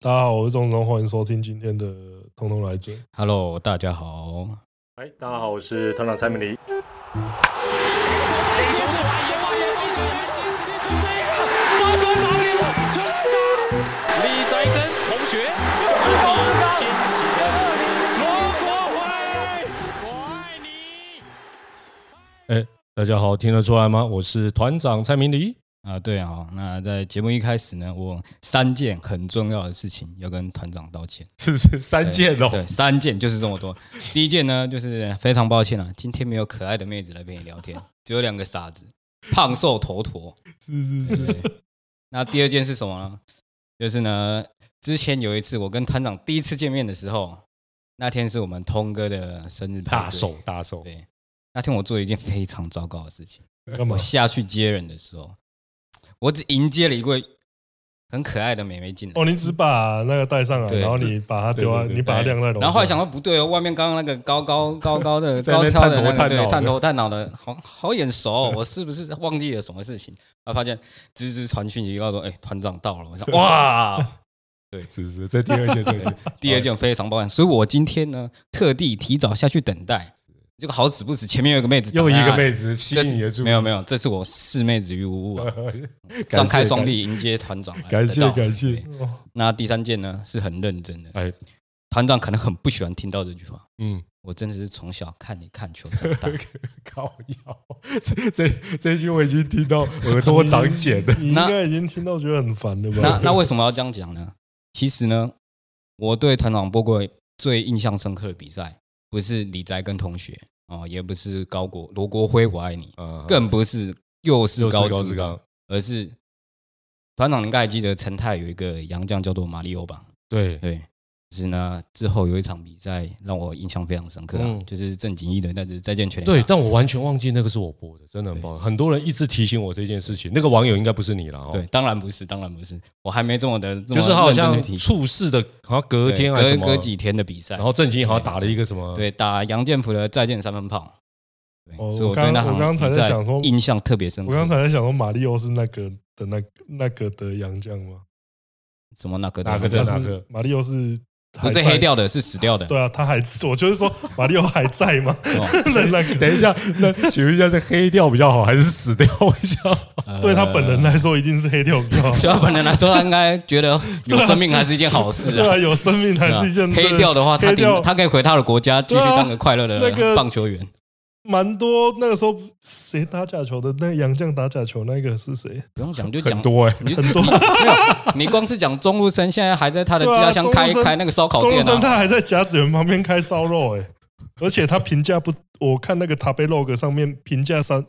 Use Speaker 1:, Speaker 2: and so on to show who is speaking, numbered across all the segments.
Speaker 1: 大家好，我是钟钟，欢迎收听今天的《通通来追》。
Speaker 2: Hello，大家好。
Speaker 3: 哎，大家好，我是团长蔡明黎。
Speaker 4: 这一球是完全发现飞球员及时接住这个，三分打脸了，全垒打。李宅根同学是你惊喜的罗国辉，我爱你。
Speaker 2: 哎，大家好，听得出来吗？我是团长蔡明黎。啊，对啊，那在节目一开始呢，我三件很重要的事情要跟团长道歉。
Speaker 1: 是是三件哦、
Speaker 2: 对，三件就是这么多。 第一件呢，就是非常抱歉啊，今天没有可爱的妹子来陪你聊天，只有两个傻子，胖瘦头陀。
Speaker 1: 是是是，
Speaker 2: 那第二件是什么呢？就是呢，之前有一次我跟团长第一次见面的时候，那天是我们通哥的生日派对
Speaker 5: 大手大手，
Speaker 2: 对，那天我做了一件非常糟糕的事情。
Speaker 1: 干嘛
Speaker 2: 我？下去接人的时候，我只迎接了一位很可爱的美眉进来。
Speaker 1: 哦，你只把那个带上来，
Speaker 2: 对
Speaker 1: 然后你把它丢在，啊
Speaker 5: 对对对
Speaker 1: 你把它
Speaker 2: 对
Speaker 1: 晾在楼上。，
Speaker 2: 然后后来想到不对哦，外面刚刚那个高 高高高的
Speaker 5: 在那
Speaker 2: 高
Speaker 5: 边
Speaker 2: 挑的那
Speaker 5: 探
Speaker 2: 个
Speaker 5: 头探脑
Speaker 2: 对
Speaker 5: 的
Speaker 2: 探头探脑的，好好眼熟哦、我是不是忘记了什么事情？然后发现芝芝传讯息告诉我，哎、团长到了。我想哇，
Speaker 5: 是是，这第二件对，
Speaker 2: 第二件非常抱歉，所以我今天呢特地提早下去等待，结果好死不死前面有一个妹子，
Speaker 5: 又一个妹
Speaker 2: 子。
Speaker 5: 子吸
Speaker 2: 这
Speaker 5: 引你的注意，
Speaker 2: 没有没有，这次我视妹子于无物 啊，
Speaker 5: 有
Speaker 2: 张开双，臂迎接团长来。
Speaker 5: 感谢
Speaker 2: 得到
Speaker 5: 感谢
Speaker 2: 对那第三件呢是很认真的，
Speaker 5: 哎，
Speaker 2: 团长可能很不喜欢听到这句话。
Speaker 5: 嗯，
Speaker 2: 我真的是从小看你看球长 大，
Speaker 5: 靠腰，这这这句我已经听到耳朵长茧 了
Speaker 1: 你应
Speaker 2: 那
Speaker 1: 该已经听到觉得很烦了
Speaker 2: 那
Speaker 1: 吧？
Speaker 2: 那为什么要这样讲呢？其实呢，我对团长播过最印象深刻的比赛，不是李宅跟同学哦，也不是高国罗国辉我爱你，
Speaker 5: 啊
Speaker 2: 更不是又是
Speaker 5: 又是
Speaker 2: 高
Speaker 5: 高
Speaker 2: 志
Speaker 5: 志
Speaker 2: 刚
Speaker 5: 刚，
Speaker 2: 而是团长，你应该还记得陈泰有一个洋将叫做马里欧吧？
Speaker 5: 对，
Speaker 2: 对，就是呢，之后有一场比赛让我印象非常深刻、啊，
Speaker 5: 嗯
Speaker 2: 就是郑景一的那支再见全垒打啊
Speaker 5: 对，但我完全忘记那个是我播的，真的很抱歉。很多人一直提醒我这件事情，那个网友应该不是你了哦。
Speaker 2: 对，，当然不是，当然不是，我还没这么的，这么
Speaker 5: 就是他好
Speaker 2: 认
Speaker 5: 像
Speaker 2: 真去提
Speaker 5: 猝逝的，好像隔
Speaker 2: 对
Speaker 5: 天还是什
Speaker 2: 隔
Speaker 5: 么，
Speaker 2: 隔几天的比赛，
Speaker 5: 然后郑经好像打了一个什么，
Speaker 2: 对打杨建福的再见三分炮，对，
Speaker 1: 嗯哦
Speaker 2: 所以
Speaker 1: 我
Speaker 2: 对
Speaker 1: 刚
Speaker 2: 那
Speaker 1: 我刚
Speaker 2: 场
Speaker 1: 才
Speaker 2: 比
Speaker 1: 在
Speaker 2: 赛
Speaker 1: 想说
Speaker 2: 印象特别深刻。
Speaker 1: 我刚才在想说，马里奥是那个的那那个的洋将吗？
Speaker 2: 什么那个
Speaker 5: 哪个
Speaker 2: 的
Speaker 5: 在
Speaker 1: 他
Speaker 5: 哪
Speaker 1: 是
Speaker 5: 个
Speaker 1: 马里奥是还
Speaker 2: 不是
Speaker 1: 在
Speaker 2: 黑？掉的，是死掉的。
Speaker 1: 对啊，他还我就是说马里奥还在 吗？
Speaker 2: 哦
Speaker 1: 那那个
Speaker 5: 等一下，那请问一下，是黑掉比较好，还是死掉比较好？
Speaker 1: 对他本人来说一定是黑掉比较好。
Speaker 2: 呃就他本人来说，他应该 觉得有生命还是一件好事
Speaker 1: 啊对啊，有生命还
Speaker 2: 对啊
Speaker 1: 是一件
Speaker 2: 呃黑掉的话，他
Speaker 1: 黑掉
Speaker 2: 顶他可以回他的国家继续
Speaker 1: 对啊
Speaker 2: 当个快乐
Speaker 1: 那个
Speaker 2: 的棒球员。
Speaker 1: 蛮多那个时候谁打假球的？那杨绛打假球那个是谁？
Speaker 2: 不用讲，就讲
Speaker 5: 很多哎、
Speaker 2: 你很多没有，你光是讲钟路生现在还在他的
Speaker 1: 对啊
Speaker 2: 家乡
Speaker 1: 钟
Speaker 2: 开
Speaker 1: 路生
Speaker 2: 开那个烧烤
Speaker 1: 钟
Speaker 2: 店
Speaker 1: 生
Speaker 2: 啊，
Speaker 1: 他还在甲子园旁边开烧肉哎、而且他评价不，我看那个 t a b l o g 上面评价三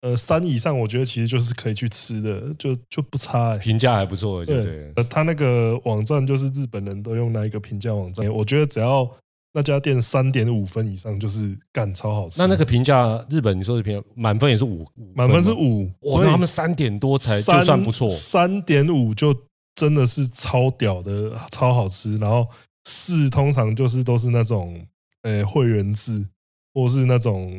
Speaker 1: 呃三以上，我觉得其实就是可以去吃的，就就不差哎、
Speaker 5: 评价还不错，对不对？
Speaker 1: 呃，他那个网站就是日本人都用那一个评价网站，我觉得只要那家店三点五分以上，就是干超好吃。
Speaker 5: 那那个评价，日本你说的评价，满分也是五，五
Speaker 1: 满分是
Speaker 5: 吗，
Speaker 1: 五，
Speaker 5: 哇，
Speaker 1: 所以
Speaker 5: 那他们三点多才就算不错，
Speaker 1: 三点五就真的是超屌的，超好吃。然后四通常就是都是那种呃、会员制，或是那种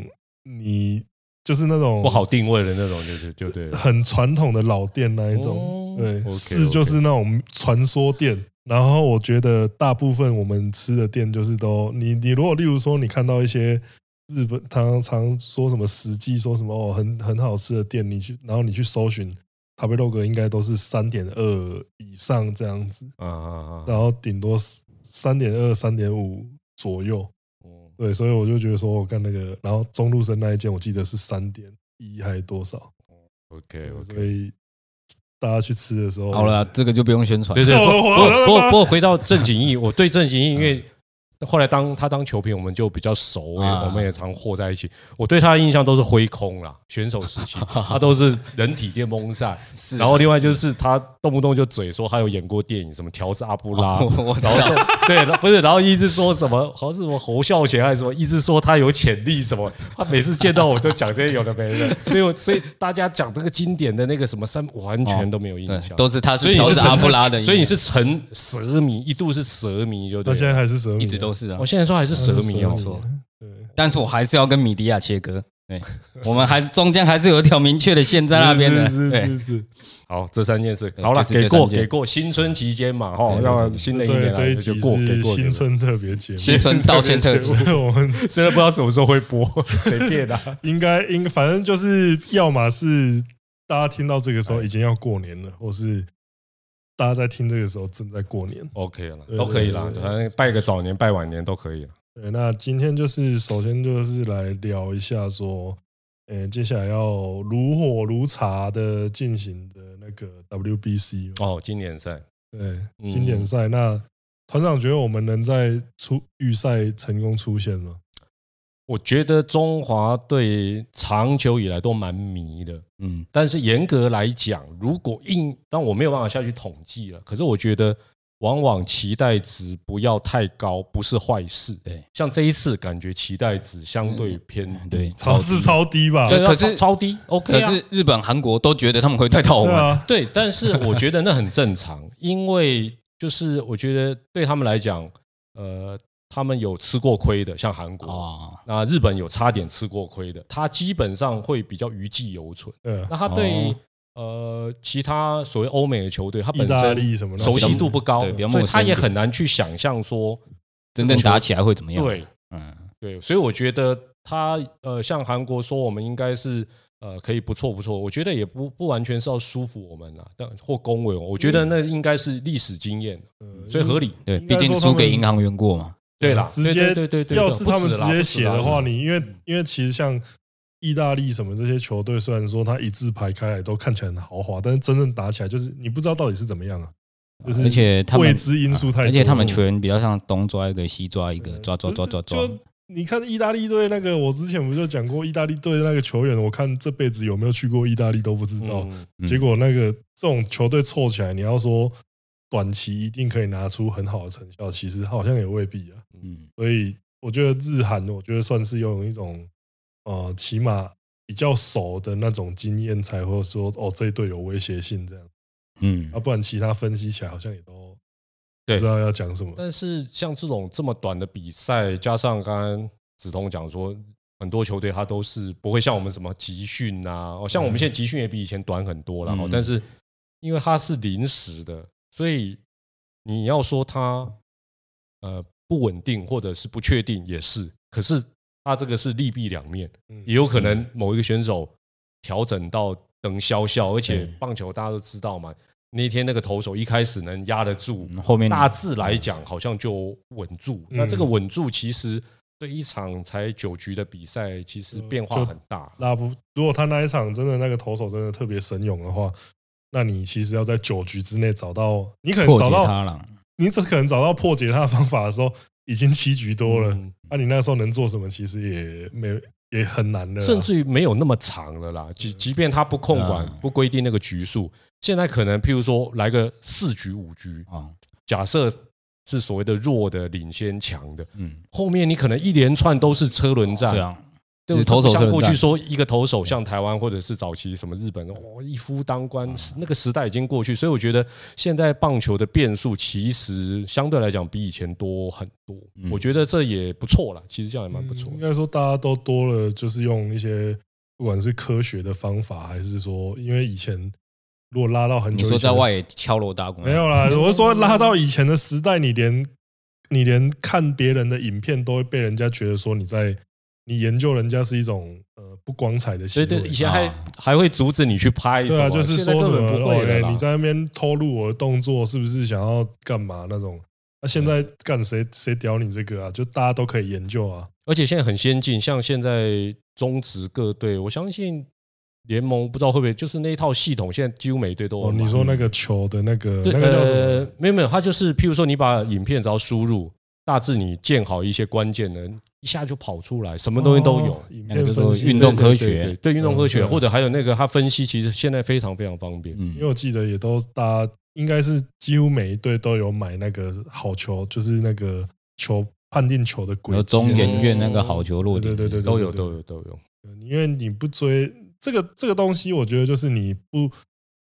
Speaker 1: 你就是那种
Speaker 5: 不好定位的那种，就是 就对了。
Speaker 1: 很传统的老店那一种
Speaker 5: 哦。
Speaker 1: 对，
Speaker 5: OK，
Speaker 1: 四就是那种传说店。然后我觉得大部分我们吃的店就是都你你如果例如说你看到一些日本常常说什么实际说什么哦很很好吃的店，你去然后你去搜寻 t a b l o g 应该都是三点二以上这样子，
Speaker 5: 啊啊啊！
Speaker 1: 然后顶多三点二三点五左右。
Speaker 5: 嗯
Speaker 1: 对，所以我就觉得说我看那个，然后中路生那一间我记得是三点一还多少，
Speaker 5: OK
Speaker 1: 所
Speaker 5: OK，
Speaker 1: 以大家去吃的时候，
Speaker 2: 好了啦，这个就不用宣传
Speaker 5: 对。对。
Speaker 1: 我
Speaker 5: 不
Speaker 1: 我
Speaker 5: 不
Speaker 1: 我嗯
Speaker 5: 不不过回到郑景义， 我对郑景义，因为后来当他当球评，我们就比较熟，我也
Speaker 2: 啊
Speaker 5: 我们也常和在一起。我对他的印象都是挥空啦，选手时 期他都是人体电风扇，
Speaker 2: 是
Speaker 5: 然后另外就是他动不动就嘴说他有演过电影，什么调子阿布 拉，
Speaker 2: 我我知
Speaker 5: 然
Speaker 2: 道
Speaker 5: 后说对，不是，然后一直说什么，好像是什么侯孝贤还是什么，一直说他有潜力什么，他每次见到我都讲这些有的没的，所以我所以大家讲这个经典的那个什么三，我完全都没有印
Speaker 2: 对
Speaker 5: 象。
Speaker 2: 都是他
Speaker 5: 所
Speaker 2: 是
Speaker 5: 以你
Speaker 2: 调
Speaker 5: 是
Speaker 2: 子
Speaker 5: 成
Speaker 2: 阿布拉的音乐，
Speaker 5: 所以你是成蛇迷，一度是蛇迷，就对
Speaker 1: 他
Speaker 5: 了。
Speaker 1: 现在还是蛇迷啊，
Speaker 2: 一
Speaker 6: 嗯
Speaker 2: 直都是啊
Speaker 5: 我。现在说还是蛇迷哦
Speaker 1: 还是，
Speaker 2: 错
Speaker 1: 啊对，
Speaker 2: 但是我还是要跟米 迪亚切割。对，我们还是中间还是有一条明确的线在那边的。
Speaker 1: 是是
Speaker 2: 对
Speaker 1: 是是，
Speaker 5: 好，这三件事，
Speaker 6: 对
Speaker 5: 好了，
Speaker 6: 就是这
Speaker 5: 给过
Speaker 6: 三件
Speaker 5: 给过，新春期间嘛，哈，
Speaker 6: 对
Speaker 5: 让新的一
Speaker 1: 对
Speaker 5: 年
Speaker 1: 这
Speaker 5: 来
Speaker 1: 一
Speaker 5: 就
Speaker 1: 集
Speaker 5: 过，给
Speaker 1: 是
Speaker 5: 过，
Speaker 1: 新
Speaker 5: 给过
Speaker 1: 春特别节
Speaker 6: 新
Speaker 1: 目，
Speaker 6: 春道歉特 辑，
Speaker 1: 所以我们
Speaker 5: 虽然不知道什么时候会 播，随便啦。
Speaker 1: 应该应反正就是，要么是大家听到这个时候已经要过年了，或是大家在听这个时候正在过年。
Speaker 5: OK 了，
Speaker 1: 对
Speaker 5: 都可以啦
Speaker 1: 对，对对
Speaker 5: 反正拜个早年、拜晚年都可以了。
Speaker 1: 对，那今天就是首先就是来聊一下说，呃、接下来要如火如茶的进行的那个 WBC 嘛
Speaker 5: 哦，经典赛，
Speaker 1: 对
Speaker 5: 嗯
Speaker 1: 经典赛。那团长觉得我们能在出预赛成功出现吗？
Speaker 5: 我觉得中华队长久以来都蛮迷的，
Speaker 6: 嗯，
Speaker 5: 但是严格来讲，如果硬，但我没有办法下去统计了。可是我觉得，往往期待值不要太高，不是坏事。
Speaker 6: 对，
Speaker 5: 像这一次，感觉期待值相嗯对偏低，
Speaker 6: 对，
Speaker 1: 超是超低吧？
Speaker 5: 对，
Speaker 6: 可是
Speaker 5: 超超低，OK
Speaker 6: 可
Speaker 5: 啊。
Speaker 6: 是日本、韩国都觉得他们会带到我
Speaker 1: 对
Speaker 6: 们，
Speaker 1: 啊，
Speaker 5: 对，但是我觉得那很正常，因为就是我觉得对他们来讲，呃，他们有吃过亏的，像韩国，
Speaker 6: 哦，
Speaker 5: 那日本有差点吃过亏的，他基本上会比较余悸犹存。
Speaker 1: 对啊，
Speaker 5: 那他对、呃其他所谓欧美的球队，他
Speaker 1: 意
Speaker 5: 本
Speaker 1: 大
Speaker 5: 身
Speaker 1: 利什么的
Speaker 5: 熟悉度不高
Speaker 6: 对比较，陌
Speaker 5: 所以
Speaker 6: 生
Speaker 5: 他也
Speaker 6: 一点
Speaker 5: 很难去想象说
Speaker 6: 真正打起来会怎么样？
Speaker 5: 对
Speaker 6: 嗯，
Speaker 5: 对，所以我觉得他呃，像韩国说我们应该是呃可以不错不错，我觉得也不不完全是要舒服我们啦，啊但或恭维我们，我
Speaker 1: 嗯
Speaker 5: 觉得那应该是历史经验，
Speaker 1: 呃
Speaker 5: 所以合理。
Speaker 6: 对，
Speaker 1: 应该
Speaker 6: 毕
Speaker 1: 说
Speaker 6: 竟输给银行员过嘛，
Speaker 5: 对啦，
Speaker 1: 直接
Speaker 5: 对对对对对，
Speaker 1: 要是他们
Speaker 5: 不止
Speaker 1: 直
Speaker 5: 啦嗯
Speaker 1: 接写的话，
Speaker 5: 不止啦
Speaker 1: 你因为因为其实像意大利什么这些球队，虽然说它一字排开来都看起来很豪华，但是真正打起来就是你不知道到底是怎么样啊，就是
Speaker 6: 而且他
Speaker 1: 未
Speaker 6: 们啊
Speaker 1: 知因素
Speaker 5: 啊
Speaker 1: 太多了，
Speaker 6: 而且他们球员比较像东抓一个西抓一个，
Speaker 1: 对
Speaker 6: 抓抓抓抓抓
Speaker 1: 嗯就。你看意大利队那个，我之前不就讲过，意大利队那个球员，我看这辈子有没有去过意大利都不知道。
Speaker 5: 嗯
Speaker 6: 嗯
Speaker 1: 结果那个这种球队凑起来，你要说短期一定可以拿出很好的成效，其实好像也未必啊。
Speaker 6: 嗯，
Speaker 1: 所以我觉得日韩，我觉得算是拥有一种呃，起码比较熟的那种经验，才会说哦，这一队有威胁性这样。
Speaker 6: 嗯
Speaker 1: 要、，不然其他分析起来好像也都不
Speaker 5: 对
Speaker 1: 知道要讲什么。
Speaker 5: 但是像这种这么短的比赛，加上刚刚子通讲说，很多球队他都是不会像我们什么集训啊，哦，像我们现在集训也比以前短很多了、哦
Speaker 6: 嗯
Speaker 5: 但是因为它是临时的，所以你要说它呃不稳定或者是不确定也是，可是它这个是利弊两面，
Speaker 1: 嗯
Speaker 5: 也有可能某一个选手调整到等消消，而
Speaker 6: 对
Speaker 5: 且棒球大家都知道嘛。那天那个投手一开始能压得住，
Speaker 6: 嗯后面
Speaker 5: 大致来讲好像就稳住。
Speaker 1: 嗯
Speaker 5: 那这个稳住其实对一场才九局的比赛，其实变化很大。
Speaker 1: 那不，如果他那一场真的那个投手真的特别神勇的话，那你其实要在九局之内找到，你可能
Speaker 6: 破
Speaker 1: 找
Speaker 6: 解
Speaker 1: 到，
Speaker 6: 他了，
Speaker 1: 你只可能找到破解他的方法的时候，已经七局多了。
Speaker 5: 嗯
Speaker 1: 那、你那时候能做什么？其实也没也很难的啊啦，
Speaker 5: 甚至于没有那么长了啦，即即便他不控管
Speaker 6: 嗯、
Speaker 5: 不规定那个局数，现在可能譬如说来个四局、五局，
Speaker 6: 哦，
Speaker 5: 假设是所谓的弱的领先强的，
Speaker 6: 嗯，
Speaker 5: 后面你可能一连串都是车轮战，
Speaker 6: 对啊，
Speaker 5: 对，
Speaker 6: 就是投手
Speaker 5: 不像
Speaker 6: 车轮
Speaker 5: 过去
Speaker 6: 战
Speaker 5: 说一个投
Speaker 6: 嗯
Speaker 5: 手，像台湾或者是早期什么日本，哦，一夫当关，那个时代已经过去，所以我觉得现在棒球的变数其实相对来讲比以前多很多，
Speaker 6: 嗯
Speaker 5: 我觉得这也不错啦，其实这样也蛮不错
Speaker 1: 嗯应。该说大家都多了，就是用一些不管是科学的方法，还是说，因为以前如果拉到很
Speaker 6: 你
Speaker 1: 久以前
Speaker 6: 说
Speaker 1: 的时
Speaker 6: 在
Speaker 1: 候，
Speaker 6: 外野敲锣打鼓 啊
Speaker 1: 没有啦，
Speaker 5: 嗯
Speaker 1: 我是说拉到以前的时代，你连你连看别人的影片都会被人家觉得说你在你研究人家是一种呃不光彩的行
Speaker 5: 所以对
Speaker 1: 为
Speaker 5: 以。前还
Speaker 6: 啊
Speaker 5: 还会阻止你去拍什
Speaker 1: 对啊，
Speaker 5: 么，
Speaker 1: 就是
Speaker 5: 现在
Speaker 1: 说什
Speaker 5: 根
Speaker 1: 么
Speaker 5: 本不会
Speaker 1: 哦
Speaker 5: 了
Speaker 1: 哎
Speaker 5: 啦
Speaker 1: 你。在那边偷录我的动作，是不是想要干嘛那种？那、现
Speaker 5: 嗯
Speaker 1: 在干谁谁屌你这个啊？就大家都可以研究啊。
Speaker 5: 而且现在很先进，像现在中职各队，我相信联盟不知道会不会就是那一套系统，现在几乎每一队都有
Speaker 1: 哦，
Speaker 5: 买
Speaker 1: 你说那个球的那个
Speaker 5: 对，
Speaker 1: 那个叫什么？
Speaker 5: 呃，没有没有，它就是譬如说你把影片只要输入，大致你建好一些关键的，一下就跑出来，什么东西都有。
Speaker 1: 哦，影
Speaker 6: 那
Speaker 1: 片
Speaker 6: 个叫做
Speaker 1: 分析
Speaker 6: 运动
Speaker 5: 对对
Speaker 6: 科
Speaker 5: 对
Speaker 6: 学
Speaker 5: 对对运动
Speaker 1: 嗯
Speaker 5: 科学，
Speaker 1: 对
Speaker 5: 或者还有那个它分析，其实现在非常非常方便。
Speaker 1: 因为
Speaker 6: 嗯，
Speaker 1: 我记得也都大家应该是几乎每一队都有买那个好球，就是那个球判定球的轨
Speaker 6: 有
Speaker 1: 迹。啊
Speaker 6: 中研院那个
Speaker 5: 哦
Speaker 6: 好球落
Speaker 1: 对
Speaker 6: 点，
Speaker 1: 对对对
Speaker 5: 都有都有都有，
Speaker 1: 因为你不追这个这个东西，我觉得就是你不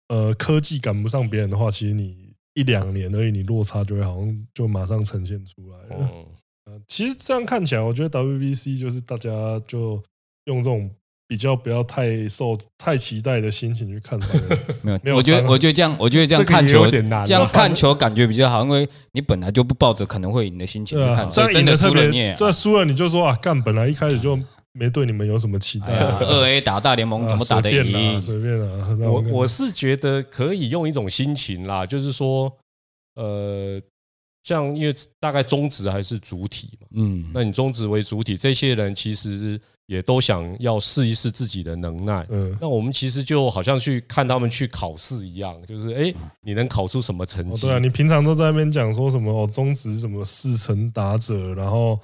Speaker 1: 呃科技赶不上别人的话，其实你一两年而已，你落差就会好像就马上呈现出来了。
Speaker 5: 嗯，
Speaker 1: 呃其实这样看起来，我觉得 WBC 就是大家就用这种。比较不要太受太期待的心情去看他们。
Speaker 6: 没有，
Speaker 1: 没有
Speaker 6: 我觉
Speaker 1: 伤
Speaker 6: 得
Speaker 1: 害
Speaker 6: 我觉得这样，我觉得这样
Speaker 5: 这个
Speaker 6: 看
Speaker 5: 也有
Speaker 6: 球，
Speaker 5: 点难啊
Speaker 6: 这样看球感觉比较好，因为你本来就不抱着可能会赢的心情
Speaker 1: 对
Speaker 6: 去
Speaker 1: 啊
Speaker 6: 看，，
Speaker 1: 这
Speaker 6: 所
Speaker 1: 样
Speaker 6: 以真
Speaker 1: 赢得
Speaker 6: 的
Speaker 1: 特
Speaker 6: 输了你也
Speaker 1: 别，这输了你就说啊，干，本来一开始就没对你们有什么期待
Speaker 6: 哎呀，二 A 打大联盟
Speaker 1: 啊
Speaker 6: 怎么打得
Speaker 1: 随便啦
Speaker 6: 赢？
Speaker 1: 随便啦，那
Speaker 5: 我
Speaker 1: 跟
Speaker 5: 我是觉得可以用一种心情啦，就是说，呃，像因为大概宗旨还是主体嘛，
Speaker 6: 嗯，
Speaker 5: 那你宗旨为主体，这些人其实也都想要试一试自己的能耐。
Speaker 1: 嗯，
Speaker 5: 那我们其实就好像去看他们去考试一样，就是哎、
Speaker 6: 嗯
Speaker 5: 诶你能考出什么成
Speaker 1: 哦，
Speaker 5: 绩？
Speaker 1: 对啊，你平常都在那边讲说什么哦，中职什么四成打者，然后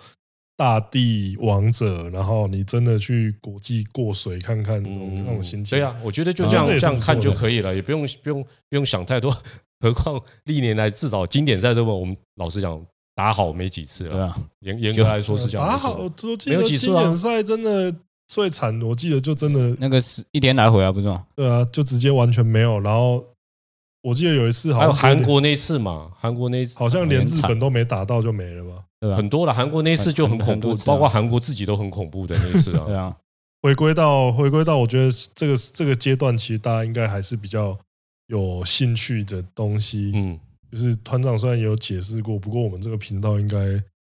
Speaker 1: 大地王者，然后你真的去国际过水看看，
Speaker 5: 嗯
Speaker 1: 那种心情。
Speaker 5: 对啊，我觉得就这
Speaker 1: 啊
Speaker 5: 样、
Speaker 1: 这也
Speaker 5: 这
Speaker 1: 是
Speaker 5: 样看
Speaker 1: 不错
Speaker 5: 就
Speaker 1: 的
Speaker 5: 可以了，也不用不用不用想太多。何况历年来至少经典赛都我们老实讲打好没几次
Speaker 6: 对
Speaker 5: 了，
Speaker 6: 啊，
Speaker 5: 严严格
Speaker 6: 就
Speaker 5: 来说是这样子。
Speaker 1: 打好，我记
Speaker 5: 没有
Speaker 1: 得
Speaker 5: 几
Speaker 1: 经
Speaker 5: 次啊
Speaker 1: 典赛真的最惨，我记得就真的
Speaker 6: 那个是一天来回啊，不是吗？
Speaker 1: 对啊，就直接完全没有。然后我记得有一次好
Speaker 5: 还
Speaker 1: 像
Speaker 5: 有韩，国那一次嘛，韩国那一次啊
Speaker 1: 好像连日
Speaker 6: 很
Speaker 1: 本
Speaker 6: 惨
Speaker 1: 都没打到就没了吧？
Speaker 6: 对吧
Speaker 5: 很？多了，韩国那一次就很
Speaker 6: 很
Speaker 5: 恐
Speaker 6: 很多
Speaker 5: 怖，
Speaker 6: 次啊
Speaker 5: 包括韩国自己都很恐怖的那一次
Speaker 6: 对
Speaker 5: 啊。
Speaker 6: 啊，
Speaker 1: 回归到回归到，我觉得这个这个阶段，其实大家应该还是比较有兴趣的东西。
Speaker 5: 嗯
Speaker 1: 就是团长虽然也有解释过，不过我们这个频道应该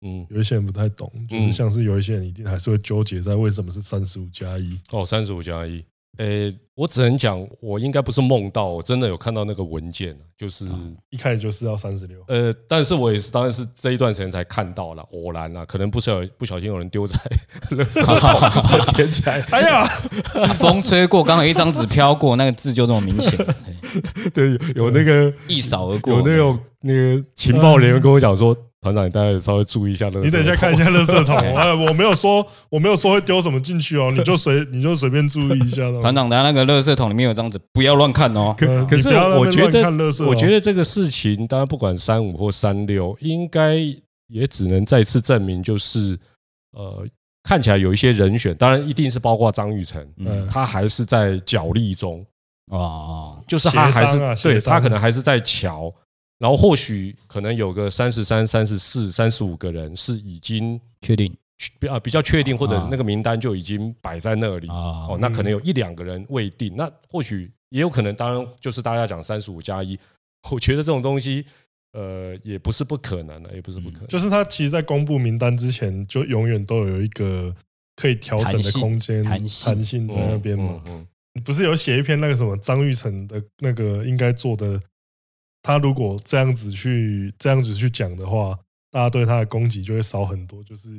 Speaker 5: 嗯，
Speaker 1: 有一些人不太懂，就是像是有一些人一定还是会纠结在为什么是三十五加一。
Speaker 5: 哦，三十五加一，呃，我只能讲，我应该不是梦到，我真的有看到那个文件，啊就是
Speaker 6: 啊
Speaker 1: 一开始就是要三 十六，
Speaker 5: 呃，但是我也是，当然是这一段时间才看到了，偶然啦，可能不小不小心有人丢在垃 圾桶，我捡起来，
Speaker 1: 哎呀，
Speaker 6: 啊风吹过，刚好一张纸飘过，那个字就这么明 显，对
Speaker 5: 对，有有那个
Speaker 6: 一扫而过。
Speaker 5: 有那种那个情报人员跟我讲说， 团长，你大概稍微注意一下垃圾桶。
Speaker 1: 你等一下看一下垃 圾桶，哎，我没有说我没有说会丢什么进去哦，你就随你就随便注意一下咯。
Speaker 6: 团长的那个垃圾桶里面有张纸，不要乱看 哦。
Speaker 1: 呃
Speaker 5: 可可
Speaker 1: 你
Speaker 5: 是
Speaker 1: 不要在那边
Speaker 5: 我觉得
Speaker 1: 乱看垃圾哦，
Speaker 5: 我觉得这个事情，当然不管三五或三六，应该也只能再次证明，就是呃，看起来有一些人选，当然一定是包括张玉成，
Speaker 1: 嗯
Speaker 5: 他还是在角力中，
Speaker 6: 哦，
Speaker 5: 就是他还
Speaker 1: 协
Speaker 5: 是、
Speaker 1: 商啊
Speaker 5: 对
Speaker 1: 协商
Speaker 5: 他可能还是在瞧，然后或许可能有个三十三、三十四、三十五个人是已经
Speaker 6: 确定
Speaker 5: 比啊比较确定，或者
Speaker 6: 啊
Speaker 5: 那个名单就已经摆在那里。
Speaker 6: 啊
Speaker 5: 哦，那
Speaker 1: 嗯
Speaker 5: 可能有一两个人未定，那或许也有可能，当然就是大家讲三十五加一， 我觉得这种东西，呃，也不是不可能啊的，也不是不可能。
Speaker 1: 嗯就是他其实，在公布名单之前，就永远都有一个可以调整的
Speaker 6: 弹性
Speaker 1: 空间，
Speaker 6: 弹性哦
Speaker 1: 弹性在
Speaker 5: 嗯
Speaker 1: 那边嘛。
Speaker 5: 嗯嗯
Speaker 1: 不是有写一篇那个什么张玉成的那个应该做的，他如果这样子去这样子去讲的话，大家对他的攻击就会少很多。就是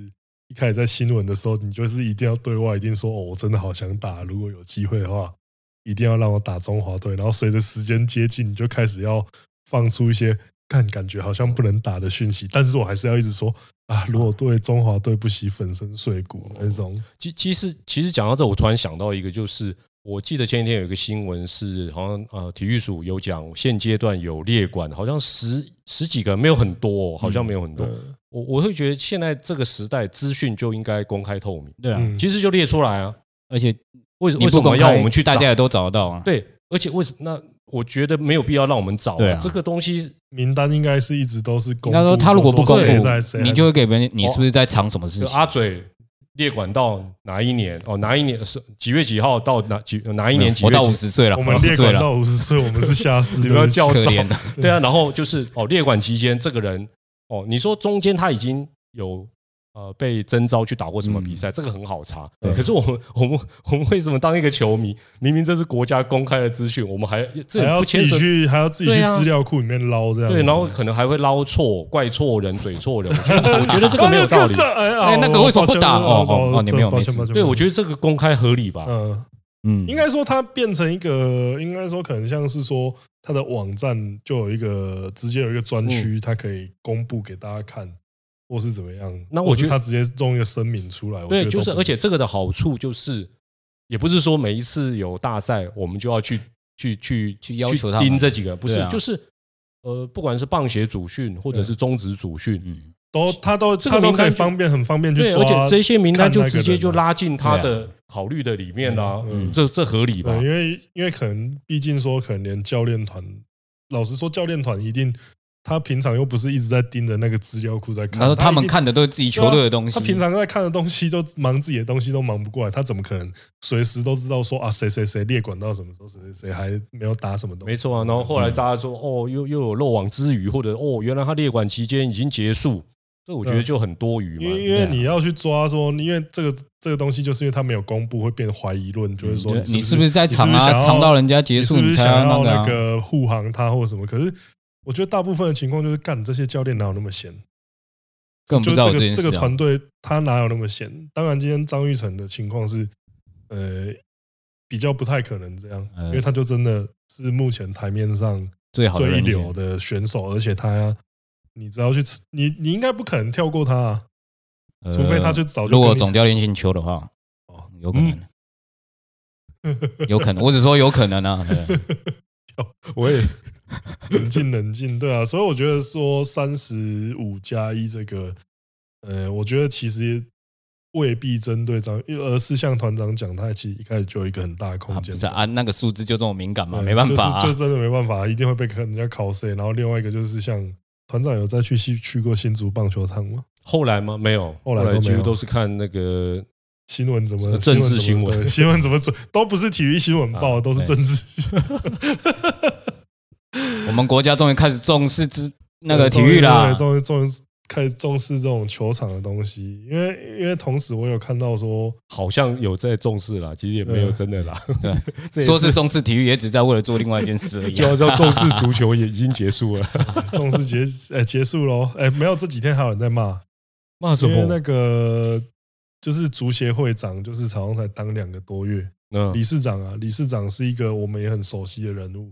Speaker 1: 一开始在新闻的时候，你就是一定要对外一定说哦，我真的好想打，如果有机会的话，一定要让我打中华队。然后随着时间接近，你就开始要放出一些看感觉好像不能打的讯息，但是我还是要一直说啊，如果对中华队不惜粉身碎骨那种，
Speaker 5: 其其实其实讲到这，我突然想到一个，就是我记得前几天有一个新闻是，好像呃体育署有讲，现阶段有列管，好像十十几个，没有很多、哦，好像没有很多。
Speaker 1: 嗯
Speaker 5: 我我会觉得现在这个时代，资讯就应该公开透明，
Speaker 6: 对啊，
Speaker 1: 嗯
Speaker 5: 其实就列出来啊。
Speaker 6: 而且
Speaker 5: 为什
Speaker 6: 你
Speaker 5: 为
Speaker 6: 不
Speaker 5: 什么
Speaker 6: 公
Speaker 5: 要
Speaker 6: 开，
Speaker 5: 我们去
Speaker 6: 大
Speaker 5: 找
Speaker 6: 家也都找得到啊。
Speaker 5: 对，而且为什么？那我觉得没有必要让我们找、
Speaker 6: 对啊
Speaker 5: 这个东西，
Speaker 1: 名单应该是一直都是公布。
Speaker 6: 应该说他如果不公
Speaker 1: 说谁在
Speaker 6: 布，
Speaker 1: 谁啊哦
Speaker 6: 你就会给别人你是不是在藏什么事
Speaker 5: 就
Speaker 6: 情？
Speaker 5: 阿嘴列管到哪一年哦，哪一年是几月几号到哪几哪一年几月
Speaker 6: 嗯我
Speaker 5: 几
Speaker 6: 到五，十岁了，
Speaker 1: 我们
Speaker 6: 五十
Speaker 1: 列
Speaker 6: 岁
Speaker 1: 管
Speaker 6: 了，
Speaker 1: 到五十岁，我们是下士，
Speaker 5: 你不要
Speaker 1: 对起
Speaker 5: 叫我
Speaker 6: 可
Speaker 5: 到
Speaker 6: 怜的。
Speaker 5: 对啊，然后就是哦，列管期间这个人哦，你说中间他已经有。呃，被征召去打过什么比赛，这个很好查。
Speaker 6: 嗯对
Speaker 5: 可是我们，我们，我们为什么当一个球迷，明明这是国家公开的资讯，我们还这
Speaker 1: 还
Speaker 5: 也
Speaker 1: 要
Speaker 5: 不
Speaker 1: 自
Speaker 5: 牵
Speaker 1: 己
Speaker 5: 涉
Speaker 1: 去，还要自己去
Speaker 5: 对啊
Speaker 1: 资料库里面捞这样子。哎
Speaker 5: 对，然后可能还会捞错、怪错人、嘴错人。我觉得，我觉得这个没有道 理
Speaker 1: 哎。这哎啊
Speaker 6: 那那个为什么不打
Speaker 1: 我抱歉
Speaker 6: 哦哦哦你没有
Speaker 1: 抱歉
Speaker 6: 没事
Speaker 1: 抱歉
Speaker 5: 对，我觉得这个公开合理吧。
Speaker 1: 嗯，
Speaker 6: 嗯，
Speaker 1: 应该说它变成一个，应该说可能像是说它的网站就有一个直接有一个专区，它可以公布给大家看，或是怎么样。
Speaker 5: 那我觉得
Speaker 1: 他直接弄一个声明出来，我觉
Speaker 5: 对，
Speaker 1: 得
Speaker 5: 就是
Speaker 1: 都不
Speaker 5: 而且这个的好处就是，也不是说每一次有大赛我们就要去去去
Speaker 6: 去要求他们
Speaker 5: 盯这几个，不是
Speaker 6: 对，啊
Speaker 5: 就是呃，不管是棒协主训或者是中职主训，
Speaker 6: 嗯，
Speaker 1: 都他都
Speaker 5: 这个
Speaker 1: 他都
Speaker 5: 名
Speaker 1: 可
Speaker 5: 单
Speaker 1: 以
Speaker 5: 就
Speaker 1: 方便很方便去
Speaker 5: 对，
Speaker 1: 抓
Speaker 5: 而且这些名单就直接就
Speaker 1: 看那个人啊
Speaker 5: 拉进他
Speaker 6: 对
Speaker 5: 的考虑的里面啊啦
Speaker 1: 嗯，
Speaker 5: 这这合理吧
Speaker 1: 对，？因为因为可能毕竟说，可能连教练团，老实说，教练团一定他平常又不是一直在盯着那个资料库在看，
Speaker 6: 他说他
Speaker 1: 一
Speaker 6: 们
Speaker 1: 定
Speaker 6: 看的都是自己
Speaker 1: 对啊
Speaker 6: 球队的东西，
Speaker 1: 他平常在看的东西都忙自己的东西都忙不过来，他怎么可能随时都知道说啊谁谁谁列管到什么时候，谁谁谁还没有打什么东西？
Speaker 5: 没错啊。然后后来大家说，哦，又又有漏网之鱼，或者哦，原来他列管期间已经结束，这我觉得就很多余
Speaker 1: 啊因
Speaker 5: 嘛。
Speaker 1: 为因为
Speaker 6: 啊
Speaker 1: 你要去抓说，因为这个这个东西就是因为他没有公布，会变怀疑论，就是说
Speaker 6: 就
Speaker 1: 你
Speaker 6: 你
Speaker 1: 是
Speaker 6: 是不是在藏啊
Speaker 1: 你是不是想要
Speaker 6: 藏到人家结束
Speaker 1: 你是不是
Speaker 6: 你才
Speaker 1: 想
Speaker 6: 要那
Speaker 1: 要
Speaker 6: 个啊
Speaker 1: 个护航他或什么？可是我觉得大部分的情况就是，干这些教练哪有那么闲？
Speaker 6: 根本不
Speaker 1: 就
Speaker 6: 知道有
Speaker 1: 这
Speaker 6: 件
Speaker 1: 个
Speaker 6: 事、
Speaker 1: 这
Speaker 6: 啊
Speaker 1: 个团队他哪有那么闲？当然，今天张玉成的情况是，呃，比较不太可能这样，
Speaker 6: 呃
Speaker 1: 因为他就真的是目前台面上
Speaker 6: 最好的
Speaker 1: 最一
Speaker 6: 人选
Speaker 1: 流的选手，而且他，你只要去吃，你你应该不可能跳过他、啊，
Speaker 6: 呃
Speaker 1: 除非他去早就
Speaker 6: 如果
Speaker 1: 跟你
Speaker 6: 总教练姓邱的话，
Speaker 1: 哦
Speaker 6: 有可能，
Speaker 1: 嗯
Speaker 6: 有可能，我只说有可能啊。 对
Speaker 1: 我也冷静冷静，对啊，所以我觉得说三十五加一这个，呃，我觉得其实未必针对张，因为而是像团长讲，他其实一开始就有一个很大的空
Speaker 6: 啊，
Speaker 1: 间
Speaker 6: 不
Speaker 1: 在，
Speaker 6: 是啊，那个数字就这么敏感嘛，
Speaker 1: 对
Speaker 6: 没办法啊
Speaker 1: 就是，就真的没办法，一定会被人家 cos。然后另外一个就是像团长有再去西去过新竹棒球场吗？
Speaker 5: 后来吗？没有，
Speaker 1: 后
Speaker 5: 后
Speaker 1: 来都没有
Speaker 5: 来几乎都是看那个
Speaker 1: 新闻怎么
Speaker 5: 政治
Speaker 1: 新
Speaker 5: 新
Speaker 1: 闻
Speaker 5: 闻
Speaker 1: 怎么？对新闻怎么准？都不是体育新 闻报，
Speaker 5: 啊
Speaker 1: 都是政治新闻。
Speaker 6: 我们国家终于开始重视之那个体育啦
Speaker 1: 对。终于终于开始重视这种球场的东西，因为因为同时我有看到 说，
Speaker 5: 好像有在重视啦，其实也没有
Speaker 1: 对
Speaker 5: 真的啦。
Speaker 6: 对，
Speaker 5: 这也
Speaker 6: 说是重视体育，也只在为了做另外一件事而已
Speaker 5: 就
Speaker 6: 啊、
Speaker 5: 要要重视足球也已经 结束了，
Speaker 1: 重视结呃、结束喽，哎、没有这几天还有人在骂，
Speaker 5: 骂什
Speaker 1: 因为
Speaker 5: 么
Speaker 1: 那？个就是足协会长，就是好像才当两个多月，
Speaker 5: 嗯
Speaker 1: 理事长啊，理事长是一个我们也很熟悉的人物，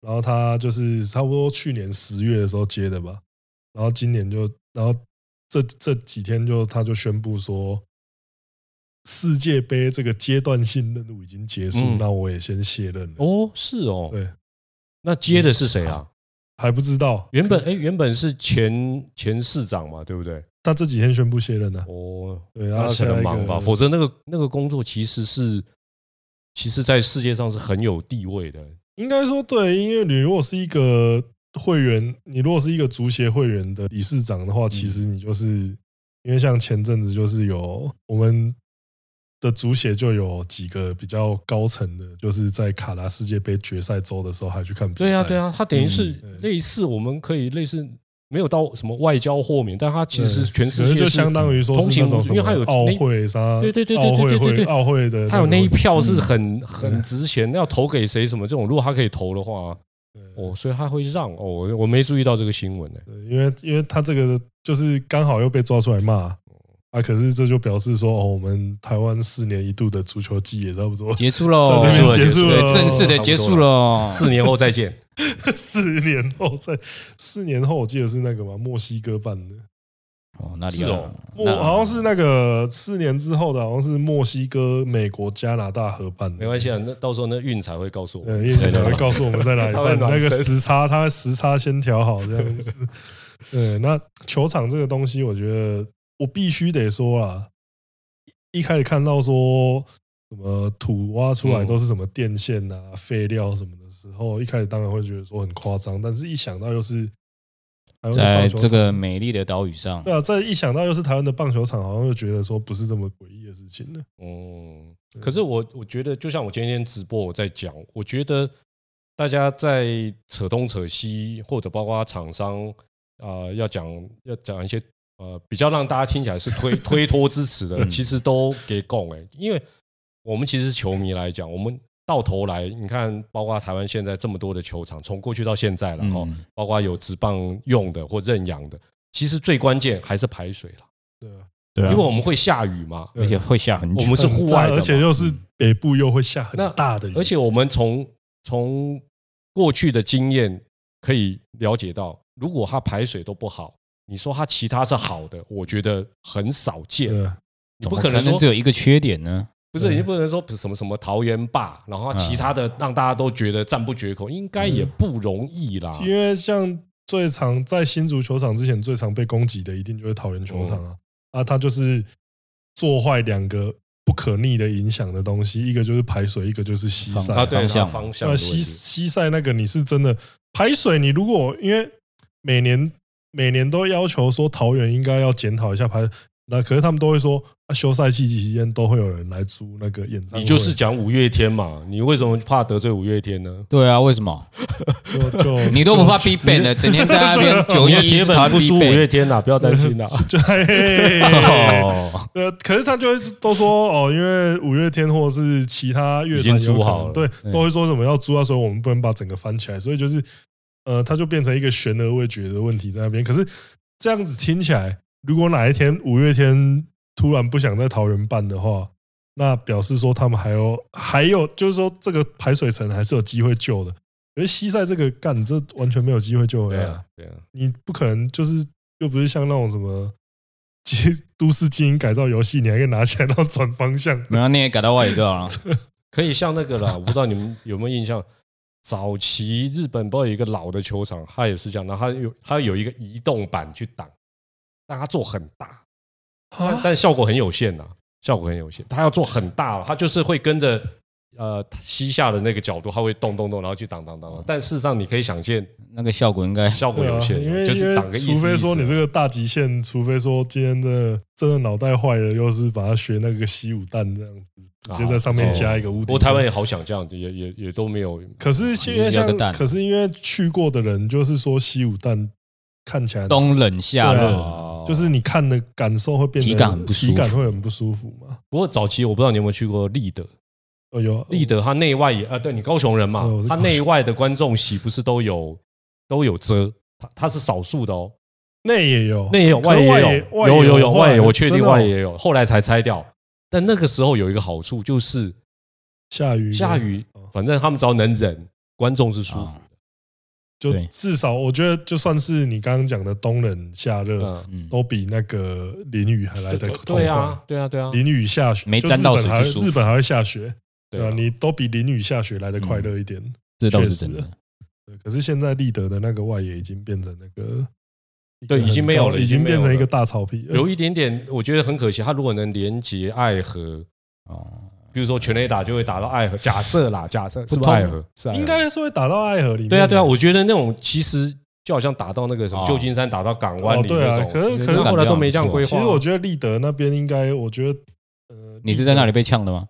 Speaker 1: 然后他就是差不多去年十月的时候接的吧，然后今年就，然后这这几天就他就宣布说，世界杯这个阶段性任务已经结束，
Speaker 5: 嗯
Speaker 1: 那我也先卸任了。
Speaker 5: 哦，是哦，
Speaker 1: 对，
Speaker 5: 那接的是谁啊？
Speaker 1: 还不知道，
Speaker 5: 原本哎，原本是前前市长嘛，对不对？
Speaker 1: 他这几天宣布卸任了、
Speaker 5: 哦，
Speaker 1: 对，啊然
Speaker 5: 他
Speaker 1: 后
Speaker 5: 可
Speaker 1: 现在
Speaker 5: 能忙吧，否
Speaker 1: 则
Speaker 5: 则那个那个工作其实是，其实在世界上是很有地位的。
Speaker 1: 应该说对，因为你如果是一个会员，你如果是一个足协会员的理事长的话，其实
Speaker 5: 嗯
Speaker 1: 你就是、因为像前阵子就是有我们的足协就有几个比较高层的，就是在卡达世界杯决赛周的时候还去看比赛，
Speaker 5: 对啊，对，啊，他等于是
Speaker 1: 嗯对
Speaker 5: 类似，我们可以类似。没有到什么外交豁免，但他其实是全世界
Speaker 1: 就是相当于说
Speaker 5: 同
Speaker 1: 是
Speaker 5: 情
Speaker 1: 那种
Speaker 5: 无
Speaker 1: 什
Speaker 5: 助，
Speaker 1: 么
Speaker 5: 因为他有
Speaker 1: 奥
Speaker 5: 那
Speaker 1: 会啊啥，
Speaker 5: 对对对对
Speaker 1: 奥会
Speaker 5: 对对
Speaker 1: 会
Speaker 5: 对对
Speaker 1: 奥会的，
Speaker 5: 他有那一，票是
Speaker 6: 嗯
Speaker 5: 很很值钱，那要投给谁什么这种，如果他可以投的话，
Speaker 1: 哦，
Speaker 5: 哦，所以他会让哦，我我没注意到这个新闻呢、
Speaker 1: 对因为因为他这个就是刚好又被抓出来骂。啊！可是这就表示说，哦，我们台湾四年一度的足球季也差不多
Speaker 6: 结束喽，
Speaker 1: 在这边结束
Speaker 6: 对
Speaker 1: 了，
Speaker 6: 正式的
Speaker 5: 差不多
Speaker 6: 结束喽。
Speaker 5: 四年后再见。
Speaker 1: 四年后在四年后，我记得是那个嘛，墨西哥办的，
Speaker 6: 哦，那里
Speaker 2: 啊
Speaker 5: 是哦
Speaker 1: 墨好像是那个四年之后的，好像是墨西哥、美国、加拿大合办的，
Speaker 5: 没关系啊，那到时候那运才会告诉我
Speaker 1: 呃，
Speaker 5: 们。
Speaker 1: 因为才会告诉我们在哪里
Speaker 5: 他会
Speaker 1: 办，
Speaker 5: 暖
Speaker 1: 那个
Speaker 5: 身
Speaker 1: 时差，它时差先调好这样 子。对，那球场这个东西，我觉得我必须得说啊，一开始看到说什么土挖出来
Speaker 5: 嗯
Speaker 1: 都是什么电线啊、废料什么的时候，一开始当然会觉得说很夸张，但是一想到又是台湾的
Speaker 6: 在
Speaker 1: 棒球
Speaker 6: 这个
Speaker 1: 场
Speaker 6: 美丽的岛屿上，
Speaker 1: 对啊，再一想到又是台湾的棒球场，好像就觉得说不是这么诡异的事情了。
Speaker 5: 嗯，可是我我觉得，就像我今天直播我在讲，我觉得大家在扯东扯西，或者包括厂商啊、呃要讲要讲一些呃比较让大家听起来是 推推脱支持的，
Speaker 6: 嗯
Speaker 5: 其实都给拱哎、因为我们其实是球迷来讲，我们到头来你看，包括台湾现在这么多的球场，从过去到现在了哈，
Speaker 6: 嗯
Speaker 5: 包括有职棒用的或认养的，其实最关键还是排水了，
Speaker 1: 对啊，
Speaker 6: 对啊
Speaker 5: 因为我们会下雨嘛，
Speaker 6: 而且会下很
Speaker 5: 我
Speaker 6: 久
Speaker 5: 们。是户外的嘛，
Speaker 1: 而且又是北部又会下很
Speaker 5: 嗯那
Speaker 1: 大的雨，
Speaker 5: 而且我们从从过去的经验可以了解到，如果它排水都不好，你说它其他是好的，我觉得很少见。
Speaker 1: 对啊
Speaker 5: 你
Speaker 6: 怎
Speaker 5: 嗯不
Speaker 6: 么
Speaker 5: 可
Speaker 6: 可
Speaker 5: 能
Speaker 6: 能只
Speaker 5: 说
Speaker 6: 有一个缺点呢？
Speaker 5: 不是，你不能说什么什么桃园霸，然后它其他的让大家都觉得赞不绝口，应该也不容易啦。
Speaker 1: 因为像最常在新足球场之前最常被攻击的，一定就是桃园球场
Speaker 5: 嗯
Speaker 1: 啊、啊，它就是做坏两个不可逆的影响的东西，一个就是排水，一个就是西晒
Speaker 6: 放
Speaker 5: 啊，对，
Speaker 6: 方向
Speaker 5: 它方向的
Speaker 1: 那
Speaker 5: 问
Speaker 1: 西
Speaker 5: 题
Speaker 1: 西晒那个你是真的排水，你如果因为每年每年都要求说桃园应该要检讨一下排，那可是他们都会说，啊、休赛季期间都会有人来租那个演唱会，
Speaker 5: 你就是讲五月天嘛，你为什么怕得罪五月天呢？
Speaker 2: 对啊，为什么？
Speaker 1: 就 就
Speaker 2: 你都不怕 B band 的，整天在那边九
Speaker 5: 你
Speaker 2: 一
Speaker 5: 的
Speaker 2: 一
Speaker 5: 铁
Speaker 2: 是台
Speaker 5: 粉不
Speaker 2: B
Speaker 5: 输五
Speaker 2: band。
Speaker 5: 月天啊啦，不要担 心啦。
Speaker 1: 就嘿嘿嘿嘿
Speaker 2: 哦，
Speaker 1: 呃，可是他就会都说哦，因为五月天或者是其他乐团
Speaker 5: 已经
Speaker 1: 有
Speaker 5: 租
Speaker 1: 可能
Speaker 5: 好了
Speaker 1: 对，
Speaker 6: 对
Speaker 1: 都会说什么要租啊，所以我们不能把整个翻起来，所以就是呃，它就变成一个悬而未决的问题在那边。可是这样子听起来，如果哪一天五月天突然不想在桃园办的话，那表示说他们还有还有，就是说这个排水层还是有机会救的。可是西塞这个干，这完全没有机会救
Speaker 5: 对
Speaker 1: 了呀
Speaker 5: 啊，对啊，
Speaker 1: 你不可能就是又不是像那种什么基都市精英改造游戏，你还可以拿起来然后转方向。
Speaker 2: 没有，你也改到外语就好了。
Speaker 5: 可以像那个啦，我 不知道你们有没有印象，早期日本不知道有一个老的球场，它也是这样，然后它有它有一个移动板去挡，但它做很大，
Speaker 1: 啊
Speaker 5: 但但效果很有限呐，效果很有限，它要做很大，它就是会跟着。呃，西下的那个角度，它会动动动，然后去挡挡挡
Speaker 1: 哦
Speaker 5: 挡。但事实上，你可以想见，
Speaker 2: 那个效果应该
Speaker 5: 效果
Speaker 1: 对啊
Speaker 5: 有限，
Speaker 1: 因为
Speaker 5: 就是
Speaker 1: 因
Speaker 5: 挡个
Speaker 1: 为
Speaker 5: 意思。
Speaker 1: 除非说
Speaker 5: 意思啊
Speaker 1: 你这个大极限，除非说今天真的真的脑袋坏了，又是把它学那个吸武弹这样子，直接在上面加一个屋顶。
Speaker 5: 啊哦不过台湾也好想这样，也也也都没有。
Speaker 1: 可是因为
Speaker 2: 你是要个
Speaker 5: 啊
Speaker 1: 像，
Speaker 2: 蛋
Speaker 1: 可是因为去过的人就是说吸武弹看起来
Speaker 2: 冬冷夏
Speaker 1: 对啊
Speaker 2: 热，
Speaker 5: 啊
Speaker 1: 就是你看的感受会变得
Speaker 2: 体感很不舒服
Speaker 1: 体感会很不舒服嘛。
Speaker 5: 不过早期我不知道你有没有去过立德，
Speaker 1: 哦，有
Speaker 5: 立德它内外也啊，对你高雄人嘛
Speaker 1: 哦对我，是
Speaker 5: 它
Speaker 1: 高雄
Speaker 5: 内外的观众席不是都有都有遮，它它是少数的哦，
Speaker 1: 内也有
Speaker 5: 内也有，
Speaker 1: 可
Speaker 5: 外
Speaker 1: 是外
Speaker 5: 也
Speaker 1: 野
Speaker 5: 有，
Speaker 1: 外野
Speaker 5: 有有
Speaker 1: 有
Speaker 5: 有
Speaker 1: 外
Speaker 5: 外
Speaker 1: 野
Speaker 5: 野，我确定
Speaker 1: 真的哦
Speaker 5: 外野有，后来才拆掉。但那个时候有一个好处就是
Speaker 1: 下雨
Speaker 5: 下雨
Speaker 1: 哦，
Speaker 5: 反正他们只要能忍，观众是舒服
Speaker 2: 啊
Speaker 1: 就
Speaker 2: 对
Speaker 1: 至少我觉得，就算是你刚刚讲的冬冷夏
Speaker 5: 的。
Speaker 1: 热，
Speaker 5: 嗯，
Speaker 2: 嗯，
Speaker 1: 都比那个淋雨还来的
Speaker 5: 对对对
Speaker 1: 啊
Speaker 5: 啊，，对啊，对啊，
Speaker 1: 淋雨下雪
Speaker 2: 没
Speaker 1: 就
Speaker 2: 沾到
Speaker 1: 日本
Speaker 2: 水
Speaker 1: 还
Speaker 2: 就舒服
Speaker 1: 日本还会下雪，
Speaker 5: 对
Speaker 1: 对啊，，
Speaker 5: 啊
Speaker 1: 你都比淋雨下雪来的快乐一点。
Speaker 2: 这倒是
Speaker 1: 确实
Speaker 2: 真的。
Speaker 1: 对可是现在立德的那个外野已经变成那个，一
Speaker 5: 对
Speaker 1: 个
Speaker 5: 已经
Speaker 1: 很
Speaker 5: 没有
Speaker 1: 高
Speaker 5: 了
Speaker 1: 已
Speaker 5: 已经
Speaker 1: 经
Speaker 5: 没有
Speaker 1: 变成一个
Speaker 5: 了
Speaker 1: 大草皮了。
Speaker 5: 有一点点，我觉得很可惜。他如果能连接爱河，
Speaker 2: 哦，
Speaker 5: 比如说全垒打就会打到爱河，假设啦，假设是不是
Speaker 2: 通
Speaker 5: 爱河？是爱河
Speaker 1: 应该是会打到爱河里面的。
Speaker 5: 对啊，对啊，我觉得那种其实就好像打到那个什么
Speaker 2: 哦
Speaker 5: 旧金山，打到港湾
Speaker 1: 哦
Speaker 5: 里
Speaker 1: 对
Speaker 5: 那
Speaker 1: 啊
Speaker 5: 种，，
Speaker 1: 可是可
Speaker 5: 可是
Speaker 1: 是
Speaker 5: 后来都没这样规划。
Speaker 1: 其实我觉得立德那边应该，我觉得呃，
Speaker 2: 你是在那
Speaker 1: 里
Speaker 2: 里被呛的吗？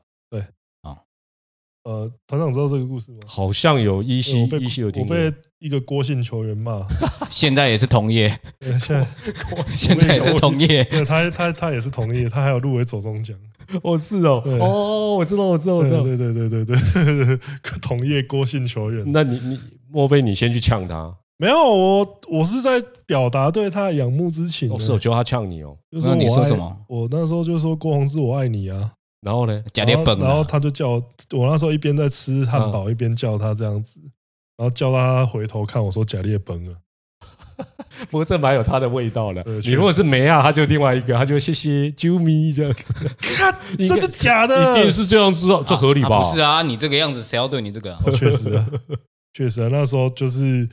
Speaker 1: 呃，团长知道这个故事吗？
Speaker 5: 好像有依稀
Speaker 1: 我被
Speaker 5: 依稀有听
Speaker 1: 我
Speaker 5: 过，
Speaker 1: 被一个郭姓球员 骂，
Speaker 2: 现在也是同业，
Speaker 1: 呃现在
Speaker 2: 现在也是同业。
Speaker 1: 对他他他也是同意，他还有入围走中奖。
Speaker 5: 哦是哦
Speaker 1: 对
Speaker 5: 哦，我知道我知道我
Speaker 1: 对
Speaker 5: 知道。
Speaker 1: 对对对对对， 同业郭姓球员。
Speaker 5: 那你你莫非你先去呛他？
Speaker 1: 没有我，我是在表达对他的仰慕之情啊。
Speaker 5: 哦是哦，就他呛你哦，
Speaker 1: 就是
Speaker 2: 那你
Speaker 1: 我
Speaker 2: 说
Speaker 1: 爱
Speaker 2: 什？么？
Speaker 1: 我那时候就说郭宏志我爱你啊，
Speaker 5: 然后呢？
Speaker 2: 假点本
Speaker 1: 然后然后
Speaker 2: 啊，
Speaker 1: 他就叫我，我那时候一边在吃汉堡，一边叫他这样子，然后叫他回头看我说假列崩了。
Speaker 5: 不过这蛮有他的味道了
Speaker 1: 对。确
Speaker 5: 你如果
Speaker 1: 实
Speaker 5: 是梅啊亚，他就另外一个，他就谢谢啾咪这样 子，应该
Speaker 1: 真的假
Speaker 5: 一定
Speaker 1: 的？
Speaker 5: 是这样子哦，这合理吧？
Speaker 2: 啊不是啊，你这个样子谁要对你这 个啊？
Speaker 1: 哦确实啊，确实啊，那时候就是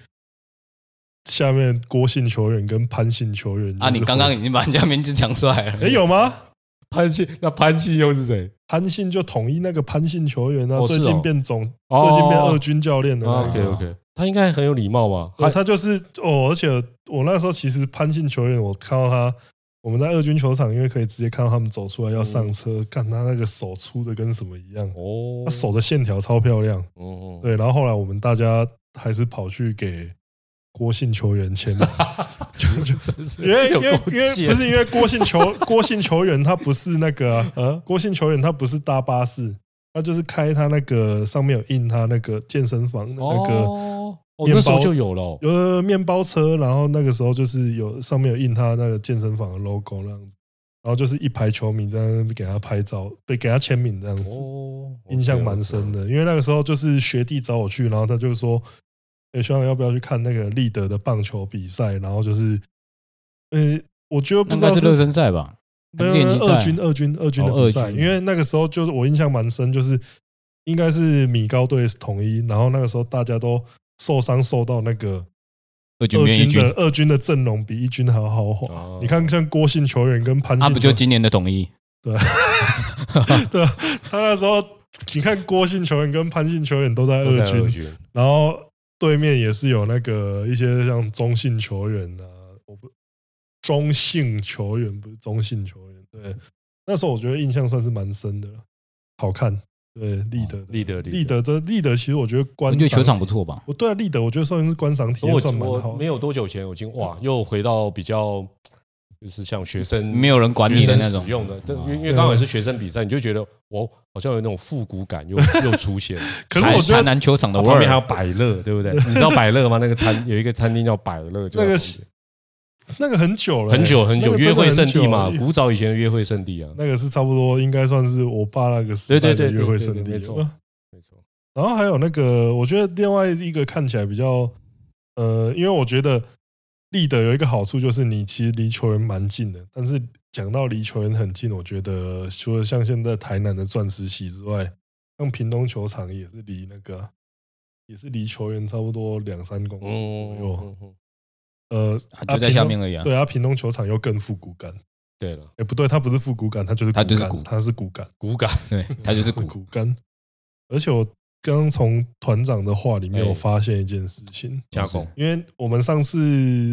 Speaker 1: 下面郭姓球员跟潘姓球员
Speaker 2: 啊，
Speaker 1: 就是
Speaker 2: 你刚刚
Speaker 1: 回
Speaker 2: 已经把人家名字讲出 来
Speaker 1: 哎
Speaker 2: 了。
Speaker 1: 有吗？
Speaker 5: 潘西，那潘西又是谁？
Speaker 1: 潘信就统一那个潘信球员啊，
Speaker 5: 哦是哦
Speaker 1: 最近变总，
Speaker 5: 哦啊
Speaker 1: 最近变二军教练的那
Speaker 5: OK
Speaker 1: 个。
Speaker 5: OK，他应该很有礼貌吧？
Speaker 1: 对
Speaker 5: 他
Speaker 1: 他就是哦，而且我那时候其实潘信球员，我看到他，我们在二军球场，因为可以直接看到他们走出来要上车，看他那个手粗的跟什么一样，
Speaker 5: 嗯哦
Speaker 1: 他手的线条超漂亮。
Speaker 5: 哦，
Speaker 1: 对，然后后来我们大家还是跑去给郭姓球员签名，
Speaker 5: 就就 真是
Speaker 1: 因为因
Speaker 5: 有
Speaker 1: 为
Speaker 5: 够
Speaker 1: 因为
Speaker 5: 贱
Speaker 1: 不是因为郭姓 球郭姓球员他不是那个啊、郭姓球员他不是搭巴士，他就是开他那个上面有印他那个健身房的那个、
Speaker 5: 哦，哦那时候就有了哦，
Speaker 1: 有面包车，然后那个时候就是有上面有印他那个健身房的 logo 那样子，然后就是一排球迷在那边给他拍照，被给他签名这样子。
Speaker 5: 哦，
Speaker 1: 印象蛮深
Speaker 5: 的。
Speaker 1: 的，因为那个时候就是学弟找我去，然后他就说：“哎，学长要不要去看那个立德的棒球比赛？”然后就是，呃，我觉得不
Speaker 2: 那应
Speaker 1: 知
Speaker 2: 该
Speaker 1: 道
Speaker 2: 是
Speaker 1: 是
Speaker 2: 热身赛吧？
Speaker 1: 没有
Speaker 2: 还是练习赛啊
Speaker 1: 二军二军二军的
Speaker 2: 哦
Speaker 1: 比赛，
Speaker 2: 二
Speaker 1: 因
Speaker 2: 军
Speaker 1: 为那个时候就是我印象蛮深，就是应该是米高队统一，然后那个时候大家都受伤受到那个
Speaker 2: 二军
Speaker 1: 二
Speaker 2: 变一
Speaker 1: 军
Speaker 2: 军
Speaker 1: 的，二军的阵容比一军还要豪华。
Speaker 5: 哦
Speaker 1: 你看，像郭姓球员跟潘
Speaker 2: 啊
Speaker 1: 信
Speaker 2: 不
Speaker 1: 球
Speaker 2: 就今年的统一？
Speaker 1: 对啊，他那时候你看郭姓球员跟潘姓球员都在
Speaker 5: 都在
Speaker 1: 二军
Speaker 5: 二，军，
Speaker 1: 然后对面也是有那个一些像中性球员啊，我不中性球员不是中性球员，对，那时候我觉得印象算是蛮深的了，好看，对，立德的，
Speaker 5: 哦立德立
Speaker 1: 立德这立德其实我觉得观
Speaker 2: 我觉得球场
Speaker 1: 不，
Speaker 2: 不错吧？
Speaker 1: 我对啊，立德我觉得算是观赏体验
Speaker 5: 我
Speaker 1: 算蛮
Speaker 5: 我
Speaker 1: 好
Speaker 5: 没
Speaker 1: 的，
Speaker 5: 有多久前，我已经哇，又回到比较就是像学生
Speaker 1: 嗯
Speaker 2: 没有人管你的那
Speaker 5: 学生
Speaker 2: 种啊
Speaker 5: 使。用的，对因为因为
Speaker 1: 对
Speaker 5: 刚好也是学生比赛，你就觉得我好像有那种复古感又 又出 现了。
Speaker 1: 可是
Speaker 2: 台
Speaker 1: 我觉
Speaker 2: 台
Speaker 1: 得
Speaker 2: 南球场的
Speaker 5: 旁
Speaker 2: 味
Speaker 5: 边还有
Speaker 2: 儿，啊
Speaker 5: 百乐，对不对？你知道百乐吗？那个餐有一个餐厅叫百乐，就在
Speaker 1: 那个
Speaker 5: 旁边
Speaker 1: 是那个很久了欸、
Speaker 5: 很久很久
Speaker 1: 那个真
Speaker 5: 约
Speaker 1: 的
Speaker 5: 会圣
Speaker 1: 很久
Speaker 5: 地嘛，
Speaker 1: 了
Speaker 5: 古早以前的约会圣地啊，
Speaker 1: 那个是差不多，应该算是我爸那个时代
Speaker 5: 对
Speaker 1: 的
Speaker 5: 对对
Speaker 1: 约
Speaker 5: 对
Speaker 1: 会
Speaker 5: 对
Speaker 1: 圣
Speaker 5: 对
Speaker 1: 地
Speaker 5: 没
Speaker 1: 了
Speaker 5: 错没错。
Speaker 1: 然后还有那个，我觉得另外一个看起来比较，呃，因为我觉得立德有一个好处就是你其实离球员蛮近的，但是讲到离球员很近，我觉得除了像现在台南的钻石席之外，像屏东球场也是离那个也是离球员差不多两三公尺
Speaker 5: 嗯
Speaker 1: 左右。
Speaker 5: 嗯嗯，
Speaker 1: 呃，
Speaker 2: 啊
Speaker 1: 啊
Speaker 2: 就在下面而已
Speaker 1: 屏
Speaker 2: 啊
Speaker 1: 东。对啊，屏东球场又更复古感。
Speaker 5: 对了，
Speaker 1: 哎，不对，它不是复古感，它就是
Speaker 2: 它就是
Speaker 1: 古感，
Speaker 2: 古
Speaker 1: 它是骨感。
Speaker 5: 骨感
Speaker 2: 对，它就是
Speaker 1: 是
Speaker 2: 古。
Speaker 1: 嗯骨干。而且我刚刚从团长的话里面，
Speaker 5: 哎
Speaker 1: 我发现一件事情，
Speaker 5: 加工
Speaker 1: 因为我们上次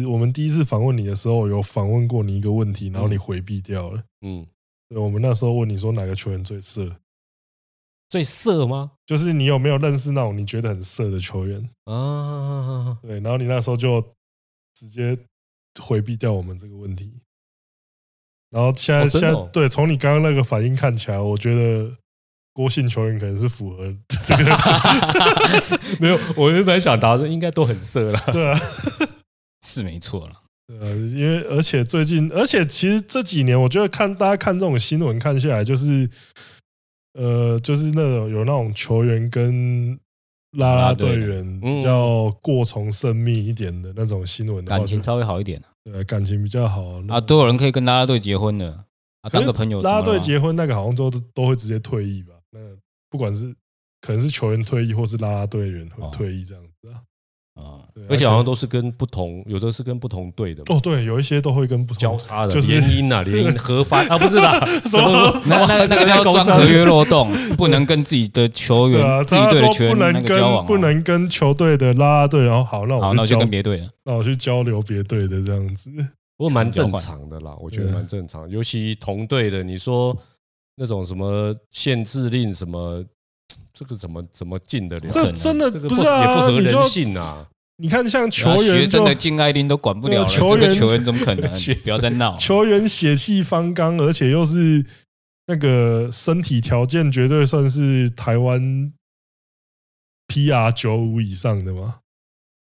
Speaker 1: 我们第一次访问你的时候，有访问过你一个问题，然后你回避掉了。
Speaker 5: 嗯，
Speaker 1: 对，我们那时候问你说哪个球员最色，
Speaker 5: 最色吗？
Speaker 1: 就是你有没有认识那种你觉得很色的球员？
Speaker 5: 啊，
Speaker 1: 对，然后你那时候就直接回避掉我们这个问题。然后现在、
Speaker 5: 哦真
Speaker 1: 现
Speaker 5: 的
Speaker 1: 在
Speaker 5: 哦
Speaker 1: 对，从你刚刚那个反应看起来，我觉得郭姓球员可能是符合这 个
Speaker 5: 没有，我原本想答的应该都很色啦。
Speaker 1: 对啊。
Speaker 2: 是没错了。
Speaker 1: 呃，因为而且最近，而且其实这几年，我觉得看大家看这种新闻看下来，就是呃，就是那种有那种球员跟啦啦队员
Speaker 5: 嗯
Speaker 1: 比较过从甚密一点的那种新闻的话，
Speaker 2: 感情
Speaker 1: 就
Speaker 2: 稍微好一点
Speaker 1: 对感情比较好
Speaker 2: 啊，都有人可以跟啦啦队结婚了啊，当个朋友。
Speaker 1: 啦啦
Speaker 2: 怎么
Speaker 1: 队
Speaker 2: 了吗
Speaker 1: 结婚那个好像都都会直接退役吧？那不管是可能是球员退役，或是啦啦队员会
Speaker 2: 哦
Speaker 1: 退役这样子啊。
Speaker 2: 啊，
Speaker 1: 对
Speaker 5: 而且好像
Speaker 1: 可
Speaker 5: 都是跟不同，有的是跟不同队的嘛
Speaker 1: 能哦，对，有一些都会跟不同
Speaker 5: 交叉的，
Speaker 1: 就是
Speaker 5: 联姻啊，联姻合 法啊，不是啦，什
Speaker 1: 么
Speaker 2: 那那个 那个叫钻合约漏洞，不能跟自己的球
Speaker 1: 对啊，
Speaker 2: 员、自己
Speaker 1: 他
Speaker 2: 队的
Speaker 1: 说
Speaker 2: 球
Speaker 1: 不
Speaker 2: 员那
Speaker 1: 能
Speaker 2: 个交往
Speaker 1: 跟
Speaker 2: 哦，
Speaker 1: 不能跟球队的啦啦队，然后好，那
Speaker 2: 好，
Speaker 1: 我
Speaker 2: 那我
Speaker 1: 去
Speaker 2: 就
Speaker 1: 交
Speaker 2: 跟，别队了。
Speaker 1: 那我去交流别队的这样 子。
Speaker 5: 不过蛮正常的啦，我觉得蛮正常。尤其同队的，你说那种什么限制令什么，这个怎么怎么进得了？
Speaker 2: 可
Speaker 1: 这
Speaker 2: 能
Speaker 1: 真的
Speaker 5: 这个
Speaker 1: 不是啊，
Speaker 5: 也不合
Speaker 1: 你就
Speaker 5: 人性啊！
Speaker 1: 你看，像
Speaker 2: 然
Speaker 1: 球
Speaker 2: 后啊学
Speaker 1: 员
Speaker 2: 生
Speaker 1: 就
Speaker 2: 的敬爱令都管不了
Speaker 1: 对
Speaker 2: 了，这
Speaker 1: 球员
Speaker 2: 个球员怎么可 能
Speaker 5: 学生？
Speaker 2: 不要再闹了。
Speaker 1: 球员血气方刚，而且又是那个身体条件绝对算是台湾 PR 九五以上的嘛。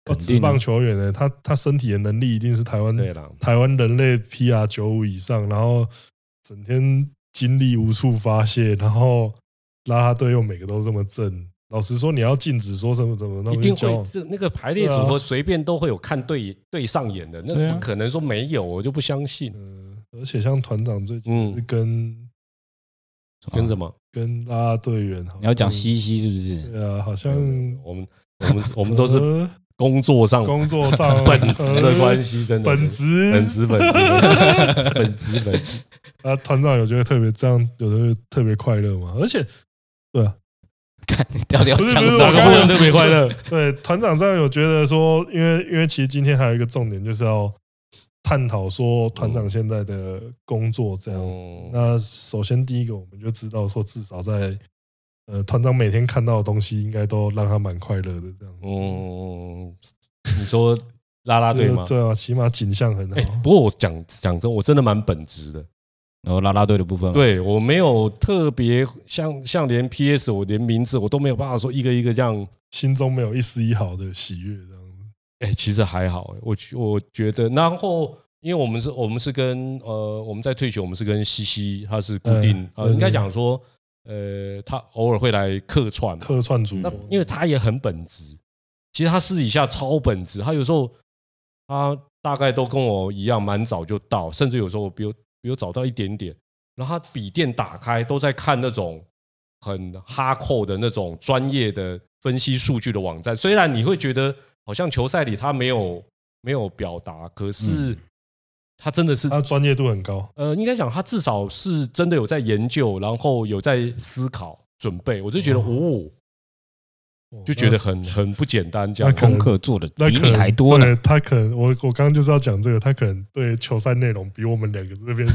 Speaker 1: 哦，
Speaker 2: 肯定啊
Speaker 1: 职棒球员呢，他他身体的能力一定是台湾
Speaker 5: 对啦，
Speaker 1: 台湾人类 PR 九五以上，然后整天精力无处发泄，然后拉拉队又每个都这么正。老实说，你要禁止说什么什么，那
Speaker 5: 一
Speaker 1: 我
Speaker 5: 定
Speaker 1: 就啊交
Speaker 5: 会
Speaker 1: 往。
Speaker 5: 这那个排列组合随便都会有看对对上眼的，那
Speaker 2: 对啊
Speaker 5: 不可能说没有，我就不相信。
Speaker 1: 嗯，而且像团长最近
Speaker 5: 嗯
Speaker 1: 是跟
Speaker 5: 跟什么？
Speaker 1: 跟拉拉队员，好像
Speaker 2: 你要讲西西是不是？
Speaker 1: 对啊，好像
Speaker 5: 没有没有我们我们我们都是
Speaker 1: 呃
Speaker 5: 工作上
Speaker 1: 工作 上
Speaker 5: 本职的关
Speaker 1: 系，
Speaker 5: 系，真的
Speaker 1: 本职
Speaker 5: 本职本 职本职本职。
Speaker 1: 啊，团长有觉得特别这样，有的特别快乐吗？而且
Speaker 2: 看你到底要
Speaker 1: 不是
Speaker 2: 讲
Speaker 1: 不是，
Speaker 2: 什
Speaker 1: 我
Speaker 5: 哪个
Speaker 1: 刚
Speaker 5: 部
Speaker 1: 刚
Speaker 5: 分
Speaker 2: 么？
Speaker 5: 特别快乐？
Speaker 1: 对，团长这样有觉得说，因为因为其实今天还有一个重点就是要探讨说团长现在的工作这样子。
Speaker 5: 嗯
Speaker 1: 那首先第一个，我们就知道说，至少在呃团长每天看到的东西，应该都让他蛮快乐的这样子。
Speaker 5: 嗯，你说拉拉队吗？
Speaker 1: 对啊，起码景象很好。
Speaker 5: 哎、不过我讲讲真，我真的蛮本职的。
Speaker 2: 然后啦啦队的部
Speaker 1: 嗯
Speaker 2: 分嘛，
Speaker 5: 对我没有特别像像连 PS，我连名字我都没有办法说一个一个这样。
Speaker 1: 心中没有一丝一毫的喜悦这样子。
Speaker 5: 哎、其实还好、我觉我觉得，然后因为我们是我们是跟呃我们在退休，我们是跟西西，他是固定、
Speaker 1: 嗯
Speaker 5: 呃，
Speaker 1: 嗯
Speaker 5: 应该讲说呃，他偶尔会来客串嘛，
Speaker 1: 客串主
Speaker 5: 那
Speaker 1: 播，
Speaker 5: 因为他也很本职，其实他私底下超本职，他有时候他大概都跟我一样，蛮早就到，甚至有时候我比我比我早到一点点。然后他笔电打开都在看那种很哈扣的那种专业的分析数据的网站，虽然你会觉得好像球赛里他没有没有表达，可是他真的是
Speaker 1: 他专业度很高，
Speaker 5: 呃，应该讲他至少是真的有在研究，然后有在思考准备，我就觉得哦，就觉得很很不简单，这
Speaker 1: 嗯
Speaker 5: 样
Speaker 1: 那可能
Speaker 2: 功课做的
Speaker 1: 那
Speaker 2: 比
Speaker 1: 可
Speaker 2: 你
Speaker 1: 能
Speaker 2: 还多呢。
Speaker 1: 对他可能我我刚刚就是要讲这个，他可能对球赛内容比我们两个这边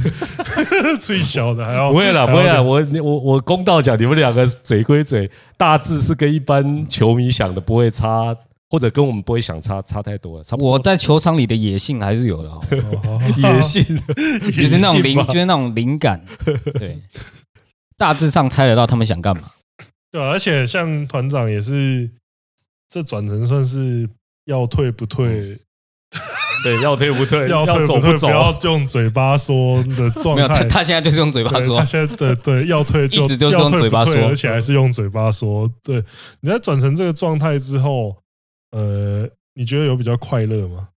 Speaker 1: 最小的还要
Speaker 5: 不会啦，
Speaker 1: 还
Speaker 5: 不
Speaker 1: 要
Speaker 5: 会啦，我你我我公道讲，你们两个嘴归嘴，大致是跟一般球迷想的不会差，或者跟我们不会想差差太多了，差不多
Speaker 2: 我在球场里的野性还是 有的，好不好
Speaker 1: 哦
Speaker 5: 野性
Speaker 2: 就是那种灵
Speaker 5: 吧，
Speaker 2: 就是那种 灵感，对，大致上猜得到他们想干嘛。
Speaker 1: 对啊、而且像团长也是，这转成算是要退不
Speaker 2: 嗯
Speaker 1: 退，
Speaker 5: 对，要退不退，
Speaker 1: 要退
Speaker 5: 走
Speaker 1: 不退，
Speaker 5: 走
Speaker 1: 不，要用嘴巴说 的状
Speaker 2: 没有他，
Speaker 1: 态。
Speaker 2: 他现在就是用嘴巴
Speaker 1: 哦对
Speaker 2: 说
Speaker 1: 他，现在对对要退就
Speaker 2: 一直就是
Speaker 1: 要
Speaker 2: 用
Speaker 1: 退
Speaker 2: 嘴巴
Speaker 1: 不退
Speaker 2: 说
Speaker 1: 而且还是用嘴巴说。对，你在转成这个状态之后，呃，你觉得有比较快乐吗？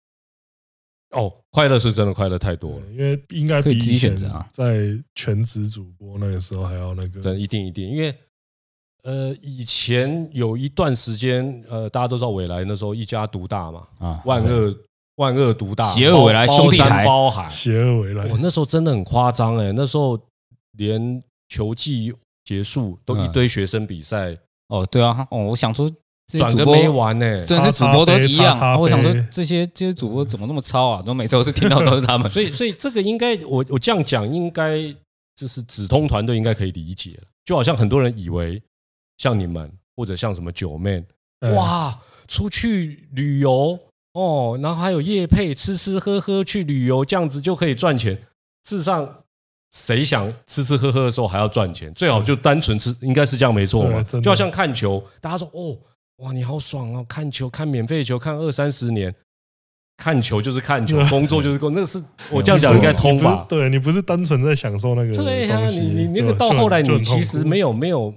Speaker 5: 哦，快乐是真的快乐太多了，
Speaker 1: 因为应该
Speaker 2: 可
Speaker 1: 比
Speaker 2: 以自己
Speaker 1: 以前
Speaker 2: 选择啊
Speaker 1: 在全职主播那个时候还要那个。
Speaker 5: 真的一定一定，因为呃，以前有一段时间，呃，大家都知道未来那时候一家独大嘛，
Speaker 2: 啊
Speaker 5: 万恶万恶独大，
Speaker 2: 邪恶
Speaker 5: 包
Speaker 2: 未来
Speaker 5: 包
Speaker 2: 兄弟
Speaker 5: 山
Speaker 2: 台
Speaker 5: 包 海，
Speaker 1: 邪恶为来，
Speaker 2: 哎
Speaker 5: 我那时候真的很夸张哎，那时候连球季结束都一
Speaker 2: 嗯
Speaker 5: 堆学生比赛，
Speaker 2: 哦，对啊，哦，我想说这
Speaker 5: 转
Speaker 2: 些
Speaker 5: 个
Speaker 2: 主
Speaker 5: 没欸
Speaker 2: 播。
Speaker 5: 完呢。
Speaker 2: 真的是主播都一
Speaker 1: 叉叉杯叉叉
Speaker 2: 样，
Speaker 1: 杯
Speaker 2: 我想说这些这些主播怎么那么糙啊？怎么每次都是听到都是他 们？
Speaker 5: 所以，所以这个应该我我这样讲，应该就是紫通团队应该可以理解了。就好像很多人以为像你们或者像什么九妹，
Speaker 1: 嗯
Speaker 5: 哇，出去旅游哦，然后还有夜配，吃吃喝喝去旅游，这样子就可以赚钱。事实上，谁想吃吃喝喝的时候还要赚钱？最好就单纯吃，应该是这样没
Speaker 1: 嗯
Speaker 5: 错
Speaker 1: 对
Speaker 5: 嘛。
Speaker 1: 真的
Speaker 5: 就好像看球，大家说哦，哇，你好爽哦，看球看免费球看二三十年。看球就是 看球，工作就是工作，那是我这样讲应该通吧？
Speaker 1: 对哎你不是单纯在享受那个
Speaker 5: 对呀、
Speaker 1: 东西
Speaker 5: 你你那
Speaker 1: 就
Speaker 5: 个到
Speaker 1: 就很
Speaker 5: 后来，
Speaker 1: 就
Speaker 5: 你
Speaker 1: 很痛
Speaker 5: 其
Speaker 1: 苦
Speaker 5: 实没有没有，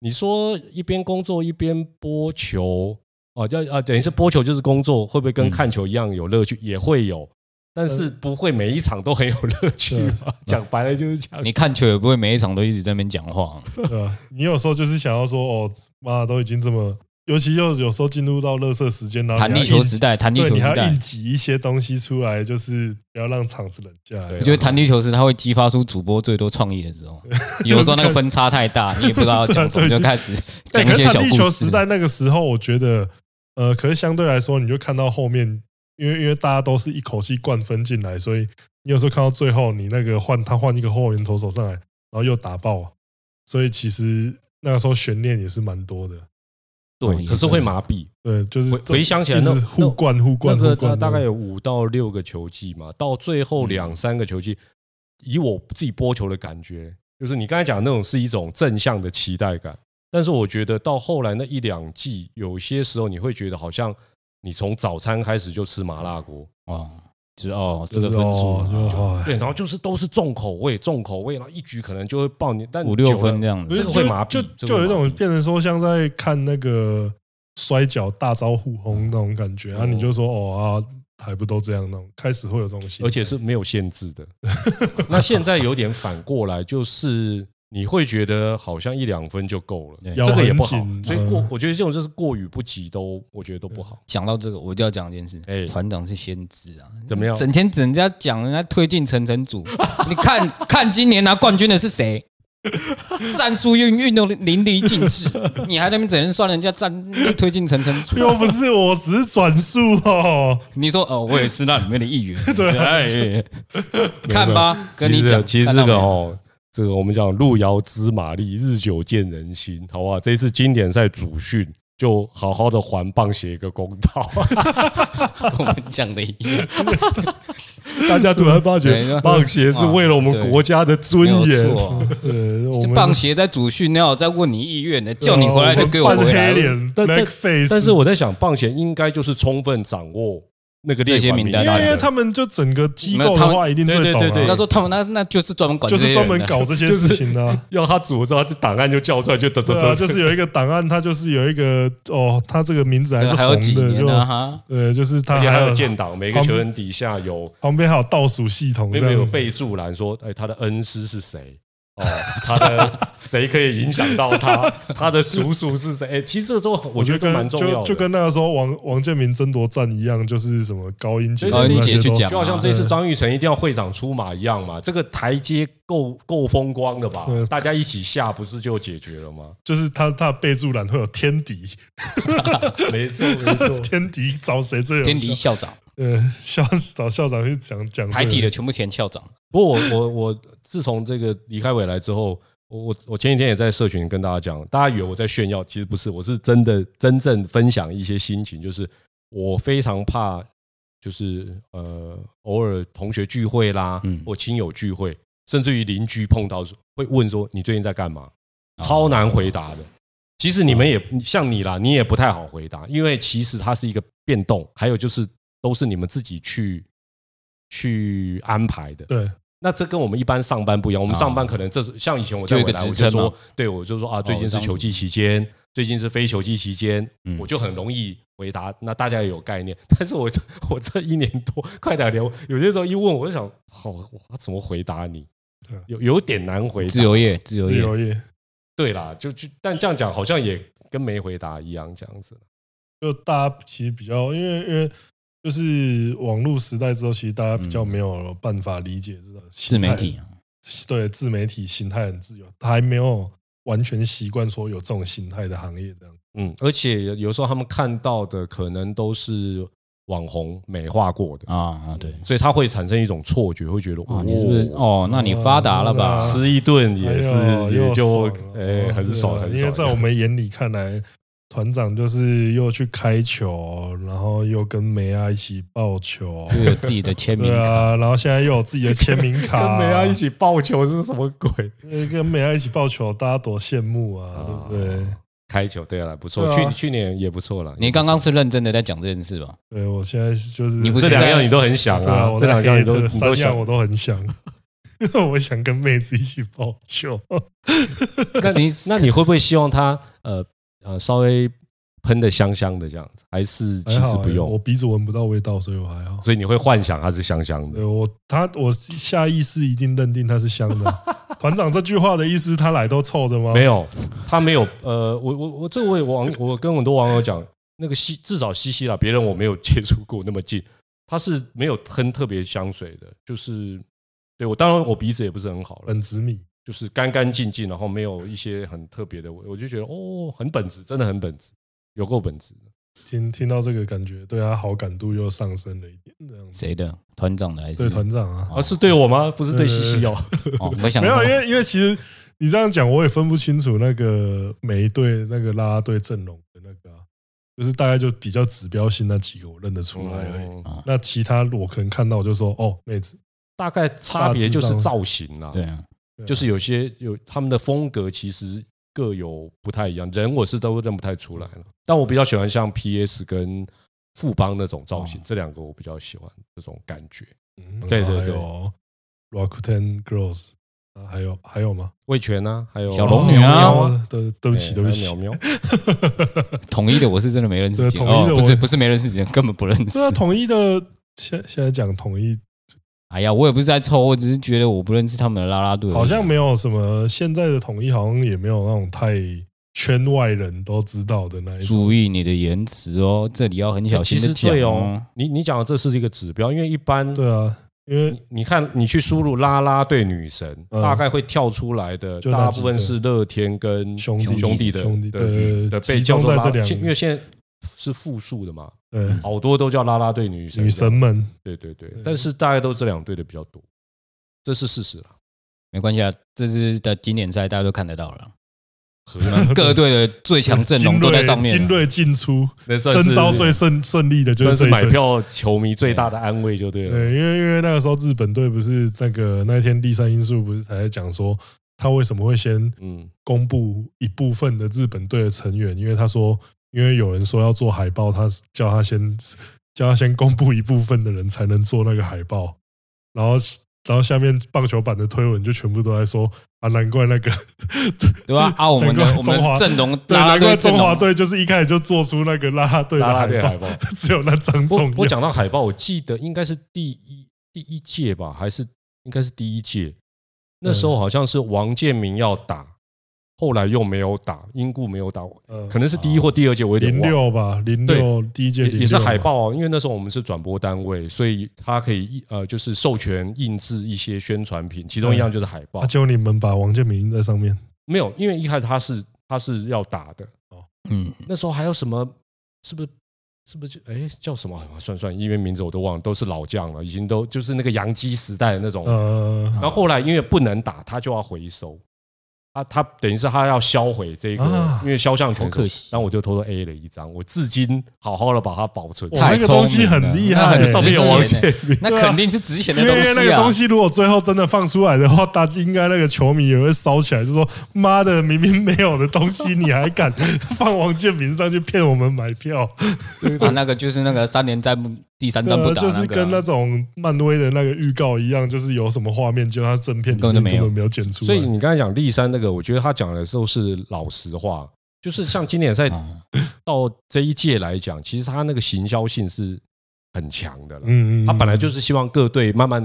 Speaker 5: 你说一边工作一边播球哦，要啊，等于是播球就是工作，会不会跟
Speaker 2: 嗯
Speaker 5: 看球一样有乐趣？也会有，但
Speaker 1: 呃
Speaker 5: 是不会每一场都很有乐趣嘛。讲白了就 是这样。
Speaker 2: 你看球也不会每一场都一直在那边讲话，
Speaker 1: 对啊，你有时候就是想要说，哦，妈都已经这么，尤其又有时候进入到垃圾时间，然后
Speaker 2: 弹
Speaker 1: 你
Speaker 2: 力
Speaker 1: 还
Speaker 2: 球
Speaker 1: 硬
Speaker 2: 时，代，弹力
Speaker 1: 啊对，
Speaker 2: 球
Speaker 1: 你
Speaker 2: 时
Speaker 1: 还要
Speaker 2: 代
Speaker 1: 硬，挤一些东西出来，就是不要让场子冷下来。
Speaker 5: 对
Speaker 2: 我觉得弹力球时它啊会激发出主播最多创意的 时候。有时候那个分差太大，你也不知道要讲什么，
Speaker 1: 对
Speaker 2: 就开始
Speaker 1: 哎
Speaker 2: 讲一
Speaker 1: 可
Speaker 2: 些
Speaker 1: 是
Speaker 2: 小
Speaker 1: 弹力
Speaker 2: 故
Speaker 1: 球
Speaker 2: 事
Speaker 1: 时。代那个时候，我觉得，呃，可是相对来说，你就看到后面，因为因为大家都是一口气灌分进来，所以你有时候看到最后，你那个换他换一个后援投手上来，然后又打爆啊，所以其实那个时候悬念也是蛮多的。
Speaker 5: 对，哦可是会麻痹。
Speaker 1: 对，就是
Speaker 5: 回回想起来
Speaker 1: 一直
Speaker 5: 那
Speaker 1: 互灌互
Speaker 5: 那
Speaker 1: 灌
Speaker 5: 个
Speaker 1: 互
Speaker 5: 大
Speaker 1: 灌，
Speaker 5: 大概有五到六个球季嘛，到最
Speaker 2: 嗯
Speaker 5: 后两三个球季，以我自己播球的感觉，就是你刚才讲的那种是一种正向的期待感，但是我觉得到后来那一两季，有些时候你会觉得好像你从早餐开始就吃麻辣锅，
Speaker 2: 哦，就是哦，这
Speaker 1: 就
Speaker 2: 个
Speaker 1: 是
Speaker 2: 分数
Speaker 1: 哦，
Speaker 2: 啊
Speaker 1: 就哦
Speaker 5: 对，然后就是都是重口味，重口味，然后一局可能就会爆你，但
Speaker 2: 五六
Speaker 5: 久了
Speaker 2: 分这样
Speaker 1: 不
Speaker 2: 子
Speaker 1: 是
Speaker 5: 这。个会麻痹
Speaker 1: 就就
Speaker 5: 这个
Speaker 1: 就
Speaker 5: 会
Speaker 1: 有一种
Speaker 5: 麻痹
Speaker 1: 变成说像在看那个摔跤大招互轰那种感觉，然后你就说哦啊，还不都这样那种，开始会有这种心态，
Speaker 5: 而且是没有限制的。 那现在有点反过来，就是你会觉得好像一两分就够了，
Speaker 2: 对
Speaker 5: 这个也不好
Speaker 1: 咬很。紧
Speaker 5: 所以过
Speaker 1: 嗯，
Speaker 5: 我觉得这种就是过于不及都，我觉得都不 好。
Speaker 2: 讲到这个，我就要讲一件
Speaker 5: 哎
Speaker 2: 事。团长是先知啊，
Speaker 5: 怎么样？
Speaker 2: 整天人家讲人家推进层层组，你看 看今年拿冠军的是谁？战术运运动淋漓尽致，你还在那边整天算人家战推进层层组？
Speaker 1: 又不是我只是转述 哦，
Speaker 2: 你说哦，我也是那里面的一 员。对，
Speaker 1: 啊
Speaker 2: 哎看吧，跟
Speaker 5: 其
Speaker 2: 你
Speaker 5: 实
Speaker 2: 讲，
Speaker 5: 其实
Speaker 2: 看
Speaker 5: 这
Speaker 2: 到没
Speaker 5: 个
Speaker 2: 有
Speaker 5: 哦，这个我们讲路遥知马力，日久见人心，好不好？这一次经典赛主训。就好好的还棒写一个公道，
Speaker 2: 跟我们讲的一样，
Speaker 5: 大家突然发
Speaker 2: 对
Speaker 5: 觉棒协是为了我们国家的尊
Speaker 2: 没有
Speaker 5: 严，
Speaker 2: 错。
Speaker 1: 对， 我们哦
Speaker 2: 是
Speaker 1: 呃
Speaker 2: 棒协在主训，那我在问你意愿的，叫你回来就给我
Speaker 1: 我们
Speaker 2: 回来
Speaker 1: 扮黑。脸
Speaker 5: 但但
Speaker 1: black face，
Speaker 5: 但是我在想，棒协应该就是充分掌握那个列
Speaker 2: 这些
Speaker 5: 管
Speaker 2: 名
Speaker 5: 名
Speaker 2: 单
Speaker 5: 单啊
Speaker 1: 因为因为
Speaker 5: 的，
Speaker 1: 他们就整个机
Speaker 2: 没有
Speaker 1: 构
Speaker 2: 他
Speaker 1: 的
Speaker 2: 们
Speaker 1: 话一定最
Speaker 5: 对对
Speaker 1: 懂啊，
Speaker 5: 对对
Speaker 2: 他说他们那那就是专门管
Speaker 1: 就
Speaker 2: 这些
Speaker 1: 是
Speaker 2: 人
Speaker 1: 专门
Speaker 2: 的
Speaker 1: 搞这些事情的啊。
Speaker 5: 要他组的时候，他就档案就叫出来，就得得
Speaker 1: 对啊，
Speaker 5: 得，
Speaker 1: 就是有一个档案，它就是有一个哦，它这个名字还
Speaker 2: 对
Speaker 1: 是
Speaker 2: 还有
Speaker 1: 红
Speaker 2: 几
Speaker 1: 的，
Speaker 2: 年啊
Speaker 1: 就
Speaker 2: 呢？哈，
Speaker 1: 呃，就是它
Speaker 5: 而啊且还有建
Speaker 1: 建
Speaker 5: 档，每个球员底下有
Speaker 1: 旁边还有倒数系统，
Speaker 5: 没
Speaker 1: 这
Speaker 5: 有没有
Speaker 1: 样子
Speaker 5: 备注栏说，哎，他的恩师是谁？哦，他的谁可以影响到 他，他的叔叔是谁？哎，其实这都我觉得都
Speaker 1: 跟
Speaker 5: 蛮重要的，
Speaker 1: 就就跟那个时候王王建民争夺战一样，就是什么高音节
Speaker 5: 高音
Speaker 1: 那
Speaker 2: 节
Speaker 1: 些
Speaker 2: 去
Speaker 1: 都
Speaker 2: 讲啊
Speaker 5: 就好像这次张玉成一定要会长出马一样嘛，这个台阶够够风光了吧
Speaker 1: 对？
Speaker 5: 大家一起下不是就解决了吗？
Speaker 1: 就是他他的备注栏会有天敌，，
Speaker 5: 没错没错
Speaker 1: 天敌找谁最有
Speaker 2: 天敌
Speaker 1: 效？
Speaker 2: 校长，
Speaker 1: 呃，校找校长去讲讲这个
Speaker 2: 台底的全部填校长，
Speaker 5: 不过我我我自从这个离开未来之后，我我我前几天也在社群跟大家讲，大家以为我在炫耀，其实不是，我是真的真正分享一些心情，就是我非常怕，就是呃偶尔同学聚会啦，
Speaker 6: 嗯
Speaker 5: 或亲友聚会，甚至于邻居碰到会问说你最近在干嘛，超难回答的。其实你们也像你啦，你也不太好回答，因为其实它是一个变动，还有就是都是你们自己去去安排的。
Speaker 1: 对，
Speaker 5: 那这跟我们一般上班不一样，我们
Speaker 6: 啊
Speaker 5: 上班可能这是像以前我在
Speaker 6: 就有一
Speaker 5: 未
Speaker 6: 个
Speaker 5: 来，我
Speaker 6: 职
Speaker 5: 就
Speaker 6: 称嘛哦
Speaker 5: 说，对我就说啊，最近是球季期间，最近是非球季期间，
Speaker 6: 嗯
Speaker 5: 我就很容易回答，那大家也有概念。但是我这我这一年多快两年，我有些时候一问我就想，好，我怎么回答你
Speaker 1: 对？
Speaker 5: 有有点难回答
Speaker 6: 啊自。由业，自由
Speaker 1: 自
Speaker 6: 业，
Speaker 1: 由业
Speaker 5: 对啦，就就但这样讲好像也跟没回答一样，这样子。
Speaker 1: 就大家其实比较，因为因为就是网络时代之后，其实大家比较
Speaker 2: 嗯
Speaker 1: 没有办法理解这种
Speaker 6: 自
Speaker 1: 自
Speaker 6: 媒体，
Speaker 1: 对自媒体形态很自由，他还没有完全习惯说有这种形态的行业这样。
Speaker 5: 嗯，而且有有时候他们看到的可能都是网红美化过的
Speaker 6: 啊啊，对
Speaker 5: 所以他会产生一种错觉，会觉得
Speaker 6: 啊，你是不是？哦？那你发达了
Speaker 5: 啊
Speaker 6: 吧？
Speaker 1: 哦
Speaker 5: 吃一顿也是
Speaker 1: 哎呦
Speaker 5: 也
Speaker 1: 又
Speaker 5: 就
Speaker 1: 爽了对啊
Speaker 5: 哎很爽很爽，
Speaker 1: 因为在我们眼里看来，团长就是又去开球，然后又跟梅亚一起抱球，
Speaker 6: 又有自己的签名
Speaker 1: 对
Speaker 6: 卡，
Speaker 1: 啊，然后现在又有自己的签名卡，
Speaker 2: 啊
Speaker 5: 跟梅亚一起抱球是什么鬼？
Speaker 1: 呃跟梅亚一起抱球，大家多羡慕啊，对不对？
Speaker 5: 开球对啊，不错，
Speaker 1: 对啊
Speaker 5: 去去年也不错了。
Speaker 2: 你刚刚是认真的在讲这件事吧？
Speaker 1: 对我现在就是
Speaker 2: 你不
Speaker 5: 这
Speaker 2: 是
Speaker 5: 两
Speaker 2: 在
Speaker 5: 样你都很想
Speaker 1: 对
Speaker 5: 啊
Speaker 1: 啊，，
Speaker 5: 这两样
Speaker 1: 样
Speaker 5: 你都你
Speaker 1: 三
Speaker 5: 都想
Speaker 1: 样我，都很想， 我想跟妹子一起抱球。
Speaker 5: 那
Speaker 2: 可是你
Speaker 5: 那你会不会希望他呃呃稍微喷的香香的这样子，还哎是其
Speaker 1: 还好
Speaker 5: 实
Speaker 1: 欸
Speaker 5: 不
Speaker 1: 我
Speaker 5: 用？
Speaker 1: 鼻子闻不到味道，所以我还好。
Speaker 5: 所以你会幻想它是香香的
Speaker 1: 对。我，他我下意识一定认定他是香的。 团长这句话的意思，他来都臭的吗？
Speaker 5: 没有，他没有。呃，我我我这位网，我跟很多网友讲，那个西至少西西啦，别人我没有接触过那么近，他是没有喷特别香水的，就是对我当然我鼻子也不是很好了，
Speaker 1: 本子米，
Speaker 5: 就是干干净净，然后没有一些很特别的味，我就觉得哦，很本质，真的很本质，有够本质。
Speaker 1: 听听到这个感觉，对他好感度又上升了一点，这样子。
Speaker 6: 谁的团长的还
Speaker 1: 对
Speaker 6: 是？
Speaker 1: 团长
Speaker 2: 哦
Speaker 1: 啊，
Speaker 5: 啊，是对我吗？不是对西西哦，
Speaker 6: 哦，我想
Speaker 1: 没有，啊
Speaker 6: 说
Speaker 1: 因为因为其实你这样讲，我也分不清楚那个每一队那个啦啦队阵容的那个啊、就是大概就比较指标性那几个我认得出来而已。
Speaker 5: 嗯
Speaker 6: 啊
Speaker 1: 那其他我可能看到我就说哦，妹子，
Speaker 5: 大概差别就是造型啦，
Speaker 6: 对啊，
Speaker 1: 对啊
Speaker 5: 就是有些有他们的风格其实各有不太一样，人我是都认不太出来
Speaker 1: 嗯
Speaker 5: 了。但我比较喜欢像 PS 跟富邦那种造
Speaker 1: 哦
Speaker 5: 型，这两个我比较喜欢这种感觉。
Speaker 1: 嗯
Speaker 5: 对对对
Speaker 1: r o c k t e n Girls，啊还有还有吗？哦
Speaker 5: 魏全啊，还有
Speaker 6: 小龙女啊
Speaker 1: 喵喵，对对不起对不起
Speaker 5: 哎还有，喵喵，
Speaker 6: 统一的我是真的没认识
Speaker 1: 对
Speaker 6: 几个，
Speaker 1: 统一的
Speaker 6: 哦不是
Speaker 1: 我
Speaker 6: 不是没认识 几个，根本不认识
Speaker 1: 对。啊，统一的现现在讲统一
Speaker 6: 哎呀，我也不是在抽，我只是觉得我不认识他们的啦啦队而已啊，
Speaker 1: 好像没有什么，现在的统一好像也没有那种太圈外人都知道的那一种。
Speaker 6: 注意你的言辞哦，这里要很小
Speaker 5: 其
Speaker 6: 心
Speaker 5: 实
Speaker 1: 哎
Speaker 6: 的讲
Speaker 5: 对哦。，你你讲的这是一个指标，因为一般
Speaker 1: 对啊，因为
Speaker 5: 你你看你去输入啦啦队女神，
Speaker 1: 嗯
Speaker 5: 大概会跳出来的，
Speaker 1: 就那
Speaker 5: 大
Speaker 1: 几
Speaker 5: 部分
Speaker 1: 个
Speaker 5: 是乐天跟
Speaker 1: 兄弟
Speaker 5: 兄弟的
Speaker 1: 兄弟
Speaker 5: 的
Speaker 1: 对
Speaker 5: 的被
Speaker 1: 集
Speaker 5: 叫
Speaker 1: 中在
Speaker 5: 做啦
Speaker 1: 这两个
Speaker 5: 因为现在是复数的嘛，
Speaker 1: 呃，
Speaker 5: 好多都叫啦啦队女神，
Speaker 1: 女神们
Speaker 5: 对对对，但是大概都这两队的比较多，这是事实啦。
Speaker 6: 没关系啊，这次的经典赛大家都看得到 了，
Speaker 5: 和
Speaker 6: 各队的最强阵容都在上面
Speaker 1: 哎精
Speaker 6: 啊。
Speaker 1: 锐进出，
Speaker 5: 那算是
Speaker 1: 征召最顺顺利的就
Speaker 5: 算
Speaker 1: 是
Speaker 5: 是
Speaker 1: 这一
Speaker 5: 买
Speaker 1: 队。
Speaker 5: 票球迷最大的安慰就对了。
Speaker 1: 对，因为因为那个时候日本队不是那个那天第三因素不是才在讲说他为什么会先
Speaker 5: 嗯，
Speaker 1: 公布一部分的日本队的成员，因为他说因为有人说要做海报，他叫他先 叫他先公布一部分的人才能做那个海报，然后然后下面棒球版的推文就全部都在说啊，难怪那个
Speaker 2: 对吧？啊，我们的
Speaker 1: 难怪
Speaker 2: 我们
Speaker 1: 中华
Speaker 2: 的阵容
Speaker 1: 对，
Speaker 2: 啦啦
Speaker 1: 难怪
Speaker 2: 队阵
Speaker 1: 中华
Speaker 2: 容，
Speaker 1: 队就是一开始就做出那个啦啦队的
Speaker 5: 啦啦啊队
Speaker 1: 海
Speaker 5: 海
Speaker 1: 报，
Speaker 5: 报。
Speaker 1: 只有那张重
Speaker 5: 我我
Speaker 1: 要。
Speaker 5: 讲到海报，我记得应该是第一第一届吧，还是应该是第一届，那时候好像是王建民要打，后来又没有打，英固没有打，
Speaker 1: 嗯
Speaker 5: 可能是第一或第二届，我有点
Speaker 1: 零
Speaker 5: 忘了。
Speaker 1: 六吧，零六第一届
Speaker 5: 也也是
Speaker 1: 06嘛
Speaker 5: 海，报、哦，因为那时候我们是转播单位，所以他可以一呃，就是授权印制一些宣传品，其中一样就是海报
Speaker 1: 啊，。就你们把王建民印在上面，
Speaker 5: 没有，因为一开始他是他是要打的，
Speaker 6: 嗯，
Speaker 5: 那时候还有什么？是不是？是不是就？哎，叫什么？啊算算，因为名字我都忘了，都是老将了，已经都就是那个洋基时代的那种。
Speaker 1: 呃
Speaker 5: 然后后来因为不能打，他就要回收，他他等于是他要销毁这个，
Speaker 1: 啊
Speaker 5: 因为肖像权
Speaker 6: 好可惜
Speaker 5: 然后我就偷偷 A 了一张，我至今好好的把它保存。
Speaker 1: 哇，那个东西很厉
Speaker 2: 那
Speaker 1: 害、
Speaker 2: 很
Speaker 5: 上面有王建民，
Speaker 2: 那肯定是值钱的
Speaker 1: 因为啊
Speaker 2: 东
Speaker 1: 因
Speaker 2: 西
Speaker 1: 为
Speaker 2: 啊。
Speaker 1: 那个东西，如果最后真的放出来的话，大家应该那个球迷也会烧起来，就说：“妈的，明明没有的东西，你还敢放王建民上去骗我们买票
Speaker 2: 啊，那个就是那个三连战不第？”三战不
Speaker 1: 对啊
Speaker 2: 打
Speaker 1: 就
Speaker 2: 个啊，
Speaker 1: 是跟那种漫威的那个预告一样，就是有什么画面，就它正片里面
Speaker 2: 根本就没有
Speaker 1: 没有剪
Speaker 6: 啊
Speaker 1: 出来。
Speaker 5: 所以你刚才讲立山那个，我觉得他讲的都是老实话，就是像今年在
Speaker 6: 啊
Speaker 5: 到这一届来讲，其实他那个行销性是很强的了。
Speaker 1: 嗯，嗯，
Speaker 5: 他本来就是希望各队慢慢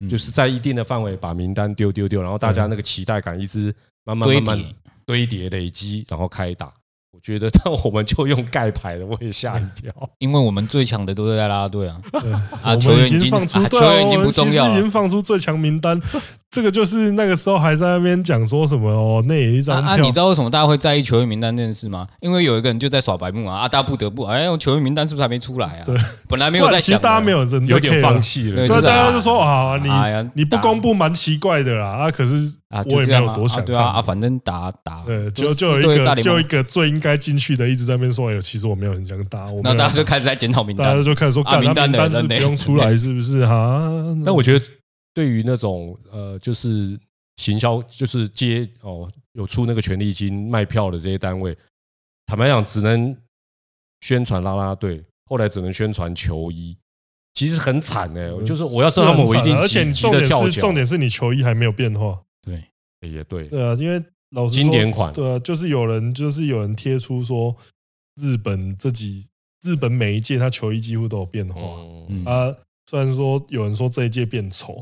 Speaker 6: 嗯
Speaker 5: 就是在一定的范围把名单丢丢丢，然后大家那个期待感一直慢慢
Speaker 6: 堆
Speaker 5: 慢慢
Speaker 6: 叠
Speaker 5: 堆叠累积，然后开打。我觉得，但我们就用盖牌的，我也吓一跳。
Speaker 6: 因为我们最强的都在啦啦队啊，
Speaker 1: 对
Speaker 6: 啊
Speaker 1: 我们
Speaker 6: 球员
Speaker 1: 已经
Speaker 6: 已经
Speaker 1: 放出，
Speaker 6: 啊
Speaker 1: 对
Speaker 6: 球
Speaker 1: 啊
Speaker 6: 员已经
Speaker 1: 我们
Speaker 6: 不重
Speaker 1: 其实
Speaker 6: 要了
Speaker 1: 已经放出最强名单。这个就是那个时候还在那边讲说什么哦，那也一
Speaker 2: 啊
Speaker 1: 张
Speaker 2: 啊！
Speaker 1: 票
Speaker 2: 你知道为什么大家会在意球员名单这件事吗？因为有一个人就在耍白目啊！啊，大家不得不哎，球员名单是不是还没出来啊？
Speaker 1: 对，
Speaker 2: 本来没
Speaker 1: 不
Speaker 2: 有
Speaker 1: 然
Speaker 2: 在
Speaker 1: 其
Speaker 2: 想
Speaker 1: 实
Speaker 2: 的，
Speaker 1: 大家没有
Speaker 6: 嗯
Speaker 1: 人在
Speaker 5: 有点
Speaker 1: care
Speaker 5: 放弃
Speaker 1: 对
Speaker 2: 对。
Speaker 5: 了
Speaker 1: 啊，
Speaker 2: 就是
Speaker 1: 大家
Speaker 2: 啊
Speaker 1: 就说啊，
Speaker 2: 哎呀
Speaker 1: 你你不公布蛮奇怪的啦啊，可是
Speaker 2: 啊，
Speaker 1: 我
Speaker 2: 就
Speaker 1: 也没
Speaker 2: 这样
Speaker 1: 有
Speaker 2: 啊
Speaker 1: 多
Speaker 2: 啊
Speaker 1: 想
Speaker 2: 对啊啊，
Speaker 1: 看。
Speaker 2: 反正打打，
Speaker 1: 对，就是
Speaker 2: 就
Speaker 1: 就有
Speaker 2: 对
Speaker 1: 一
Speaker 2: 大
Speaker 1: 个
Speaker 2: 联
Speaker 1: 就
Speaker 2: 盟
Speaker 1: 一个最应该进去的，一直在那边说，哎呦，其实我没有很想打，我没
Speaker 2: 然
Speaker 1: 有
Speaker 2: 后大家就开始在检讨名
Speaker 1: 大家
Speaker 2: 单，
Speaker 1: 就开始说，
Speaker 2: 啊
Speaker 1: 干
Speaker 2: 名
Speaker 1: 那
Speaker 2: 单
Speaker 1: 名
Speaker 2: 的
Speaker 1: 单是
Speaker 2: 人
Speaker 1: 不
Speaker 2: 呢
Speaker 1: 用出来是不是哈？
Speaker 5: 但我觉得，对于那种呃，就是行销，就是接哦，有出那个权利金卖票的这些单位，坦白讲，只能宣传啦啦队，后来只能宣传球衣，其实很惨哎、就是我要
Speaker 1: 嗯是
Speaker 5: 送他们，
Speaker 1: 很
Speaker 5: 我一
Speaker 1: 惨啊
Speaker 5: 定
Speaker 1: 而且
Speaker 5: 急
Speaker 1: 你
Speaker 5: 急
Speaker 1: 重
Speaker 5: 的
Speaker 1: 点
Speaker 5: 跳
Speaker 1: 是
Speaker 5: 脚。
Speaker 1: 重点是你球衣还没有变化，
Speaker 6: 对，
Speaker 5: 也对，
Speaker 1: 对啊，因为老师
Speaker 5: 经典款
Speaker 1: 对啊，就是有人就是有人贴出说，日本这几日本每一届他球衣几乎都有变化
Speaker 5: 嗯，
Speaker 1: 啊。虽然说有人说这一届变丑，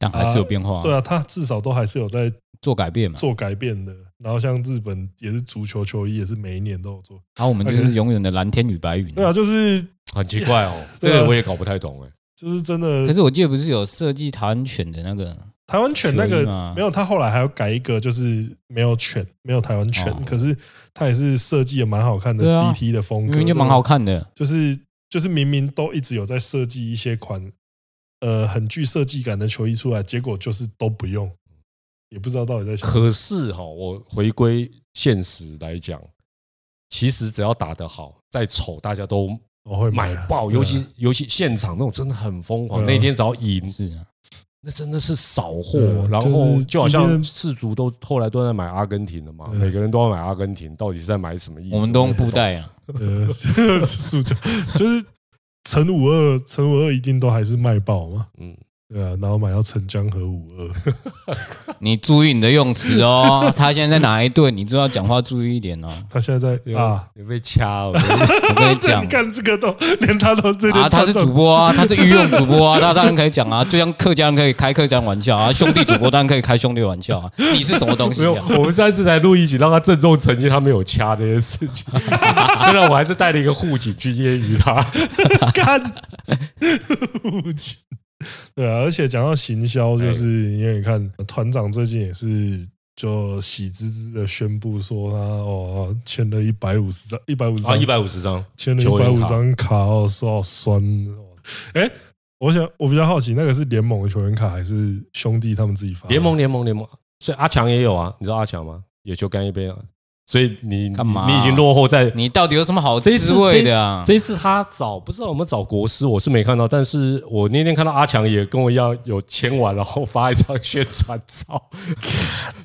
Speaker 6: 但还是有变化，
Speaker 1: 对啊，他至少都还是有在
Speaker 6: 做改变嘛。
Speaker 1: 做改变的。然后像日本也是足球球衣，也是每一年都有做。
Speaker 2: 啊
Speaker 6: 然后我们就是永远的蓝天与白云。
Speaker 1: 对啊，就是
Speaker 5: 很奇怪 哦，这
Speaker 1: 对啊
Speaker 5: 个我也搞不太懂哎、
Speaker 1: 就是真
Speaker 6: 可
Speaker 1: 的，
Speaker 6: 是我记得不是有设计台湾犬的那个
Speaker 5: 嗯
Speaker 1: 台湾犬那
Speaker 6: 球
Speaker 1: 个
Speaker 6: 衣吗
Speaker 1: 没有，他后来还要改一个，就是没有犬，没有台湾犬
Speaker 6: 哦，
Speaker 1: 可是他也是设计的蛮好看的
Speaker 6: 对啊
Speaker 1: CT 的风
Speaker 6: 明
Speaker 1: 格，
Speaker 6: 明就蛮好看的，
Speaker 1: 就是就是明明都一直有在设计一些款，呃，很具设计感的球衣出来，结果就是都不用，也不知道到底在想什么。
Speaker 5: 可是哈、我回归现实来讲，其实只要打得好，再丑大家都
Speaker 1: 我会
Speaker 5: 买
Speaker 1: 啊
Speaker 5: 爆，
Speaker 1: 对啊
Speaker 5: 尤其尤其现场那种真的很疯狂。
Speaker 1: 对啊
Speaker 5: 那天只要赢，
Speaker 6: 是啊
Speaker 5: 那真的是扫
Speaker 1: 对啊
Speaker 5: 货。然后
Speaker 1: 就是
Speaker 5: 就好
Speaker 1: 今天
Speaker 5: 像世足都后来都在买阿根廷的嘛，
Speaker 1: 对
Speaker 5: 每个人都要买阿根廷，到底是在买什么意思？
Speaker 6: 我们都用布袋啊，
Speaker 1: 呃，是塑胶就是乘五二，乘五二一定都还是卖爆嘛。
Speaker 5: 嗯，
Speaker 1: 对啊，然后买到陈江河五二，
Speaker 2: 你注意你的用词哦。他现在在哪一队，你就要讲话注意一点哦。
Speaker 1: 他现在在啊
Speaker 5: 啊，，你被 掐了。
Speaker 2: 我跟你
Speaker 1: 这
Speaker 2: 讲
Speaker 1: 你。 看这个都连他都这
Speaker 2: 啊，
Speaker 1: 连
Speaker 2: 他是
Speaker 1: 都
Speaker 2: 主播啊，他是御用主播啊，他当然可以讲啊，就像客家人可以开客家人玩笑啊，兄弟主播当然可以开兄弟玩笑啊，你是什么东
Speaker 5: 没
Speaker 2: 西
Speaker 5: 有，
Speaker 2: 啊？
Speaker 5: 我们上次才录一集，让他郑重澄清他没有掐这件事 情。虽然我还是带了一个护颈去揶揄他，
Speaker 1: 干，无情。 对啊，而且讲到行
Speaker 2: 哎
Speaker 1: 销，就是因为你看团长最近也是就喜滋滋的宣布说他哦签了一百五十张，一百五十
Speaker 2: 啊
Speaker 1: 张，
Speaker 5: 百五十张
Speaker 1: 签了一百五十张卡哦，说好酸哦。哎，我想我比较好奇，那个是联盟的球员卡还是兄弟他们自己发的？
Speaker 5: 联盟联盟联盟，所以阿强也有啊，你知道阿强吗？也就干一杯啊。所以你
Speaker 2: 干
Speaker 6: 啊
Speaker 2: 嘛
Speaker 5: 你已经落后在
Speaker 2: 你到底有什么好
Speaker 5: 这一
Speaker 2: 滋
Speaker 5: 次
Speaker 2: 味的啊？
Speaker 5: 这一次他找不知道有没有找国师，我是没看到，但是我那天看到阿强也跟我一样有签完，然后发一张宣传照。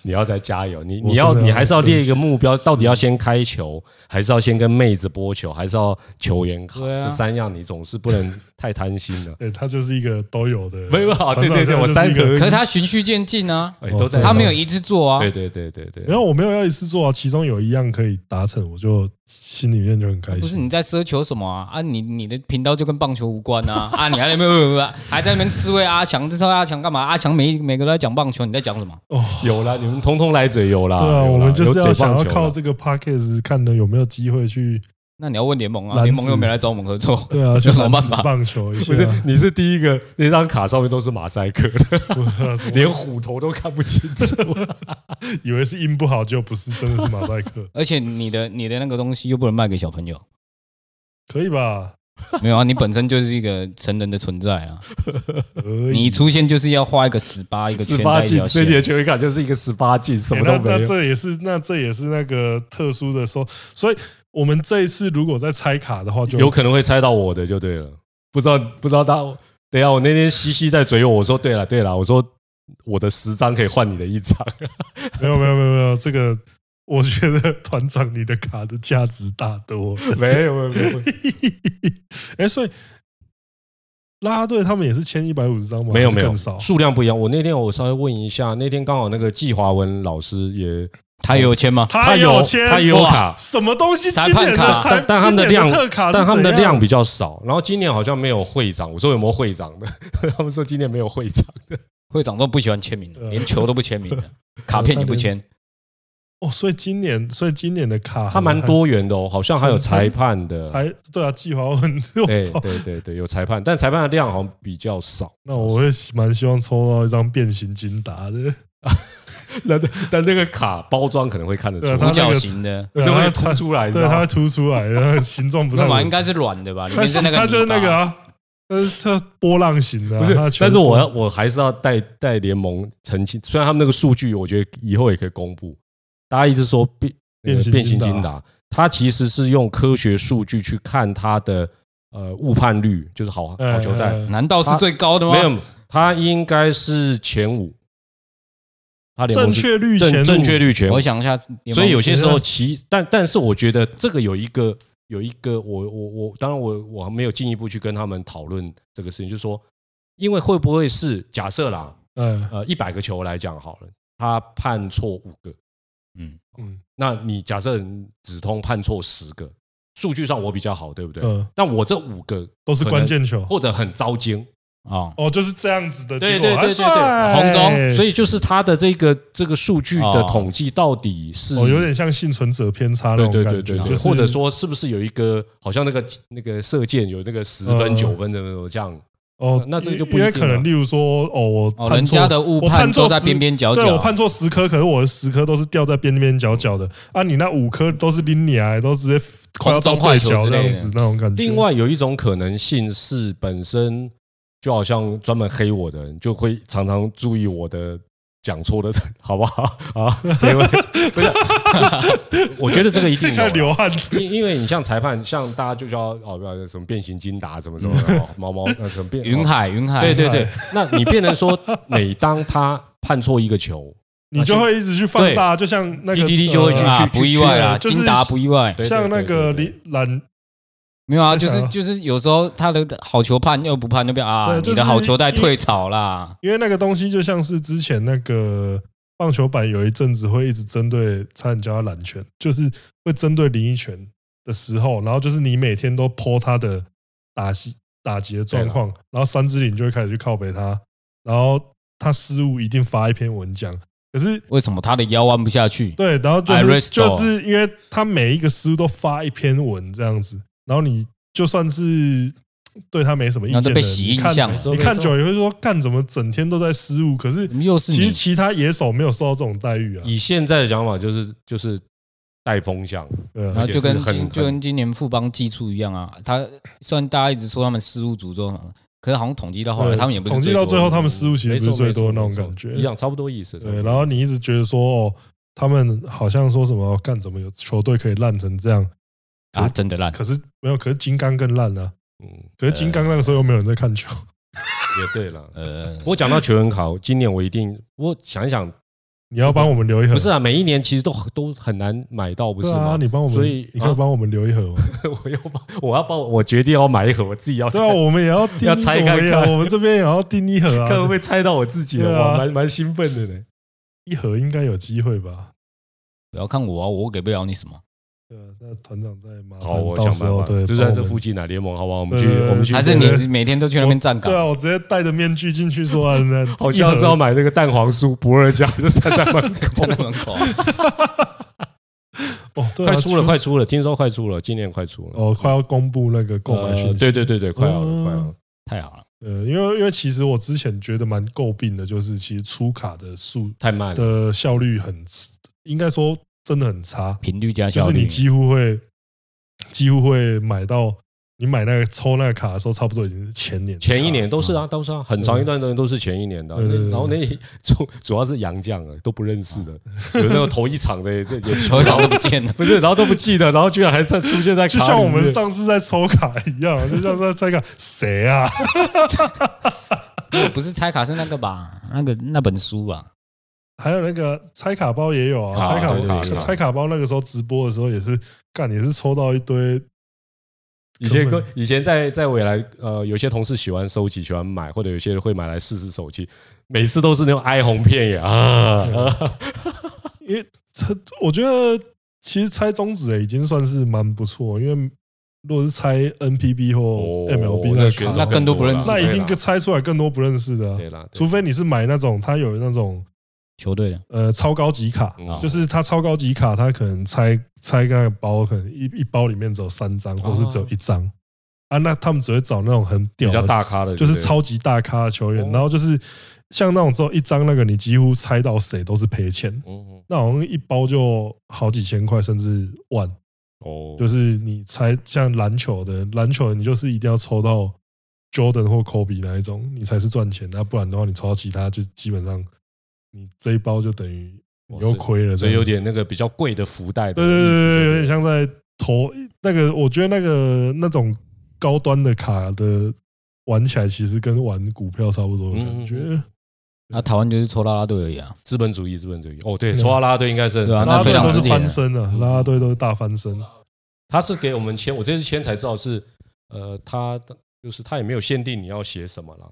Speaker 5: 你要再加油，你
Speaker 1: 我
Speaker 5: 你要
Speaker 1: 真的要。
Speaker 5: 你还是要列一个目标，到底要先开球，还是要先跟妹子播球，还是要球员卡？
Speaker 2: 对啊
Speaker 5: 这三样你总是不能太贪 心了
Speaker 1: 对，他就是一个都有的，
Speaker 5: 没有啊，对对对，我
Speaker 1: 团长
Speaker 5: 三
Speaker 1: 现在就是一
Speaker 5: 个
Speaker 2: 可是他循序渐进啊，
Speaker 5: 哎都在
Speaker 2: 他没有一直做啊
Speaker 5: 对。对对对对，
Speaker 1: 然后我没有要一次做啊，其中有一样可以达成，我就心里面就很开
Speaker 5: 啊
Speaker 1: 心。
Speaker 2: 不是你在奢求什么啊？啊，你你的频道就跟棒球无关啊！ 啊，你还在那边不不不还在那边刺猬阿强，这刺猬阿强干嘛？阿强每每个都在讲棒球，你在讲什么？
Speaker 1: 哦，
Speaker 5: 有啦，你们通通来嘴有啦。
Speaker 1: 对啊，
Speaker 5: 有啦
Speaker 1: 我们就是
Speaker 5: 有
Speaker 1: 要
Speaker 5: 嘴
Speaker 1: 想
Speaker 5: 棒
Speaker 1: 要
Speaker 5: 球啦
Speaker 1: 靠这个 podcast 看能有没有机会去，
Speaker 2: 那你要问联盟啊，
Speaker 1: 篮子
Speaker 2: 联盟又没来找我们合作，
Speaker 1: 对 啊，去
Speaker 2: 有什么
Speaker 1: 篮
Speaker 2: 办
Speaker 1: 子
Speaker 2: 法？
Speaker 1: 棒球一下
Speaker 5: 不是，你是第一个，那张卡上面都是马赛克的，连虎头都看不清楚。
Speaker 1: 以为是音不好，就不是，真的是马赛克，
Speaker 2: 而且你的你的那个东西又不能卖给小朋友，
Speaker 1: 可以吧？
Speaker 2: 没有啊，你本身就是一个成人的存在 啊，
Speaker 1: 可
Speaker 2: 你一
Speaker 1: 以。
Speaker 2: 出现就是要画一个十八一个
Speaker 5: 十
Speaker 2: 圈
Speaker 5: 八
Speaker 2: 在一条
Speaker 5: 禁，所以你
Speaker 2: 线
Speaker 5: 的，球员卡就是一个十八禁，什
Speaker 1: 欸
Speaker 5: 么
Speaker 1: 那
Speaker 5: 都没
Speaker 1: 那
Speaker 5: 有。
Speaker 1: 这也是那这也是那个特殊的收，所以我们这一次如果再拆卡的话，就
Speaker 5: 有可能会猜到我的就对了，不知道不知道他。等一下，我那天西西在嘴我，我说对了对了，我说我的十张可以换你的一张，
Speaker 1: 没有没有没有没有这个。我觉得团长你的卡的价值大多，
Speaker 5: 没有没有没有
Speaker 1: 哎、所以拉拉队他们也是签一百五十张吗？
Speaker 5: 没有
Speaker 1: 还
Speaker 5: 没
Speaker 1: 是
Speaker 5: 有
Speaker 1: 更少。
Speaker 5: 数量不一样。我那天我稍微问一下，那天刚好那个季华文老师也
Speaker 2: 他有签吗？
Speaker 1: 他
Speaker 5: 也
Speaker 1: 有
Speaker 5: 有
Speaker 1: 签，
Speaker 5: 他也有
Speaker 1: 哇
Speaker 5: 卡
Speaker 1: 什么东西？
Speaker 2: 裁
Speaker 1: 今
Speaker 2: 判
Speaker 1: 年的
Speaker 2: 卡
Speaker 1: 裁，
Speaker 5: 但但他们的
Speaker 1: 今年
Speaker 5: 量
Speaker 1: 特卡是怎样，
Speaker 5: 但他们的量比较少。然后今年好像没有会长，我说有没有会长的？ 他们说今年没有会长的。
Speaker 2: 会长都不喜欢签名的
Speaker 1: 对啊，
Speaker 2: 连球都不签名 的，卡片也不签，
Speaker 1: 哦，所以今年，所以今年的卡
Speaker 5: 他蛮多元的哦，好像还有裁判的。
Speaker 1: 还，才对啊，计划很， 我
Speaker 5: 对
Speaker 1: 操，
Speaker 5: 对对对，有裁判，但裁判的量好像比较少。
Speaker 1: 那我会蛮希望抽到一张变形金达的，
Speaker 5: 那但那个卡包装可能会看得出
Speaker 1: 对啊
Speaker 5: 来，
Speaker 1: 他那
Speaker 2: 五
Speaker 1: 个
Speaker 2: 角形的，
Speaker 1: 对
Speaker 5: 就会
Speaker 1: 啊它
Speaker 5: 凸出来。你知
Speaker 1: 对，
Speaker 5: 道
Speaker 1: 它会
Speaker 5: 吗
Speaker 1: 凸出来， 然后形状不太
Speaker 2: 那么
Speaker 1: 稳
Speaker 2: 应。该是软的吧？里
Speaker 1: 它
Speaker 2: 面是那个泥巴，
Speaker 1: 它就是那个啊，但是它波浪形的啊，
Speaker 5: 不是
Speaker 1: 它全，
Speaker 5: 但是我要
Speaker 1: 部
Speaker 5: 我还是要带带联盟澄清，虽然他们那个数据，我觉得以后也可以公布。大家一直说变那个
Speaker 1: 变形
Speaker 5: 变形
Speaker 1: 金
Speaker 5: 金达，它其实是用科学数据去看它的呃误判率，就是好
Speaker 1: 哎
Speaker 5: 好球带，
Speaker 1: 哎
Speaker 2: 难道是最高的吗？
Speaker 5: 没有，它应该是前五，它联
Speaker 1: 正
Speaker 5: 盟是
Speaker 1: 确率前
Speaker 5: 正
Speaker 1: 五
Speaker 5: 正确率前五
Speaker 2: 我，想一下，联盟
Speaker 5: 所以有些时
Speaker 1: 觉
Speaker 5: 候
Speaker 1: 得
Speaker 5: 其但但是我觉得这个有一个有一个我我我当然我我还没有进一步去跟他们讨论这个事情，就是说，因为会不会是假设啦，
Speaker 1: 嗯
Speaker 5: 呃，一百个球来讲好了，他判错五个，
Speaker 2: 嗯
Speaker 1: 嗯
Speaker 5: 那你假设你只通判错十个，数据上我比较好，对不对？
Speaker 1: 嗯，哦
Speaker 5: 但我这五个
Speaker 1: 都是
Speaker 5: 可能
Speaker 1: 关键球。
Speaker 5: 或者很糟精，
Speaker 2: 哦，
Speaker 1: 哦，就是这样子的结
Speaker 5: 对
Speaker 1: 果，
Speaker 5: 对
Speaker 1: 啊
Speaker 5: 对对对
Speaker 1: 帅哎
Speaker 2: 红中
Speaker 5: 所以就是他的这个这个数据的
Speaker 2: 哦
Speaker 5: 统计到底是
Speaker 1: 哦，有点像幸存者偏差那
Speaker 5: 对
Speaker 1: 种
Speaker 5: 对
Speaker 1: 感
Speaker 5: 对
Speaker 1: 觉，
Speaker 5: 对对，
Speaker 1: 就是哦
Speaker 5: 或者说是不是有一个好像那个那个射箭有那个十
Speaker 1: 嗯
Speaker 5: 分九分的那种这样？
Speaker 1: 哦，
Speaker 5: 那这个就
Speaker 1: 因
Speaker 5: 不一
Speaker 1: 为
Speaker 5: 定了
Speaker 1: 可能，例如说，哦，我判
Speaker 2: 哦，
Speaker 1: 错
Speaker 2: 人家的误
Speaker 1: 我判错
Speaker 2: 都在
Speaker 1: 十
Speaker 2: 边边角角，
Speaker 1: 对我判错十颗，可是我的十颗都是掉在边边角角的啊！你那五颗都是拎你来，都直接快要到对角这样子那种感觉。
Speaker 5: 另，外有一种可能性是本身就好像专门黑我的人就会常常注意我的讲错的， 好不好？ 啊，这位不是，就我觉得这个一啊定有
Speaker 1: 看
Speaker 5: 啦。
Speaker 1: 流汗，
Speaker 5: 因因为你像裁判，像大家就叫哦，不要什么变形金达什么什么的哦毛毛呃什么变
Speaker 2: 云海云海，
Speaker 5: 对对对
Speaker 1: 云，
Speaker 5: 那你变成说，每当他判错一个球，
Speaker 1: 你就会一直去放大，就像那个呃
Speaker 5: DDD 就会去
Speaker 2: 啊，
Speaker 5: 去
Speaker 2: 不意外啦，
Speaker 1: 就是
Speaker 2: 金达不意外，
Speaker 5: 对
Speaker 1: 像那个
Speaker 5: 对对对
Speaker 1: 你懒，
Speaker 2: 没有啊，
Speaker 1: 是
Speaker 2: 就
Speaker 1: 想
Speaker 2: 是
Speaker 1: 要
Speaker 2: 就是有时候他的好球判又不判，就变啊，
Speaker 1: 对就
Speaker 2: 你
Speaker 1: 是
Speaker 2: 的好球带退潮啦，
Speaker 1: 因为那个东西就像是之前那个棒球版有一阵子会一直针对差点叫他懒拳，就是会针对林一拳的时候，然后就是你每天都剖他的打击打击的状
Speaker 5: 啊
Speaker 1: 况，然后三支领就会开始去靠北他，然后他失误一定发一篇文章，可是
Speaker 2: 为什么他的腰弯不下去？
Speaker 1: 对，然后就
Speaker 2: I
Speaker 1: 是
Speaker 2: rest
Speaker 1: 就是因为他每一个失误都发一篇文这样子，然后你就算是对他没什么意见
Speaker 2: 然后
Speaker 1: 的人，
Speaker 2: 就被洗
Speaker 1: 你
Speaker 2: 印
Speaker 1: 看
Speaker 2: 象，
Speaker 1: 你看久了也会说，干怎么整天都在失误？可是
Speaker 2: 怎么又是
Speaker 1: 其
Speaker 2: 你
Speaker 1: 实？其他野手没有受到这种待遇啊。
Speaker 5: 以现在的讲法就是就是带风向，
Speaker 1: 对
Speaker 2: 然
Speaker 1: 啊
Speaker 2: 后就跟
Speaker 5: 而且是很
Speaker 2: 今就跟今年富邦技术一样啊，他虽然大家一直说他们失误诅咒，可是好像统计到后来
Speaker 1: 对
Speaker 2: 他们也不是
Speaker 1: 统计
Speaker 2: 最
Speaker 1: 到
Speaker 2: 多
Speaker 1: 最后，他们失误其实不是最多的那种感
Speaker 5: 没错没错没
Speaker 1: 觉
Speaker 5: 错一。样差不多意思。
Speaker 1: 对，然后你一直觉得说，哦，他们好像说什么哦干怎么有球队可以烂成这样？
Speaker 2: 啊，真的烂，
Speaker 1: 可是没有，可是金刚更烂啊！
Speaker 5: 嗯，
Speaker 1: 可是金刚那个时候又没有人在看球。
Speaker 5: 也对了。
Speaker 2: 呃，
Speaker 5: 我讲到球员考，今年我一定，我想一想，
Speaker 1: 你要帮我们留一盒，
Speaker 5: 不是啊，每一年其实都都很难买到，不
Speaker 1: 对
Speaker 5: 是
Speaker 1: 啊，
Speaker 5: 吗？
Speaker 1: 你帮我们，
Speaker 5: 所以
Speaker 1: 你可以
Speaker 5: 啊
Speaker 1: 帮我们留一盒吗？
Speaker 5: 我要帮，我要帮，我决定要买一盒，我自己要
Speaker 1: 对啊，
Speaker 5: 拆
Speaker 1: 我们也要订，
Speaker 5: 要拆
Speaker 1: 我
Speaker 5: 看
Speaker 1: 们也
Speaker 5: 看
Speaker 1: 我们这边也要订一盒
Speaker 5: 看会不
Speaker 1: 啊，
Speaker 5: 会猜到我自己的，
Speaker 1: 对啊
Speaker 5: 我蛮蛮兴奋的呢。
Speaker 1: 一盒应该有机会吧？
Speaker 6: 不要看我啊，我给不了你什么。
Speaker 1: 对啊，那团长在麻烦
Speaker 5: 好，我
Speaker 1: 到
Speaker 5: 想
Speaker 1: 时
Speaker 5: 办
Speaker 1: 候
Speaker 5: 法，
Speaker 1: 对，
Speaker 5: 就在
Speaker 1: 帮我
Speaker 5: 这
Speaker 1: 们
Speaker 5: 附近啊，联盟好不好？我们去，
Speaker 1: 对对对
Speaker 5: 我们去，
Speaker 1: 对
Speaker 2: 还是你每天都去那边站岗
Speaker 1: 对？啊，我直接戴着面具进去说啊，那
Speaker 5: 好像是要买那个蛋黄酥，不二家就站 在门口
Speaker 2: 站在门 口，
Speaker 1: 哦，对啊
Speaker 5: 快出了，
Speaker 1: 去
Speaker 5: 快出了，听说快出了，今年快出了。
Speaker 1: 哦，快要公布那个购买讯
Speaker 5: 呃
Speaker 1: 息。
Speaker 5: 对对对对，快好了，
Speaker 1: 嗯
Speaker 5: 快好了。
Speaker 6: 太好了，
Speaker 1: 呃，因为因为其实我之前觉得蛮诟病的，就是其实出卡的速
Speaker 5: 太慢了，
Speaker 1: 的效率很，应该说真的很差，
Speaker 6: 频率加
Speaker 1: 就
Speaker 6: 效
Speaker 1: 是
Speaker 6: 率
Speaker 1: 你，几乎会几乎会买到你买那个抽那个卡的时候，差不多已经是前年的
Speaker 5: 前一
Speaker 1: 卡
Speaker 5: 年都是啊，都是啊，很长一段时间都是前一年的啊。
Speaker 1: 对对对
Speaker 5: 那
Speaker 1: 对
Speaker 5: 然后那主主要是洋将啊，都不认识的，有那个头一场的也这也球。
Speaker 2: 球场都不见了
Speaker 5: 不是，然后都不记得，然后居然还在出现在卡
Speaker 1: 就
Speaker 5: 里面
Speaker 1: 像我们上次在抽卡一样，就像在在看谁啊？
Speaker 2: 不是拆卡，是那个吧？那个那本书啊吧？
Speaker 1: 还有那个拆卡包也有啊，
Speaker 5: 卡
Speaker 1: 拆卡
Speaker 5: 对
Speaker 1: 包
Speaker 5: 对对
Speaker 1: 拆卡包那个时候直播的时候也是干，也是抽到一堆
Speaker 5: 以前
Speaker 1: 根本
Speaker 5: 跟以前在在未来，呃，有些同事喜欢收集，喜欢买，或者有些人会买来试试手气，每次都是那种哀鸿遍野啊啊！
Speaker 1: 因为拆，我觉得其实拆中指已经算是蛮不错，因为如果是拆 NPB
Speaker 5: 哦
Speaker 1: 或 MLB
Speaker 5: 那
Speaker 1: 那
Speaker 5: 选手
Speaker 1: 卡，
Speaker 2: 那更多不认识
Speaker 1: 那一定
Speaker 5: 对啦
Speaker 1: 拆出来更多不认识的啊、
Speaker 5: 对啦，对
Speaker 1: 除非你是买那种它有那种
Speaker 6: 球队的
Speaker 1: 呃超高级卡，
Speaker 5: 嗯
Speaker 1: 就是它超高级卡，它可能拆拆那个包，可能一一包里面只有三张，或是只有一张啊，那他们只会找那种很屌
Speaker 5: 哦比较
Speaker 1: 的
Speaker 5: 大咖的，
Speaker 1: 就是
Speaker 5: 对
Speaker 1: 超级大咖的球员
Speaker 5: 哦，
Speaker 1: 然后就是像那种只有一张那个，你几乎猜到谁都是赔钱，
Speaker 5: 嗯嗯
Speaker 1: 那好像一包就好几千块甚至万，
Speaker 5: 哦，
Speaker 1: 就是你猜像篮球的篮球，你就是一定要抽到 Jordan 或 Kobe 那一种，你才是赚钱，那不然的话你抽到其他就基本上你这一包就等于你又亏了，
Speaker 5: 所以
Speaker 1: 这样
Speaker 5: 有点那个比较贵的福袋的
Speaker 1: 对
Speaker 5: 意
Speaker 1: 对对
Speaker 5: 思，
Speaker 1: 对，有
Speaker 5: 对
Speaker 1: 点像在投那个，我觉得那个那种高端的卡的玩起来，其实跟玩股票差不多的感觉。
Speaker 5: 嗯
Speaker 2: 啊
Speaker 6: 那台湾就是抽啦啦队而已啊，
Speaker 5: 资本主义，资本主义。哦，对，
Speaker 1: 嗯
Speaker 5: 抽拉拉队应该是
Speaker 6: 对啊
Speaker 1: 拉
Speaker 6: 那
Speaker 1: 拉队
Speaker 6: 非常
Speaker 1: 都
Speaker 6: 之
Speaker 1: 是
Speaker 6: 典
Speaker 1: 翻身的，
Speaker 5: 嗯
Speaker 1: 拉拉队都是大翻身。
Speaker 5: 他是给我们签，我这次签才知道是，呃，他就是他也没有限定你要写什么啦，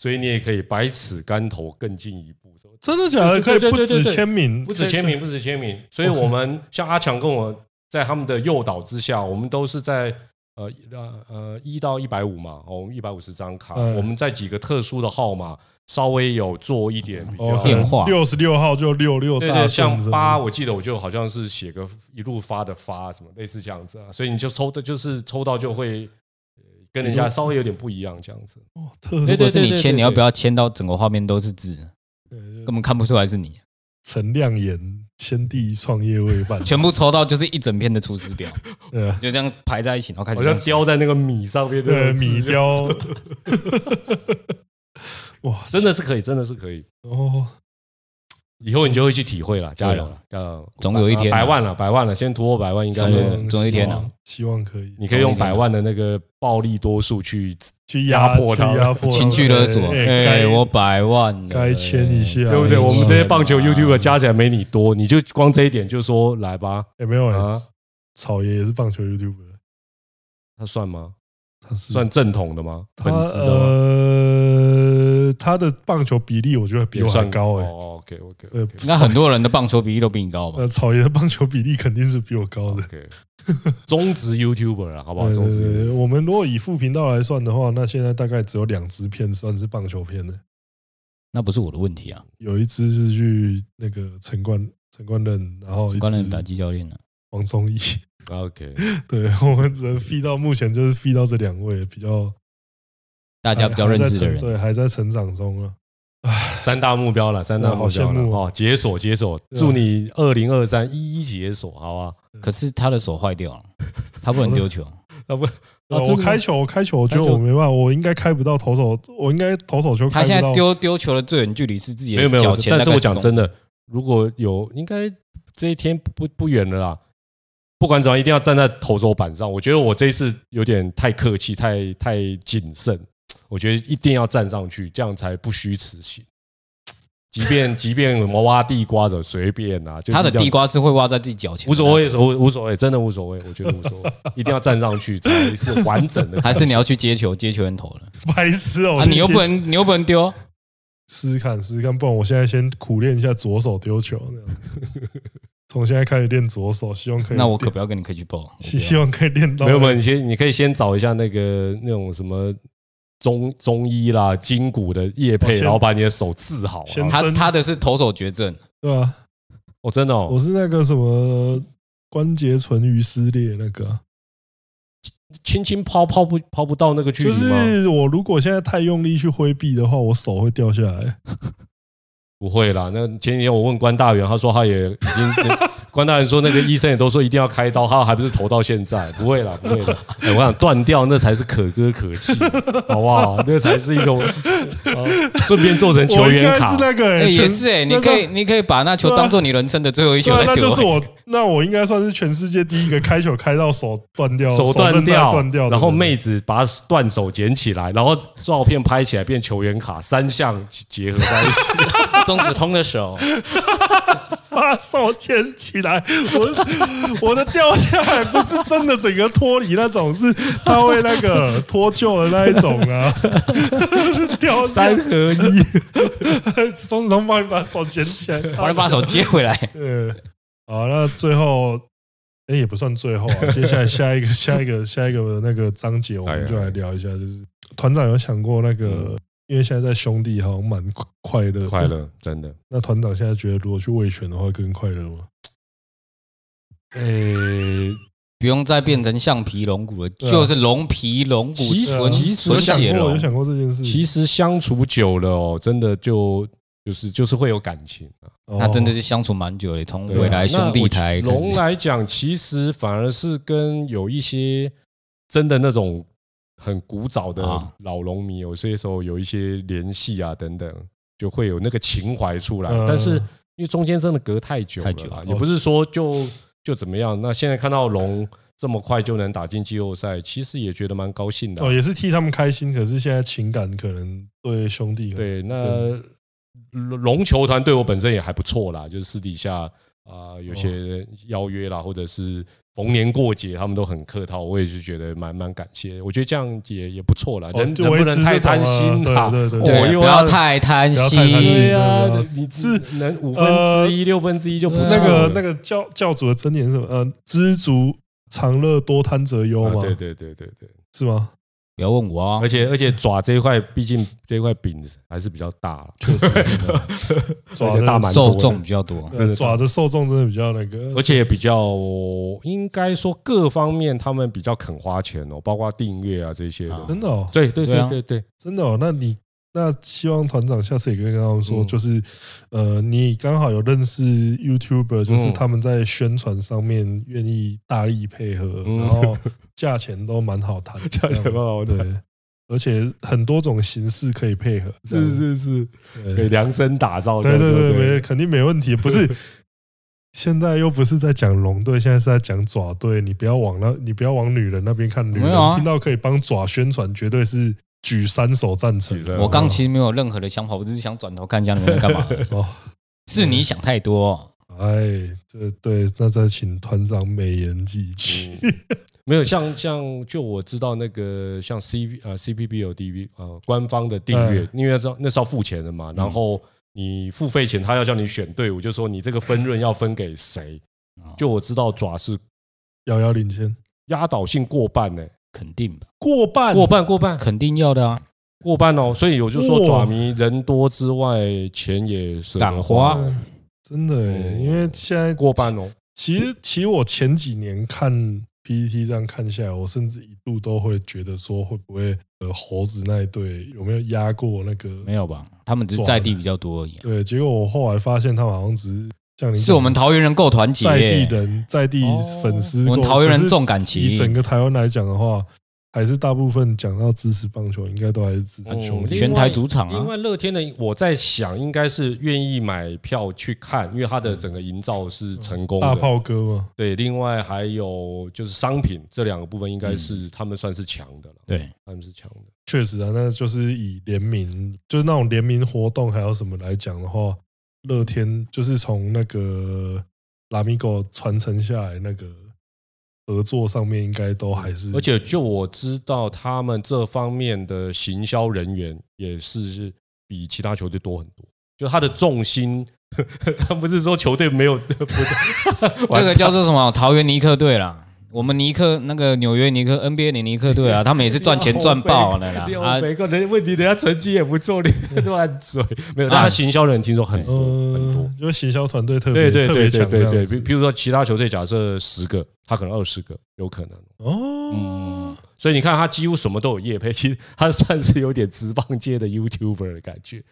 Speaker 5: 所以你也可以百尺竿头更进一步。
Speaker 1: 真的假的？可以
Speaker 5: 对对对
Speaker 1: 不
Speaker 5: 对
Speaker 1: 止
Speaker 5: 对对
Speaker 1: 签名，
Speaker 5: 不止签名，不止签名。所以我们像阿强跟我在他们的诱导之下，我们都是在呃呃呃一到一百五嘛，哦，我们一百五十张卡，
Speaker 1: 嗯
Speaker 5: 我们在几个特殊的号码稍微有做一点比
Speaker 1: 哦
Speaker 5: 较。
Speaker 2: 变化
Speaker 1: 六十六号就六六
Speaker 5: 对
Speaker 1: 大顺
Speaker 5: 对，像
Speaker 1: 是吧
Speaker 5: 八，我记得我就好像是写个一路发的发什么类似这样子啊，所以你就抽的就是抽到就会呃跟
Speaker 1: 嗯
Speaker 5: 人家稍微有点不一样这样子。
Speaker 1: 哦特
Speaker 2: 如
Speaker 1: 色
Speaker 2: 果是
Speaker 5: 对对
Speaker 2: 你
Speaker 5: 对
Speaker 2: 签，
Speaker 5: 对
Speaker 2: 你要不要签到整个画面都是字，根本看不出来是你？
Speaker 1: 陈亮言先帝创业未半，
Speaker 2: 全部抽到就是一整片的厨师表，
Speaker 1: 对啊
Speaker 2: 就这样排在一起，然后开始
Speaker 5: 好
Speaker 2: 这
Speaker 5: 像
Speaker 2: 样写。
Speaker 5: 雕在那个米上面的
Speaker 1: 对米， 雕，哇，
Speaker 5: 真的是可以，真的是可以。
Speaker 1: 哦，
Speaker 5: 以后你就会去体会了，
Speaker 1: 啊
Speaker 5: 加油
Speaker 6: 对
Speaker 5: 了，加油！
Speaker 6: 总有一天啊
Speaker 5: 百万了，百万了，先突破百万应该
Speaker 6: 总有
Speaker 5: 有。
Speaker 1: 嗯
Speaker 6: 总有一天啊
Speaker 1: 希望希望可以
Speaker 5: 你可以用百万的那个暴力多数去，
Speaker 1: 去
Speaker 5: 压
Speaker 1: 压
Speaker 5: 迫他
Speaker 1: 去压迫
Speaker 2: 情绪勒索，
Speaker 1: 哎
Speaker 2: 哎，
Speaker 1: 该
Speaker 2: 我百万了
Speaker 1: 该签一下，
Speaker 5: 对不对？
Speaker 1: 哎
Speaker 5: 我们这些棒球
Speaker 2: 哎
Speaker 5: YouTuber 啊嗯加起来没你多，你就光这一点就说来吧，
Speaker 1: 也没有
Speaker 5: 啊
Speaker 1: 啊，草爷也是棒球 YouTube，
Speaker 5: 他算吗？
Speaker 1: 他是
Speaker 5: 算正统的吗？
Speaker 1: 他
Speaker 5: 嗯本职的吗？
Speaker 1: 呃，他的棒球比例我觉得比
Speaker 5: 也
Speaker 1: 我还
Speaker 5: 算
Speaker 1: 高哎、
Speaker 5: 哦，OK OK
Speaker 1: 呃
Speaker 5: OK
Speaker 2: 那很多人的棒球比例都比你高吧
Speaker 1: 呃，？草爷的棒球比例肯定是比我高的。
Speaker 5: OK，中职 YouTuber 了，好不好？
Speaker 1: 呃
Speaker 5: 中职 YouTuber
Speaker 1: 我们如果以副频道来算的话，那现在大概只有两支片算是棒球片的，
Speaker 6: 那不是我的问题啊，
Speaker 1: 有一支是去那个陈冠陈冠任，然
Speaker 5: 哦
Speaker 1: 后一
Speaker 6: 关了
Speaker 1: 支
Speaker 6: 打击教练了，
Speaker 1: 王宗义。
Speaker 5: OK，
Speaker 1: 对我们只能 feed 到目前就是 feed 到这两位比较
Speaker 6: 大
Speaker 1: 大
Speaker 5: 哎
Speaker 6: 家比较认识的人，
Speaker 1: 对，还在成长中啊。
Speaker 5: 三大目标了，三大
Speaker 1: 哇 好
Speaker 5: 目标
Speaker 1: 羡慕
Speaker 5: 了哦，解锁解锁，
Speaker 1: 对啊
Speaker 5: 祝你二零二三一一解锁，好吧？
Speaker 6: 可是他的手坏掉了，他不能丢 球，
Speaker 5: 啊不，
Speaker 1: 对啊
Speaker 5: 真的
Speaker 1: 我
Speaker 5: 吗
Speaker 1: 开球，我开球，我觉得
Speaker 5: 开球
Speaker 1: 我没办法，我应该开不到投手，我应该投手球开不
Speaker 2: 他
Speaker 1: 到。
Speaker 2: 现在丢丢球的最远距离是自己
Speaker 5: 没有没
Speaker 2: 的
Speaker 5: 有
Speaker 2: 脚，前，
Speaker 5: 但是我讲真，的，如果有应该这一天不不不远了啦。不管怎样，一定要站在投手板上。我觉得我这一次有点太客气，太太谨慎。我觉得一定要站上去，这样才不虚此行。即便即便我们挖地瓜者随便啊，就是
Speaker 2: 他的
Speaker 5: 一定要
Speaker 2: 地瓜是会挖在自己脚前，
Speaker 5: 无所，谓，无无所谓，真的无所谓，我觉得无所 谓，一定要站上去才是完整的。
Speaker 2: 还是你要去接球，接球人投了
Speaker 1: 白痴 哦、
Speaker 2: 啊？
Speaker 1: 我
Speaker 2: 你又
Speaker 1: 先
Speaker 2: 不能，你又不能丢，
Speaker 1: 试试看，试试看，不然我现在先苦练一下左手丢球，这样从现在开始练左手，希 望可以。
Speaker 6: 那我可不要跟你可以去报， 我不
Speaker 1: 希
Speaker 6: 要
Speaker 1: 希望可以练到
Speaker 5: 没有没有，你先你可以先找一下那个那种什么中中医啦、筋骨的叶
Speaker 1: 哦
Speaker 5: 配，
Speaker 1: 先
Speaker 5: 然后把你的手治好
Speaker 1: 先
Speaker 5: 啊。
Speaker 2: 他
Speaker 1: 真
Speaker 2: 他的是投手绝症，
Speaker 1: 对吧、
Speaker 5: 哦，真的
Speaker 1: 我
Speaker 5: 哦，
Speaker 1: 是那个什么关节唇盂撕裂那个啊、
Speaker 5: 轻轻抛抛不抛不到那个距
Speaker 1: 就
Speaker 5: 离吗？
Speaker 1: 是我如果现在太用力去挥臂的话，我手会掉下来。
Speaker 5: 不会啦。那前几天我问关大元，他说他也已经 关大元说那个医生也都说一定要开刀，他还不是投到现在？不会啦，不会 啦。哎我想断掉那才是可歌可泣，好不好？那才是一 个啊顺便做成球
Speaker 1: 我应
Speaker 5: 员
Speaker 1: 该
Speaker 5: 卡
Speaker 1: 是。那个、
Speaker 2: 哎，
Speaker 1: 欸
Speaker 2: 也
Speaker 1: 全
Speaker 2: 是哎，你
Speaker 1: 那
Speaker 2: 可以
Speaker 1: 个
Speaker 2: 你可以把那球
Speaker 1: 对啊
Speaker 2: 当做你人生的最后一球
Speaker 1: 对啊，
Speaker 2: 来
Speaker 1: 那
Speaker 2: 丢
Speaker 1: 就是
Speaker 2: 欸。
Speaker 1: 我，那我应该算是全世界第一个开球开到哦手断掉，
Speaker 5: 手断
Speaker 1: 韧带
Speaker 5: 掉，
Speaker 1: 断掉的人，
Speaker 5: 然后妹子把断手捡起来，然后照片拍起来变球员卡，三项结合在一起。
Speaker 2: 啊中 指通的手，
Speaker 1: 把手牵起来，我我的掉下来不是真的整个脱离那种，是他会那个脱臼的那一种啊， 掉下
Speaker 5: 三合一，
Speaker 1: 松松帮你把手捡起 来，
Speaker 2: 我 来把手接 回来。
Speaker 1: 呃，好，那最后，哎、也不算最后 啊，接下来下一个、下一个、下一个那个章节，我
Speaker 5: 哎
Speaker 1: 们就来聊一下，就是团长有想过那个，因为现在在兄弟好像蛮快乐，。
Speaker 5: 嗯乐，真的。
Speaker 1: 那团长现在觉得，如果去卫权的话，更快乐吗？
Speaker 5: 诶，
Speaker 2: 不用再变成橡皮龙骨了，
Speaker 1: 啊
Speaker 2: 就是龙皮龙骨
Speaker 5: 其实
Speaker 2: 纯
Speaker 5: 其实
Speaker 1: 有
Speaker 2: 纯
Speaker 1: 想
Speaker 2: 血
Speaker 1: 过，有
Speaker 2: 龙。
Speaker 1: 想过这件事，
Speaker 5: 其实相处久了哦，真的就就是就是会有感情啊。
Speaker 1: 哦
Speaker 2: 那真的是相处蛮久的，从
Speaker 5: 对啊
Speaker 2: 未来兄弟
Speaker 5: 那
Speaker 2: 台
Speaker 5: 我
Speaker 2: 开
Speaker 5: 龙
Speaker 2: 始。
Speaker 5: 来讲，其实反而是跟有一些真的那种很古早的
Speaker 2: 啊
Speaker 5: 老龙迷，有些时候有一些联系啊等等，就会有那个情怀出来。
Speaker 1: 嗯
Speaker 5: 但是因为中间真的隔太久
Speaker 2: 太
Speaker 5: 了
Speaker 2: 久
Speaker 5: 啦
Speaker 2: 了，
Speaker 5: 也不是说就就怎么样。那现在看到龙这么快就能打进季后赛，其实也觉得蛮高兴的啊、
Speaker 1: 哦，也是替他们开心，可是现在情感可能对兄弟可能
Speaker 5: 对，那龙球团对我本身也还不错啦，就是私底下啊、有
Speaker 1: 哦
Speaker 5: 些邀约啦，或者是逢年过节他们都很客套，我也是觉得蛮蛮感谢。我觉得这样也也不错啦，
Speaker 1: 哦
Speaker 5: 人
Speaker 1: 就
Speaker 5: 人不
Speaker 1: 维持
Speaker 5: 能太
Speaker 1: 这种
Speaker 5: 贪心
Speaker 1: 啊
Speaker 5: 啦，
Speaker 1: 对对
Speaker 5: 我
Speaker 1: 对
Speaker 2: 对，
Speaker 5: 又
Speaker 2: 不要太贪
Speaker 1: 不要太贪心
Speaker 5: 对
Speaker 2: 心
Speaker 1: 真。的
Speaker 5: 啊，你
Speaker 1: 是呃
Speaker 5: 是能五分之一、六分之一就不啊
Speaker 1: 那个那个
Speaker 5: 个
Speaker 1: 教教主的箴言是什么？呃，知足常乐，多贪则忧嘛，
Speaker 5: 啊对对对对对，
Speaker 1: 是吗？
Speaker 2: 不要问我啊
Speaker 5: 而，且而且爪这一块，毕竟这一块饼还是比较大啊啦，
Speaker 1: 确 实，真的
Speaker 5: 而
Speaker 1: 爪
Speaker 5: 且大
Speaker 1: 的
Speaker 5: 蛮多
Speaker 2: 受
Speaker 5: 的
Speaker 2: 众比较多。
Speaker 5: 真的
Speaker 1: 爪的受众真的比较那个，
Speaker 5: 而且也比较应该说各方面他们比较肯花钱哦，包括订阅啊这些的。
Speaker 2: 啊
Speaker 1: 真的哦，
Speaker 5: 对对
Speaker 2: 对啊
Speaker 5: 对对对，
Speaker 1: 真的哦。那你那希望团长下次也跟他们说，
Speaker 5: 嗯
Speaker 1: 就是呃，你刚好有认识 YouTuber，就是
Speaker 5: 嗯
Speaker 1: 他们在宣传上面愿意大力配合，
Speaker 5: 嗯
Speaker 1: 然后价钱都蛮好谈，
Speaker 5: 价钱蛮好谈
Speaker 1: 这样子对。而且很多种形式可以配合，
Speaker 5: 是是，
Speaker 1: 是
Speaker 5: 给量身打造哦这
Speaker 1: 对
Speaker 5: 样
Speaker 1: 对
Speaker 5: 说。
Speaker 1: 对，没肯定没问题。不 是，现在又不是在讲龙队，现在是在讲爪队。你不要往那，你不要往女人那边看。女
Speaker 2: 没
Speaker 1: 人
Speaker 2: 有啊
Speaker 1: 听到可以帮爪宣传，绝对是举三手赞成
Speaker 5: 举。三
Speaker 2: 我刚其实没有任何的想法，我只是想转头看一下你们在干嘛。
Speaker 1: 哦，
Speaker 2: 是你想太多，
Speaker 1: 哎，这对，那再请团长美言几句。
Speaker 5: 嗯没有像像就我知道那个像 C V 呃 C P B 有 D V 呃官方的订阅
Speaker 1: 嗯，
Speaker 5: 因为那那是要付钱的嘛，然后你付费前他要叫你选队伍，就说你这个分润要分给谁。就我知道爪是
Speaker 1: 遥遥领先，
Speaker 5: 压倒性过半呢、
Speaker 2: 肯定吧？
Speaker 1: 过半
Speaker 5: 过半过半，
Speaker 2: 肯定要的啊！
Speaker 5: 过半哦，所以我就
Speaker 1: 哇
Speaker 5: 说爪迷人多之外，钱也舍得
Speaker 2: 敢花
Speaker 5: 哦
Speaker 1: 真的耶、
Speaker 5: 哦
Speaker 1: 因为现在
Speaker 5: 过半哦，
Speaker 1: 其实，其实我前几年看 PPT 这样看下来，我甚至一度都会觉得说，会不会呃猴子那一队有没有压过那个？
Speaker 2: 没有吧？他们只是在地比较多而已啊。
Speaker 1: 对，结果我后来发现他们好像只是像你讲
Speaker 2: 是我们桃园人够团结
Speaker 1: 在
Speaker 2: 耶，
Speaker 1: 地人、在地粉丝够，
Speaker 2: 我们桃园
Speaker 1: 可
Speaker 2: 人
Speaker 1: 是
Speaker 2: 重感
Speaker 1: 以整
Speaker 2: 情，
Speaker 1: 个台湾来讲的话，还是大部分讲到支持棒球，应该都还是支持球
Speaker 5: 嗯
Speaker 1: 队。
Speaker 5: 另
Speaker 2: 全
Speaker 5: 外
Speaker 2: 台主场
Speaker 5: 因
Speaker 2: 啊。
Speaker 5: 为乐天的，我在想应该是愿意买票去看，因为它的整个营造是成功
Speaker 1: 大
Speaker 5: 的。
Speaker 1: 炮哥嘛，
Speaker 5: 对，另外还有就是商品这两个部分，应该是他们算是强的了。
Speaker 1: 嗯
Speaker 2: 对，
Speaker 5: 他们是强的。
Speaker 1: 确实啊，那就是以联名，就是那种联名活动还有什么来讲的话，乐天就是从那个拉米狗传承下来那个合作上面，应该都还是
Speaker 5: 而且就我知道，他们这方面的行销人员也是比其他球队多很多，就他的重心 他不是说球队没有不
Speaker 2: 这个叫做什么？桃园尼克队啦。我们尼克那个纽约尼克 NBA 的尼克 队啊，他们也是赚钱赚爆了啦
Speaker 5: 你。
Speaker 2: 啊，
Speaker 5: 每个人问题，人家成绩也不错， 你乱嘴没有？但他行销人听说很多很多
Speaker 1: 嗯，，就是行销团队特别
Speaker 5: 对对
Speaker 1: 特
Speaker 5: 对
Speaker 1: 别
Speaker 5: 对
Speaker 1: 强
Speaker 5: 对
Speaker 1: 这
Speaker 5: 对，
Speaker 1: 样
Speaker 5: 比
Speaker 1: 子
Speaker 5: 比如说其他球队假设十个，他可能二十个，有可能。
Speaker 1: 哦，
Speaker 5: 所以你看，他几乎什么都有业配，其实他算是有点职棒界的 YouTuber 的感觉，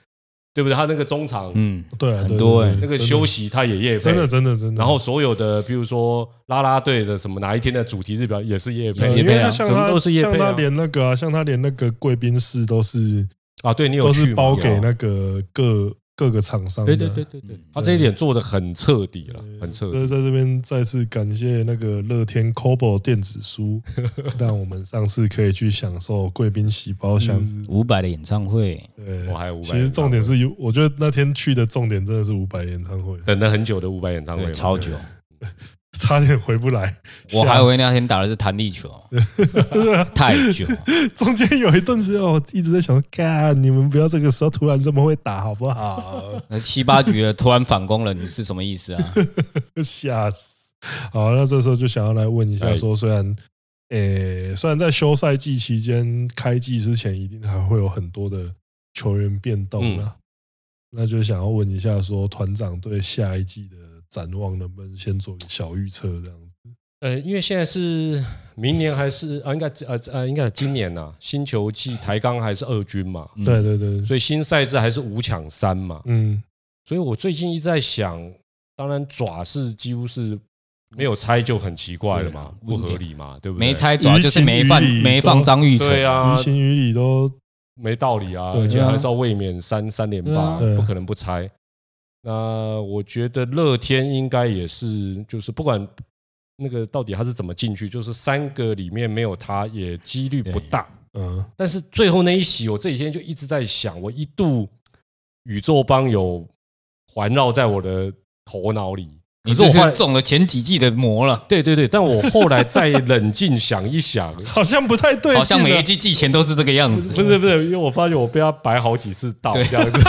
Speaker 5: 对不对？他那个中场、
Speaker 2: 嗯，
Speaker 1: 对啊，
Speaker 2: 很
Speaker 1: 对
Speaker 2: 多
Speaker 1: 对
Speaker 2: 欸
Speaker 1: 对
Speaker 5: 那
Speaker 1: 真
Speaker 5: 个
Speaker 1: 的
Speaker 5: 休息，他也业配，
Speaker 1: 真的真的真的，
Speaker 5: 然后所有的，比如说啦啦队的什么哪一天的主题日表也是夜
Speaker 1: 呃
Speaker 5: 配
Speaker 1: 因为他
Speaker 2: 啊
Speaker 1: 像
Speaker 5: 什么
Speaker 1: 他
Speaker 5: 都是业
Speaker 1: 像
Speaker 5: 配啊
Speaker 1: 他连那个啊，像他连那个贵宾室都是
Speaker 5: 啊，对你有
Speaker 1: 都
Speaker 5: 去
Speaker 1: 是
Speaker 5: 吗
Speaker 1: 包给那个各各个厂商的，
Speaker 5: 对对对对对
Speaker 2: 嗯，
Speaker 5: 他这一点做的很彻底了，很彻
Speaker 1: 所以
Speaker 5: 底。
Speaker 1: 在这边再次感谢那个乐天 Cobo 电子 书，让我们上次可以去享受贵宾喜
Speaker 5: 嗯
Speaker 1: 包厢。
Speaker 2: 伍佰的演唱会，
Speaker 1: 对，
Speaker 5: 我还有伍佰
Speaker 1: 其实重点是有，我觉得那天去的重点真的是伍佰演唱会，
Speaker 5: 等了很久的五百演唱会
Speaker 2: 对，
Speaker 5: 嘛，
Speaker 2: 超久。
Speaker 1: 差点回不来。
Speaker 2: 我还以为
Speaker 1: 吓
Speaker 2: 那天打的是弹力球，太久。
Speaker 1: 死 中间有一段时间，我一直在想，干你们不要这个时候突然这么会打好不好？
Speaker 2: 那七八局了，突然反攻了，你是什么意思啊？
Speaker 1: 吓死！好，那这时候就想要来问一下，
Speaker 5: 哎
Speaker 1: 说虽然，诶、虽然在休赛季期间、开季之前，一定还会有很多的球员变动啊。
Speaker 2: 嗯
Speaker 1: 那就想要问一下，说团长对下一季的展望，能不能先做个小预测这样子？
Speaker 5: 呃，因为现在是明年还是啊，应该呃呃，应该今年呐、新球季台钢还是二军嘛，
Speaker 2: 嗯
Speaker 1: 对对对，
Speaker 5: 所以新赛制还是五抢三嘛。
Speaker 1: 嗯，
Speaker 5: 所以我最近一直在想，当然爪是几乎是没有拆就很奇怪了嘛，
Speaker 2: 对
Speaker 5: 不
Speaker 2: 啊
Speaker 5: 合理嘛，对不对？
Speaker 2: 没拆爪就是没放
Speaker 1: 于情于理
Speaker 2: 没放张玉成，
Speaker 5: 对啊
Speaker 1: 于，情于理都
Speaker 5: 没道理啊，
Speaker 1: 对
Speaker 5: 而且
Speaker 2: 啊
Speaker 5: 还是要卫冕三三连霸，
Speaker 1: 对啊
Speaker 5: 不可能不拆。那我觉得乐天应该也是，就是不管那个到底他是怎么进去，就是三个里面没有他也几率不大。
Speaker 1: 嗯
Speaker 5: 但是最后那一席，我这几天就一直在想，我一度宇宙帮有环绕在我的头脑里，
Speaker 2: 你
Speaker 5: 可
Speaker 2: 这
Speaker 5: 我后
Speaker 2: 是
Speaker 5: 来
Speaker 2: 中了前几季的魔了，
Speaker 5: 对对对，但我后来再冷静想 一想，
Speaker 1: 好像不太对劲啊，
Speaker 2: 好像每一季季前都是这个样
Speaker 5: 不
Speaker 2: 子。
Speaker 5: 是不是，因为我发现我被他摆好几次道
Speaker 2: 对
Speaker 5: 这样子。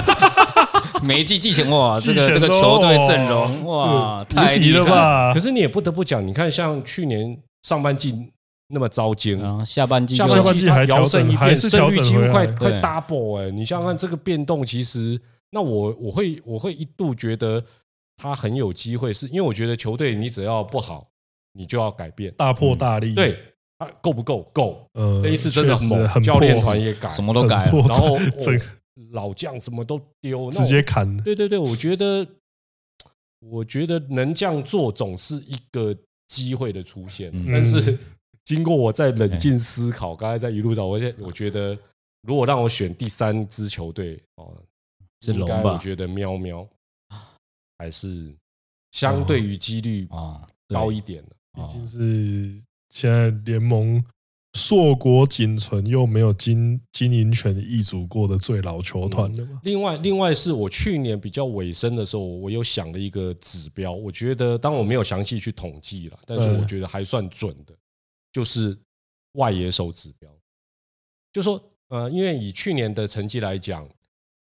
Speaker 2: 每一季季前哇，这个
Speaker 1: 季
Speaker 2: 这
Speaker 1: 前
Speaker 2: 个
Speaker 1: 都
Speaker 2: 球队阵容哇，啊太
Speaker 1: 呃无敌
Speaker 2: 厉
Speaker 1: 了
Speaker 2: 害了！
Speaker 1: 吧
Speaker 5: 可？是你也不得不讲，你看像去年上半季那么糟践，
Speaker 2: 然后下半季
Speaker 5: 下
Speaker 2: 就
Speaker 5: 半
Speaker 1: 啊半
Speaker 5: 季
Speaker 1: 季
Speaker 5: 还
Speaker 1: 还
Speaker 5: 摇
Speaker 1: 调
Speaker 5: 身
Speaker 1: 整
Speaker 5: 一
Speaker 1: 还
Speaker 5: 变，
Speaker 1: 是
Speaker 5: 胜
Speaker 1: 调
Speaker 5: 率
Speaker 1: 整
Speaker 5: 几乎
Speaker 1: 回来
Speaker 5: 快
Speaker 1: 了
Speaker 5: 快
Speaker 2: 对
Speaker 5: double 哎、你想想看这个变动，其实那我我会我会一度觉得他很有机会，是因为我觉得球队你只要不好，你就要改变。
Speaker 1: 大破大立，
Speaker 5: 对，啊，够不够？够。
Speaker 1: 呃，
Speaker 5: 这一次真的
Speaker 1: 确
Speaker 5: 很
Speaker 1: 实
Speaker 5: 猛，
Speaker 1: 很
Speaker 5: 教练
Speaker 1: 破
Speaker 5: 团也改，
Speaker 2: 什么都改
Speaker 1: 很
Speaker 2: 了
Speaker 1: 破，
Speaker 5: 然后哦
Speaker 1: 整个
Speaker 5: 老将什么都丢，那
Speaker 1: 直
Speaker 5: 我
Speaker 1: 接砍，
Speaker 5: 对对对，我觉得，我觉得能这样做总是一个机会的出现。
Speaker 2: 嗯哎
Speaker 5: 但是 经过我在冷静思考，刚才在一路上，我现我觉得，如果让我选第三支球队哦，
Speaker 2: 是龙
Speaker 5: 应该我
Speaker 2: 吧？
Speaker 5: 觉得喵喵还是相对于几率
Speaker 2: 哦啊，对
Speaker 5: 高一点的。
Speaker 1: 毕
Speaker 2: 哦
Speaker 1: 竟是现在联盟硕果仅存又没有经经营权易主过的最老球团了嘛。
Speaker 5: 另外，另外是我去年比较尾声的时候，我有想了一个指标，我觉得当然我没有详细去统计了，但是
Speaker 1: 嗯
Speaker 5: 我觉得还算准的，就是外野手指标。就说呃，因为以去年的成绩来讲，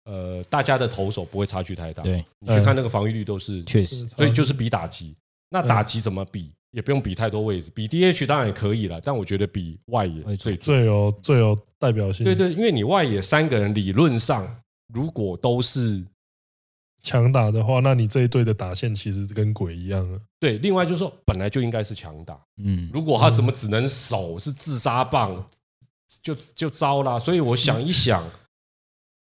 Speaker 5: 呃，大家的投手不会差距太大，
Speaker 2: 对，嗯
Speaker 5: 你去看那个防御率都是
Speaker 2: 确实嗯
Speaker 5: 所以就是比打击。那打击怎么比？也不用比太多位置，比 DH 当然也可以了，但我觉得比外野
Speaker 2: 没错
Speaker 5: 最准。
Speaker 1: 最有最有代表性，
Speaker 5: 对，对，因为你外野三个人理论上如果都是
Speaker 1: 强打的话，那你这一队的打线其实跟鬼一样啊。
Speaker 5: 对，另外就是说，本来就应该是强打，
Speaker 2: 嗯，
Speaker 5: 如果他什么只能守是自杀棒，就就糟啦。所以我想一想，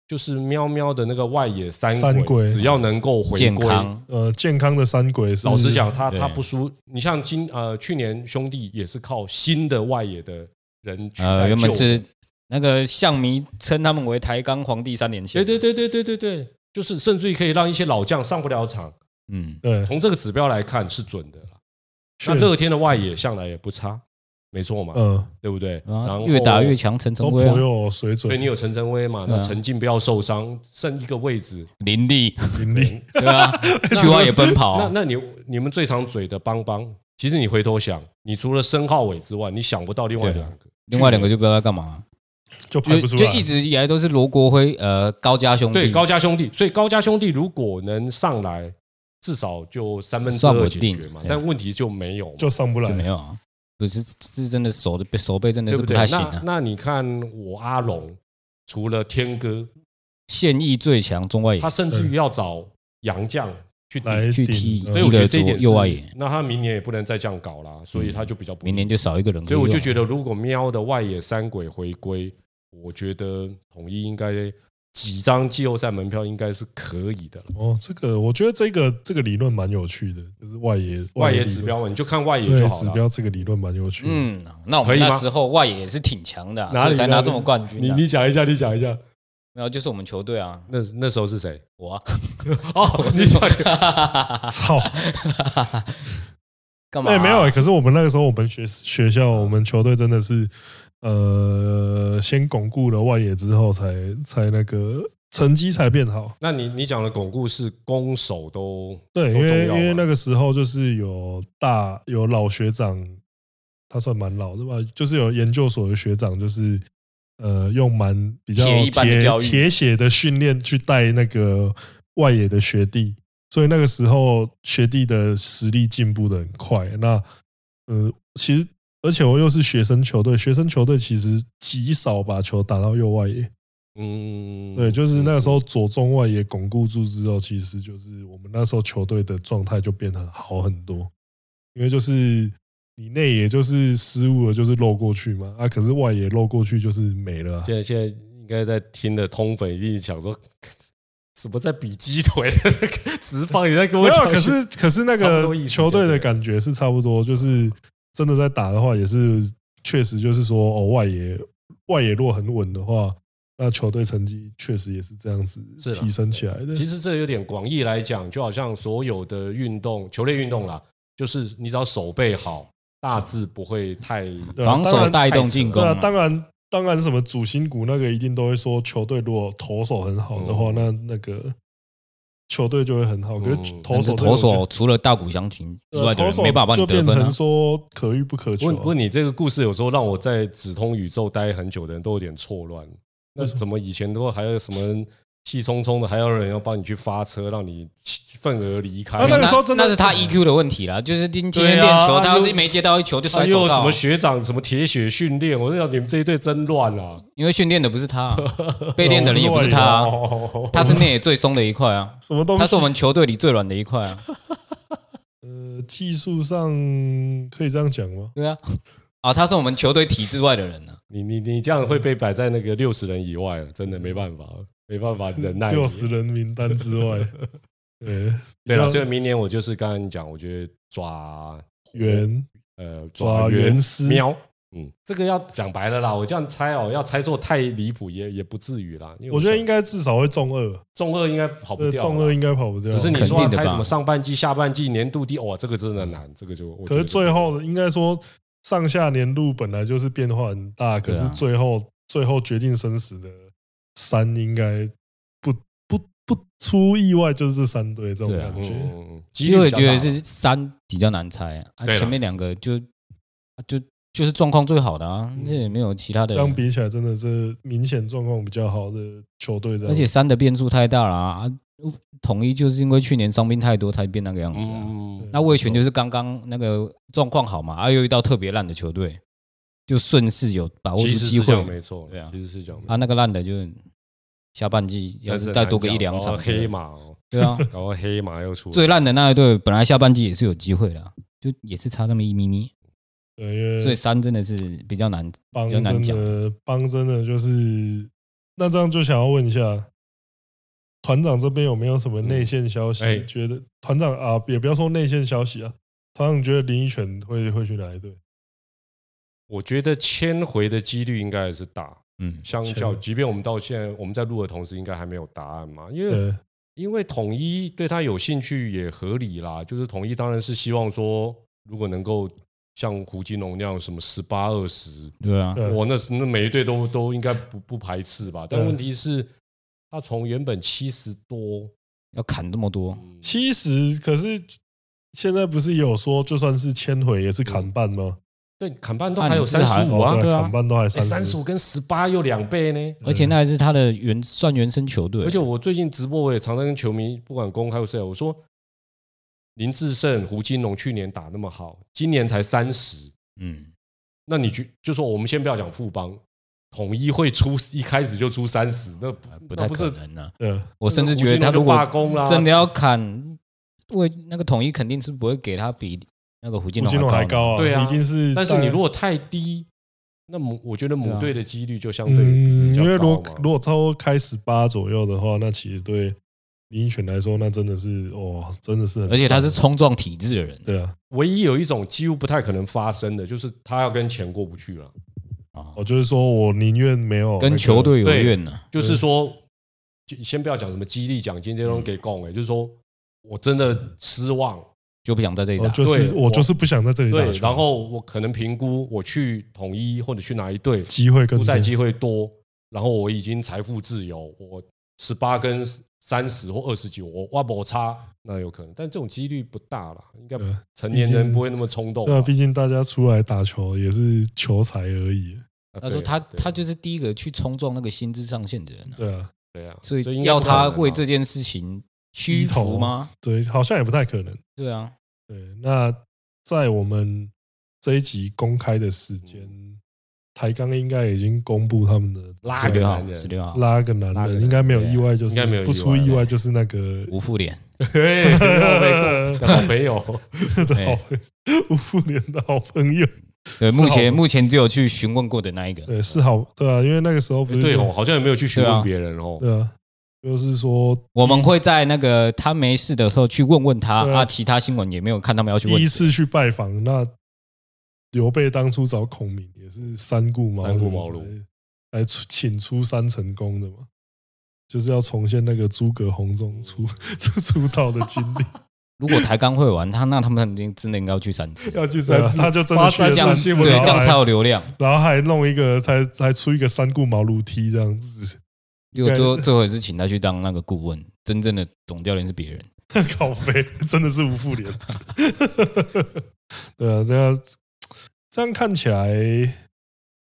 Speaker 5: 就是喵喵的那个外野三鬼，
Speaker 1: 三鬼
Speaker 5: 只要能够回
Speaker 2: 健
Speaker 5: 归，
Speaker 2: 康
Speaker 1: 呃，健康的三鬼是，
Speaker 5: 老实讲，他
Speaker 2: 对
Speaker 5: 他不输。你像今呃去年兄弟也是靠新的外野的人取
Speaker 2: 呃，
Speaker 5: 代
Speaker 2: 原本
Speaker 5: 旧的，
Speaker 2: 是那个象迷称他们为台钢皇帝三连线，
Speaker 5: 对对，对对对对对，就是甚至于可以让一些老将上不了场。
Speaker 2: 嗯，
Speaker 1: 对，
Speaker 5: 从这个指标来看是准的啦。那
Speaker 1: 确实
Speaker 5: 乐天的外野向来也不差，没错嘛，
Speaker 1: 嗯，
Speaker 5: 对不对？啊
Speaker 2: 然
Speaker 5: 然
Speaker 2: 后
Speaker 5: 后
Speaker 2: 越打越强，陈
Speaker 1: 都
Speaker 2: 诚
Speaker 1: 颇
Speaker 2: 威啊，
Speaker 1: 有水
Speaker 5: 所以
Speaker 1: 准
Speaker 5: 你，有陈晨威嘛？
Speaker 2: 对啊
Speaker 5: 那陈静不要受伤，剩一个位置。
Speaker 2: 林 立，
Speaker 1: 林立，
Speaker 2: 对啊，去外野奔
Speaker 5: 那
Speaker 2: 跑，啊
Speaker 5: 那你你们最常嘴的邦邦，其实你
Speaker 2: 啊
Speaker 5: 回头想，你除了申浩伟之外，你想不到另外两个。
Speaker 2: 另外两个就不知道在干嘛，
Speaker 1: 就排
Speaker 2: 就
Speaker 1: 不出
Speaker 2: 就
Speaker 1: 来
Speaker 2: 一。直以来都是罗国辉呃高家兄弟，
Speaker 5: 对高家兄弟，所以高家兄弟如果能上来，至少就三分之
Speaker 2: 算
Speaker 5: 二
Speaker 2: 稳
Speaker 5: 解
Speaker 2: 定
Speaker 5: 决嘛。
Speaker 2: 对
Speaker 5: 但问题就没有嘛，
Speaker 1: 就上不
Speaker 2: 就没
Speaker 1: 来，
Speaker 2: 有啊，不是是真的手的背手背真的
Speaker 5: 对
Speaker 2: 是不
Speaker 5: 不对？
Speaker 2: 太行
Speaker 5: 那
Speaker 2: 啊，
Speaker 5: 那你看我阿龙，除了天哥，
Speaker 2: 现役最强中外野
Speaker 5: 他甚至于要找洋将去顶
Speaker 1: 来
Speaker 2: 去
Speaker 1: 顶
Speaker 2: 踢
Speaker 1: 嗯
Speaker 5: 所以我觉得这一
Speaker 2: 左
Speaker 5: 点是
Speaker 2: 右外野，
Speaker 5: 那他明年也不能再这样搞啦，所以他就比较不
Speaker 2: 明年就少一个人可
Speaker 5: 所以
Speaker 2: 用啊，
Speaker 5: 我就觉得，如果喵的外野三鬼回归，我觉得统一应该几张季后赛门票应该是可以的了。
Speaker 1: 哦，这个我觉得这个这个理论蛮有趣的，就是外野
Speaker 5: 外野
Speaker 1: 理
Speaker 5: 指
Speaker 1: 论
Speaker 5: 标嘛，你就看外野
Speaker 1: 对
Speaker 5: 就好
Speaker 1: 指
Speaker 5: 了。
Speaker 1: 标这个理论蛮有趣的。
Speaker 2: 嗯，那我
Speaker 5: 可
Speaker 2: 们
Speaker 5: 以吗
Speaker 2: 那时候外野也是挺强的啊，
Speaker 5: 哪
Speaker 2: 所
Speaker 5: 里
Speaker 2: 以才拿这么冠军
Speaker 5: 你
Speaker 2: 啊。
Speaker 5: 你讲一下，你讲一 下，
Speaker 2: 没有，就是我们球队啊，
Speaker 5: 那那时候是谁？
Speaker 2: 我啊
Speaker 5: 哦，我是说，
Speaker 1: 操！
Speaker 2: 干嘛
Speaker 1: 哎、
Speaker 2: 啊？
Speaker 1: 没有、可是我们那个时候，我们学学校，我们球队真的是，呃，先巩固了外野之后才，才那个成绩才变好。
Speaker 5: 那你你讲的巩固是攻守都
Speaker 1: 对，因
Speaker 5: 都重
Speaker 1: 为
Speaker 5: 要
Speaker 2: 啊
Speaker 1: 因为
Speaker 5: 嘛
Speaker 1: 那个时候就是有大有老学长，他算蛮老的吧，就是有研究所的学长，就是呃，用蛮比较
Speaker 2: 铁一般的
Speaker 1: 铁
Speaker 2: 教育
Speaker 1: 铁血的训练去带那个外野的学弟，所以那个时候学弟的实力进步的很快。那呃，其实而且我又是学生球队，学生球队其实极少把球打到右外野，
Speaker 5: 嗯，
Speaker 1: 对，就是那个时候左中外也巩固住之后，其实就是我们那时候球队的状态就变得好很多，因为就是你内野就是失误了，就是漏过去嘛，啊，可是外野漏过去就是没了啊、
Speaker 5: 嗯现在现在应该在听的通粉一定想说， 什么在比鸡腿 的那个直棒，你在跟
Speaker 1: 没
Speaker 5: 我
Speaker 1: 有，啊
Speaker 5: 讲？
Speaker 1: 可是可是那
Speaker 5: 差不多
Speaker 1: 个
Speaker 5: 意思
Speaker 1: 球
Speaker 5: 就
Speaker 1: 队的
Speaker 5: 对
Speaker 1: 感觉是差不多，就是真的在打的话，也是确实就是说哦，外野外野若很稳的话，那球队成绩确实也是这样子
Speaker 5: 是啦
Speaker 1: 提升起来的。
Speaker 5: 其实这有点广义来讲，就好像所有的运动，球类运动
Speaker 1: 嗯
Speaker 5: 啦，就是你只要手背好，大致不会太
Speaker 1: 对啊
Speaker 2: 防
Speaker 1: 当
Speaker 2: 守
Speaker 1: 然
Speaker 2: 带动进攻
Speaker 1: 对啊
Speaker 2: 啊，，
Speaker 1: 当然，当然，什么主心骨那个一定都会说，球队如果投手很好的话，
Speaker 5: 嗯
Speaker 1: 那那个球队就会很好。可是
Speaker 5: 嗯
Speaker 1: 投手
Speaker 2: 但是投
Speaker 1: 这个
Speaker 2: 手除了大谷翔平之
Speaker 1: 我
Speaker 2: 外
Speaker 1: 觉得，投
Speaker 2: 的人
Speaker 1: 手
Speaker 2: 没办法帮
Speaker 1: 就
Speaker 2: 你得
Speaker 1: 变
Speaker 2: 分啊
Speaker 1: 成。说可遇不可求
Speaker 5: 不
Speaker 1: 啊。
Speaker 5: 不，你这个故事有时候让我在只通宇宙待很久的人都有点错乱。那怎么以前都还有什么气冲冲的，还有人要帮你去发车，让你份额离开？
Speaker 1: 啊那个时候真的
Speaker 2: 那是他 EQ 的问题啦，就是今天
Speaker 5: 对啊
Speaker 2: 练球，
Speaker 5: 啊
Speaker 2: 他要
Speaker 5: 又
Speaker 2: 是没接到一球就摔
Speaker 5: 还有
Speaker 2: 手
Speaker 5: 哎什
Speaker 2: 套
Speaker 5: 么
Speaker 2: 啊，
Speaker 5: 学长什么铁血训练，我就想你们这一队真乱啊！
Speaker 2: 因为训练的不是他 啊，被练的人也不是他啊，
Speaker 5: 哦，
Speaker 2: 他是内野最松的一块啊，
Speaker 1: 什么东西？
Speaker 2: 他是我们球队里最软的一块啊。
Speaker 1: 呃，技术上可以这样讲吗？
Speaker 2: 对啊，啊，他是我们球队体制外的人啊呢、
Speaker 5: 你你你这样会被摆在那个六十人以外了，真的没办法，没办法忍耐你。
Speaker 1: 六十人名单之外，对
Speaker 5: 对了，所以
Speaker 1: 以
Speaker 5: 明年我就是刚刚你讲，我觉得抓
Speaker 1: 圆
Speaker 5: 呃
Speaker 1: 抓
Speaker 5: 原
Speaker 1: 原丝
Speaker 5: 喵，嗯，这个要讲白了啦，我这样猜哦，要猜错太离谱也也不至于啦，因为
Speaker 1: 我觉得
Speaker 5: 想
Speaker 1: 应该至少会中二，
Speaker 5: 中二应该跑不
Speaker 1: 呃，
Speaker 5: 掉啦，
Speaker 1: 中二应该跑不掉。
Speaker 5: 只是你
Speaker 2: 肯
Speaker 5: 说要
Speaker 2: 定的
Speaker 5: 猜
Speaker 2: 吧
Speaker 5: 什么上半季、下半季、年度第，哇，这个真的难，这个就我觉
Speaker 1: 可
Speaker 5: 得
Speaker 1: 是最后应该说上下年度本来就是变化很大，可
Speaker 2: 对啊
Speaker 1: 是最后、最后决定生死的三应该不不不出意外就是这三队这种
Speaker 2: 对啊
Speaker 1: 感
Speaker 5: 嗯
Speaker 1: 觉。
Speaker 5: 嗯嗯嗯
Speaker 2: 其实
Speaker 5: 几率
Speaker 2: 我也
Speaker 5: 比较
Speaker 2: 觉得
Speaker 1: 啊
Speaker 5: 大
Speaker 2: 是三比较难猜啊，啊
Speaker 5: 对啦
Speaker 2: 前面两个就啊就就是状况最好的啊，这也没有其他的
Speaker 1: 这。样嗯比起来，真的是明显状况比较好的球队这样。
Speaker 2: 而且三的变数太大了啊！啊统一就是因为去年伤兵太多才变那个样子啊。
Speaker 5: 嗯，
Speaker 2: 那魏权就是刚刚那个状况好嘛，啊又遇到特别烂的球队，就顺势有把握住
Speaker 5: 其实
Speaker 2: 机
Speaker 5: 是这
Speaker 2: 会
Speaker 5: 样没错，
Speaker 2: 对啊
Speaker 5: 其实是这样没错，
Speaker 2: 啊。那个烂的就下半季要
Speaker 5: 但
Speaker 2: 是
Speaker 5: 很
Speaker 2: 再
Speaker 5: 难
Speaker 2: 多个
Speaker 5: 讲
Speaker 2: 一两
Speaker 5: 搞
Speaker 2: 场
Speaker 5: 到，黑马哦，
Speaker 2: 对啊，
Speaker 5: 然后黑马又出 来，
Speaker 2: 最烂的那一队本来下半季也是有机会的啊，就也是差那么一咪咪。嗯
Speaker 1: 对因为
Speaker 2: 所以三真的是比较难。
Speaker 1: 帮
Speaker 2: 比较难
Speaker 1: 真
Speaker 2: 讲
Speaker 1: 的帮真的就是，那这样就想要问一下，团长这边有没有什么内线消息？
Speaker 5: 嗯哎
Speaker 1: 觉得团长啊，也不要说内线消息啊，团长觉得林依泉会会去哪一队？
Speaker 5: 我觉得迁回的几率应该还是大，
Speaker 2: 嗯，
Speaker 5: 相较，即便我们到现在我们在录的同时，应该还没有答案嘛，因为
Speaker 1: 对
Speaker 5: 因为统一对他有兴趣也合理啦，就是统一当然是希望说，如果能够像胡金龙那样什么十八二十，
Speaker 2: 对啊，
Speaker 1: 对
Speaker 5: 我那那每一队都都应该不不排斥吧，但
Speaker 1: 对
Speaker 5: 问题是，他从原本七十多，嗯
Speaker 2: 要砍这么多，
Speaker 1: 七十，可是现在不是也有说，就算是迁回也是砍半吗？
Speaker 5: 对，砍半都
Speaker 2: 啊
Speaker 5: 还有
Speaker 2: 你自
Speaker 5: 三
Speaker 2: 嗨
Speaker 5: 十五
Speaker 1: 哦
Speaker 5: 啊，
Speaker 1: 对
Speaker 5: 对啊
Speaker 1: 砍，半都还
Speaker 5: 哎，三
Speaker 1: 三
Speaker 5: 十五跟十八又两倍呢。
Speaker 2: 而且那还是他的原算原生球队，
Speaker 5: 而且我最近直播，我也常常跟球迷，不管公开或私下，我说林志胜、胡金龙去年打那么好，今年才三十，
Speaker 6: 嗯，
Speaker 5: 那你去就说我们先不要讲富邦，统一会出一开始就出三十，那不
Speaker 6: 不太
Speaker 5: 那不
Speaker 6: 可
Speaker 5: 是
Speaker 6: 能啊。
Speaker 1: 对，
Speaker 2: 我甚至觉得
Speaker 5: 胡金
Speaker 2: 他
Speaker 5: 龙就
Speaker 2: 如
Speaker 5: 罢
Speaker 2: 果
Speaker 5: 工
Speaker 1: 啊
Speaker 5: 啦，
Speaker 2: 真的要砍，为那个统一肯定是不会给他比那个胡金
Speaker 1: 吴金龙
Speaker 2: 龙
Speaker 1: 还高啊，
Speaker 2: 高的。
Speaker 5: 对啊
Speaker 1: 一定是大概。
Speaker 5: 但是你如果太低，那母我觉得母队的几率就相对
Speaker 1: 嗯，
Speaker 5: 比较
Speaker 1: 因为如
Speaker 5: 高
Speaker 1: 果如
Speaker 5: 嘛。
Speaker 1: 果超过开十八左右的话，那其实对林依泉来说，那真的是哦，真的是很，
Speaker 2: 而且他是冲撞体制的人，
Speaker 1: 对啊，
Speaker 5: 唯一有一种几乎不太可能发生的，就是他要跟钱过不去了。
Speaker 1: 我哦就是说我宁愿没有啊哦那
Speaker 2: 啊跟
Speaker 1: 个
Speaker 2: 球队有怨呢、
Speaker 5: 就是
Speaker 1: 嗯
Speaker 5: 说，就先不要讲什么激励奖金这种给供，哎，就是说我真的失望，
Speaker 2: 就不想在这里
Speaker 1: 哦
Speaker 2: 打。
Speaker 1: 就是
Speaker 5: 对
Speaker 1: 我就是不想在这里打
Speaker 5: 对，
Speaker 1: 球，
Speaker 5: 然后我可能评估我去统一或者去哪一队，
Speaker 1: 机会更多
Speaker 5: 出赛机会多，然后我已经财富自由，我十八跟三十或二十九，我挖不差，那有可能，但这种几率不大啦，应该
Speaker 1: 对啊
Speaker 5: 成年人
Speaker 1: 毕竟
Speaker 5: 不会那么冲动吧。
Speaker 1: 对啊，毕竟大家出来打球也是求财而已，
Speaker 5: 啊
Speaker 2: 他说
Speaker 5: 对
Speaker 2: 他
Speaker 5: 对
Speaker 2: 他就是第一个去冲撞那个薪资上限的人、啊，
Speaker 1: 对啊，
Speaker 5: 对啊，
Speaker 2: 所
Speaker 5: 应
Speaker 2: 以
Speaker 5: 该
Speaker 2: 要
Speaker 5: 不太
Speaker 2: 他
Speaker 5: 可能啊
Speaker 2: 为
Speaker 5: 吧
Speaker 2: 这件事情屈
Speaker 1: 低头啊
Speaker 2: 服吗？
Speaker 1: 对，好像也不太可能。
Speaker 2: 对啊，
Speaker 1: 对，那在我们这一集公开的时间，台钢应该已经公布他们的
Speaker 5: 嗯拉
Speaker 2: 十
Speaker 5: 个
Speaker 2: 六
Speaker 5: 男
Speaker 2: 号，
Speaker 5: 人
Speaker 2: 十六号，
Speaker 1: 拉个男
Speaker 5: 拉个
Speaker 1: 人，
Speaker 5: 男
Speaker 1: 应该没有意外，就是
Speaker 5: 应该没有意外
Speaker 1: 不出意外就是那个
Speaker 2: 吴富廉，
Speaker 5: 嘿没过好朋
Speaker 1: 啊
Speaker 5: 友，
Speaker 1: 的好朋友，吴富连的好朋友，
Speaker 2: 对，目
Speaker 1: 是
Speaker 2: 前
Speaker 1: 好
Speaker 2: 目前只有去询问过的那一个，
Speaker 1: 对，是好，对啊，因为那个时候不是
Speaker 5: 对
Speaker 1: 说
Speaker 5: 哦，好像也没有去询
Speaker 2: 对啊
Speaker 5: 问别人哦。
Speaker 1: 对啊，就是说
Speaker 2: 我们会在那个他没事的时候去问问他
Speaker 1: 对啊
Speaker 2: 啊，其他新闻也没有看他们要去
Speaker 1: 第
Speaker 2: 问
Speaker 1: 一
Speaker 2: 谁，
Speaker 1: 次去拜访，那刘备当初找孔明也是三顾茅
Speaker 5: 三顾茅庐
Speaker 1: 才才出请出山成功的嘛，就是要重现那个诸葛红中出 出出道的经历，
Speaker 2: 如果台钢会玩他，那他们已经真的应该要去三次，
Speaker 1: 要去三啊次，他就真的去
Speaker 2: 这
Speaker 1: 了
Speaker 2: 样
Speaker 1: 三
Speaker 2: 子
Speaker 1: 次，
Speaker 2: 对，
Speaker 1: 然
Speaker 2: 这
Speaker 1: 后
Speaker 2: 样才
Speaker 1: 还
Speaker 2: 有流量。
Speaker 1: 然后还弄一个，才才出一个三顾茅庐梯这样子，
Speaker 2: 结果
Speaker 1: 对
Speaker 2: 最后最后也是请他去当那个顾问，真正的总教练是别人。
Speaker 1: 靠飞，真的是无复联。 对啊，这样这样看起来，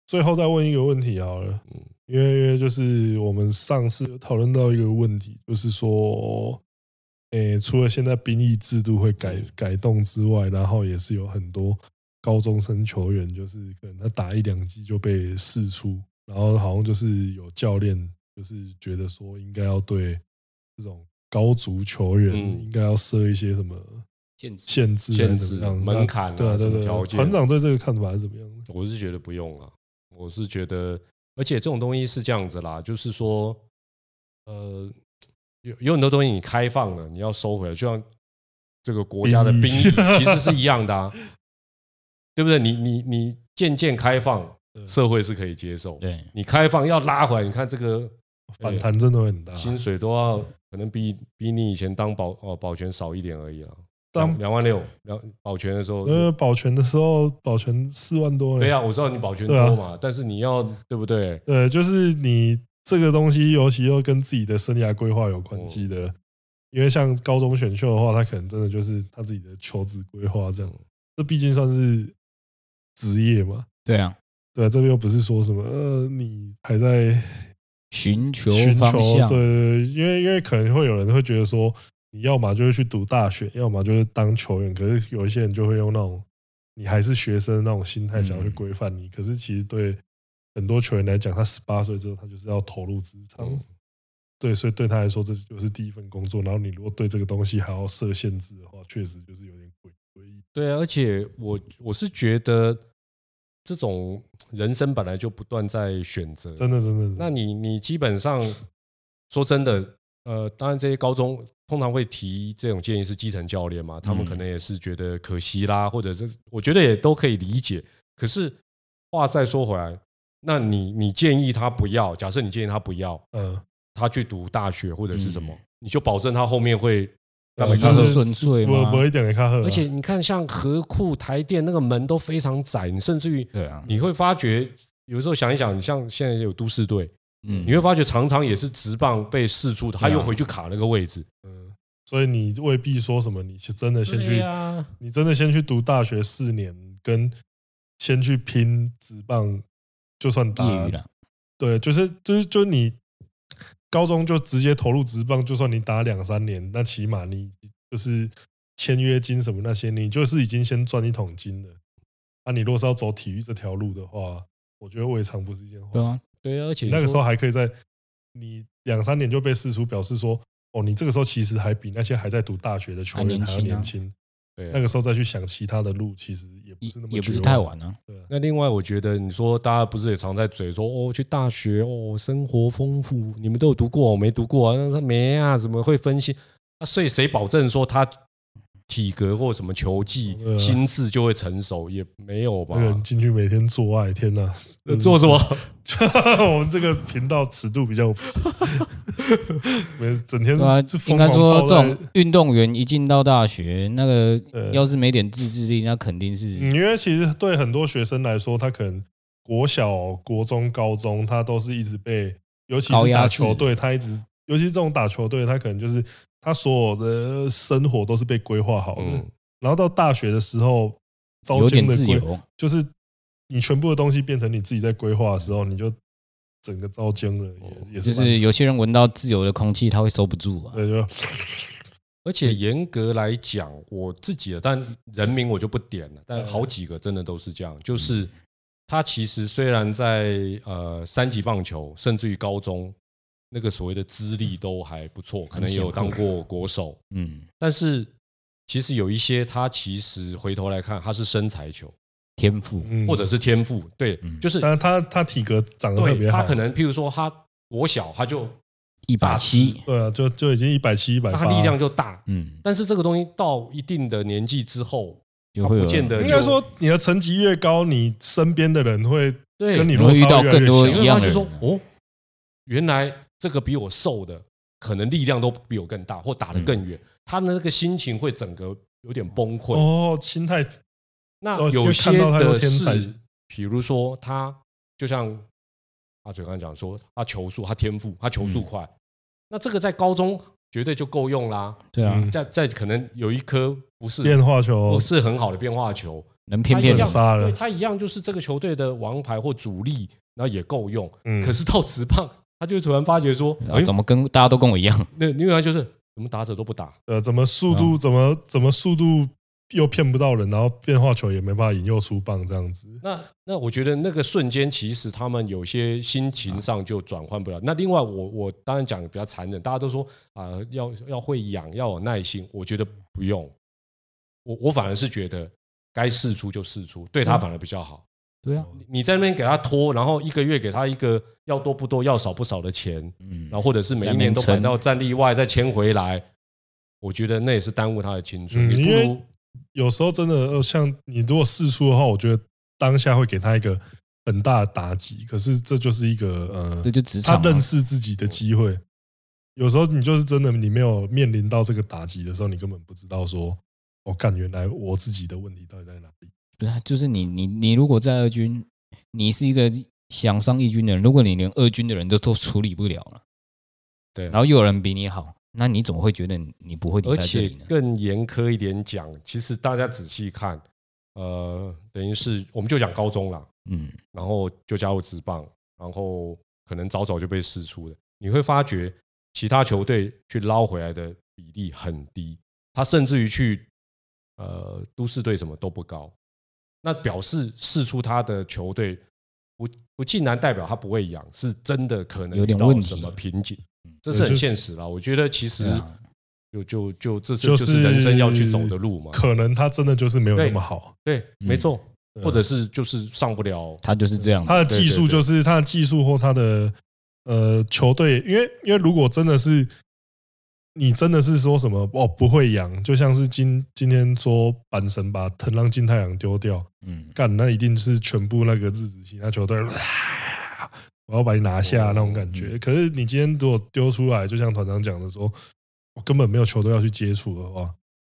Speaker 1: 最后再问一个问题好了，因为因为就是我们上次有讨论到一个问题，就是说，诶、除了现在兵役制度会改改动之外，然后也是有很多高中生球员，就是可能他打一两季就被释出，然后好像就是有教练就是觉得说应该要对这种高足球员
Speaker 5: 嗯
Speaker 1: 应该要设一些什么。
Speaker 2: 限制
Speaker 1: 限制还是怎么样
Speaker 5: 限制
Speaker 1: 那
Speaker 5: 门槛啊
Speaker 1: 对啊，
Speaker 5: 什
Speaker 1: 对
Speaker 5: 么
Speaker 1: 对对
Speaker 5: 条件
Speaker 1: 团长对这个看法是怎么样的？
Speaker 5: 我是觉得不用了，我是觉得，而且这种东西是这样子啦，就是说，呃，有有很多东西你开放了，你要收回来，就像这个国家的兵
Speaker 1: 兵役
Speaker 5: 役其实是一样的啊， 对不对？你你你渐渐开放，社会是可以接受，
Speaker 2: 对，
Speaker 5: 你开放要拉回来，你看这个哎
Speaker 1: 反弹真的会很大。
Speaker 5: 薪水都要可能比比你以前当保哦保全少一点而已啦，啊
Speaker 1: 当
Speaker 5: 两两万六两保全的时候，
Speaker 1: 呃，保全的时候，保全四万多呢。
Speaker 5: 对啊，我知道你保全
Speaker 1: 对啊
Speaker 5: 多嘛，但是你要对不对？
Speaker 1: 呃，就是你这个东西，尤其又跟自己的生涯规划有关
Speaker 5: 哦
Speaker 1: 系的。因为像高中选秀的话，他可能真的就是他自己的求职规划这样。
Speaker 5: 嗯
Speaker 1: 这毕竟算是职业嘛，
Speaker 2: 对啊，
Speaker 1: 对啊，这边又不是说什么呃，你还在
Speaker 2: 寻求
Speaker 1: 寻
Speaker 2: 方
Speaker 1: 求
Speaker 2: 向，
Speaker 1: 对对对，因为因为可能会有人会觉得说，你要么就是去读大学，要么就是当球员。可是有一些人就会用那种你还是学生的那种心态，想要去
Speaker 2: 嗯
Speaker 1: 规范你。可是其实对很多球员来讲，他十八岁之后，他就是要投入职场。
Speaker 2: 嗯
Speaker 1: 对，所以对他来说，这就是第一份工作。然后你如果对这个东西还要设限制的话，确实就是有点诡异。
Speaker 5: 对啊，而且我我是觉得这种人生本来就不断在选择，
Speaker 1: 真的，真的，真的
Speaker 5: 那你你基本上说真的，呃，当然这些高中通常会提这种建议是基层教练嘛，他们可能也是觉得可惜啦，或者是我觉得也都可以理解。可是话再说回来，那你你建议他不要，假设你建议他不要，
Speaker 1: 嗯，
Speaker 5: 他去读大学或者是什么，你就保证他后面会。
Speaker 1: 那
Speaker 5: 么
Speaker 2: 就是顺遂
Speaker 1: 我
Speaker 2: 吗
Speaker 1: 我一点给他喝，
Speaker 5: 而且你看，像河库台电那个门都非常窄，你甚至于
Speaker 2: 对啊，
Speaker 6: 嗯
Speaker 5: 你会发觉，有时候想一想，你像现在有都市队，
Speaker 2: 嗯
Speaker 5: 你会发觉常常也是直棒被试出的，他又回去卡那个位置。
Speaker 1: 嗯，所以你未必说什么，你是真的先去
Speaker 5: 对啊，
Speaker 1: 你真的先去读大学四年，跟先去拼职棒，就算打
Speaker 6: 业余啦，
Speaker 1: 对，就是就是就是你高中就直接投入职棒，就算你打两三年，那起码你就是签约金什么那些，你就是已经先赚一桶金了。啊，你若是要走体育这条路的话，我觉得未尝不是一件坏
Speaker 6: 对啊，
Speaker 5: 对啊，而且
Speaker 1: 你那个时候
Speaker 5: 还
Speaker 1: 还可以在你两三年就被世俗表示说，哦，你这个时候其实还比那些还在读大学的球员
Speaker 6: 还年
Speaker 1: 还要
Speaker 6: 轻啊
Speaker 1: 年轻。
Speaker 5: 对啊
Speaker 1: 那个时候再去想其他的路，其实也不
Speaker 6: 也
Speaker 1: 是那么
Speaker 6: 也不是
Speaker 1: 绝
Speaker 6: 太晚啊。
Speaker 1: 对啊
Speaker 5: 那另外，我觉得你说大家不是也常在嘴说哦，去大学哦，生活丰富，你们都有读过，我没读过啊，那他没啊，怎么会分析？啊，所以谁保证说他体格或什么球技、
Speaker 1: 对啊
Speaker 5: 心智就会成熟？也没有吧
Speaker 1: 那？个人进去每天做爱，天哪！
Speaker 5: 啊呃做什么？
Speaker 1: 我们这个频道尺度比较不行，没整天
Speaker 2: 对啊
Speaker 1: 就，疯
Speaker 2: 应该
Speaker 1: 狂
Speaker 2: 说
Speaker 1: 泡
Speaker 2: 这
Speaker 1: 在
Speaker 2: 种运动员一进到大学，那个
Speaker 1: 呃
Speaker 2: 要是没点自制力，那肯定是
Speaker 1: 嗯因为其实对很多学生来说，他可能国小、国中、高中，他都是一直被，尤其
Speaker 2: 高
Speaker 1: 是
Speaker 2: 压
Speaker 1: 打
Speaker 2: 式
Speaker 1: 球队，他一直，尤其是这种打球队，他可能就是他所有的生活都是被规划好的。
Speaker 5: 嗯
Speaker 1: 然后到大学的时候，遭
Speaker 6: 有
Speaker 1: 奸
Speaker 6: 点
Speaker 1: 的
Speaker 6: 自
Speaker 1: 规，
Speaker 6: 由，
Speaker 1: 就是你全部的东西变成你自己在规划的时候，你就整个遭奸了，
Speaker 5: 哦
Speaker 1: 也也
Speaker 2: 就是
Speaker 1: 蛮
Speaker 2: 是有些人闻到自由的空气，他会收不住啊。
Speaker 1: 对， 就
Speaker 5: 而
Speaker 1: 嗯
Speaker 5: 且严格来讲，我自己的，但人名我就不点了，
Speaker 1: 嗯
Speaker 5: 但好几个真的都是这样，就是他其实虽然在呃三级棒球，甚至于高中那个所谓的资历都还不错，可能也有当过国手，
Speaker 6: 嗯，
Speaker 5: 但是其实有一些他其实回头来看，他是身材球
Speaker 6: 天赋，
Speaker 1: 嗯
Speaker 5: 或者是天赋，对，
Speaker 6: 嗯
Speaker 5: 就是
Speaker 1: 但是他他体格长得特
Speaker 5: 对
Speaker 1: 别
Speaker 5: 他
Speaker 1: 好，
Speaker 5: 可能譬如说他国小他就
Speaker 6: 一百
Speaker 5: 炸
Speaker 6: 七，
Speaker 1: 对啊，就就已经一百七、一百
Speaker 5: 那
Speaker 1: 八，
Speaker 5: 他力量就大，
Speaker 6: 嗯，
Speaker 5: 但是这个东西到一定的年纪之后，
Speaker 6: 就会有
Speaker 5: 不见得
Speaker 1: 应
Speaker 5: 就
Speaker 1: 该说，你的层级越高，你身边的人会
Speaker 5: 对
Speaker 1: 跟
Speaker 6: 你
Speaker 1: 你
Speaker 6: 会
Speaker 1: 落差
Speaker 6: 遇到
Speaker 1: 越来
Speaker 6: 更
Speaker 1: 越
Speaker 6: 多
Speaker 1: 小
Speaker 5: 因
Speaker 6: 一
Speaker 5: 为
Speaker 6: 样
Speaker 5: 他
Speaker 6: 的
Speaker 5: 就
Speaker 6: 人
Speaker 5: 说
Speaker 6: 啊
Speaker 5: 哦，原来这个比我瘦的，可能力量都比我更大，或打得更远，他的那个心情会整个有点崩溃。
Speaker 1: 嗯哦，心态
Speaker 5: 那
Speaker 1: 哦
Speaker 5: 有些
Speaker 1: 又看到他又
Speaker 5: 的
Speaker 1: 天才
Speaker 5: 是，比如说他就像阿嘴刚才讲说，他球速，他天赋，他球速快，
Speaker 1: 嗯
Speaker 5: 那这个在高中绝对就够用啦。
Speaker 6: 对啊，
Speaker 1: 嗯
Speaker 5: 在在可能有一颗不是
Speaker 1: 变化球
Speaker 5: 不，是很好的变化球，
Speaker 6: 能骗骗
Speaker 5: 他
Speaker 6: 你
Speaker 1: 很，
Speaker 5: 一样
Speaker 1: 杀了
Speaker 5: 对他一样就是这个球队的王牌或主力，然后也够用。
Speaker 1: 嗯
Speaker 5: 可是到直棒，他就突然发觉说，
Speaker 6: 然
Speaker 5: 哎
Speaker 6: 后，怎么跟大家都跟我一样？
Speaker 5: 那另外就是怎么打者都不打，
Speaker 1: 呃，怎么速
Speaker 6: 嗯
Speaker 1: 度，怎么怎么速度又骗不到人，然后变化球也没办法引诱出棒这样子。
Speaker 5: 那那我觉得那个瞬间，其实他们有些心情上就转换不了。那另外我，我当然讲比较残忍，大家都说啊、要要会养，要有耐心。我觉得不用，我我反而是觉得该试出就试出，对他反而比较好。
Speaker 6: 对啊，
Speaker 5: 你你在那边给他拖，然后一个月给他一个要多不多，要少不少的钱，
Speaker 6: 嗯，
Speaker 5: 然后或者是每一年都摆到战力外再签回来，我觉得那也是耽误他的青春。
Speaker 1: 嗯
Speaker 5: 你不
Speaker 1: 因为
Speaker 5: 如
Speaker 1: 有时候真的，呃像你如果试出的话，我觉得当下会给他一个很大的打击。可是这就是一个呃，
Speaker 6: 这就职
Speaker 1: 他
Speaker 6: 场嘛
Speaker 1: 认识自己的机会。有时候你就是真的，你没有面临到这个打击的时候，你根本不知道说，我、哦、干，原来我自己的问题到底在哪里。
Speaker 6: 不是啊，就是你你你如果在二军，你是一个想上一军的人，如果你连二军的人都都处理不了了，
Speaker 5: 对
Speaker 6: 然后又有人比你好，那你怎么会觉得你你不会
Speaker 5: 而
Speaker 6: 留在这
Speaker 5: 且
Speaker 6: 里呢？
Speaker 5: 更严苛一点讲，其实大家仔细看，呃，等于是我们就讲高中啦，
Speaker 6: 嗯，
Speaker 5: 然后就加入职棒，然后可能早早就被释出的，你会发觉其他球队去捞回来的比例很低，他甚至于去呃都市队什么都不高，那表示释出他的球队不不竟然代表他不会养，是真的可能
Speaker 6: 有点
Speaker 5: 遇到
Speaker 6: 问题嗯
Speaker 5: 什么瓶颈，这是很现实啦。我觉得其实
Speaker 6: 对啊
Speaker 5: 就就就这是
Speaker 1: 就
Speaker 5: 就是是人生要去走的路嘛，
Speaker 1: 可能他真的就是没有那么好，
Speaker 5: 对，没错，
Speaker 1: 对啊
Speaker 5: 或者是就是上不了。
Speaker 6: 嗯他就是这样，
Speaker 1: 他的技术
Speaker 5: 对对对
Speaker 1: 就是他的技术或他的呃球队，因为因为如果真的是你真的是说什么哦不会养，就像是今今天说阪神把藤浪金太阳丢掉，
Speaker 6: 嗯，
Speaker 1: 干那一定是全部那个日子其他 球队。哇我要把你拿下那种感
Speaker 6: 哦嗯
Speaker 1: 觉，可是你今天如果丢出来，就像团长讲的说，我根本没有球队要去接触的话，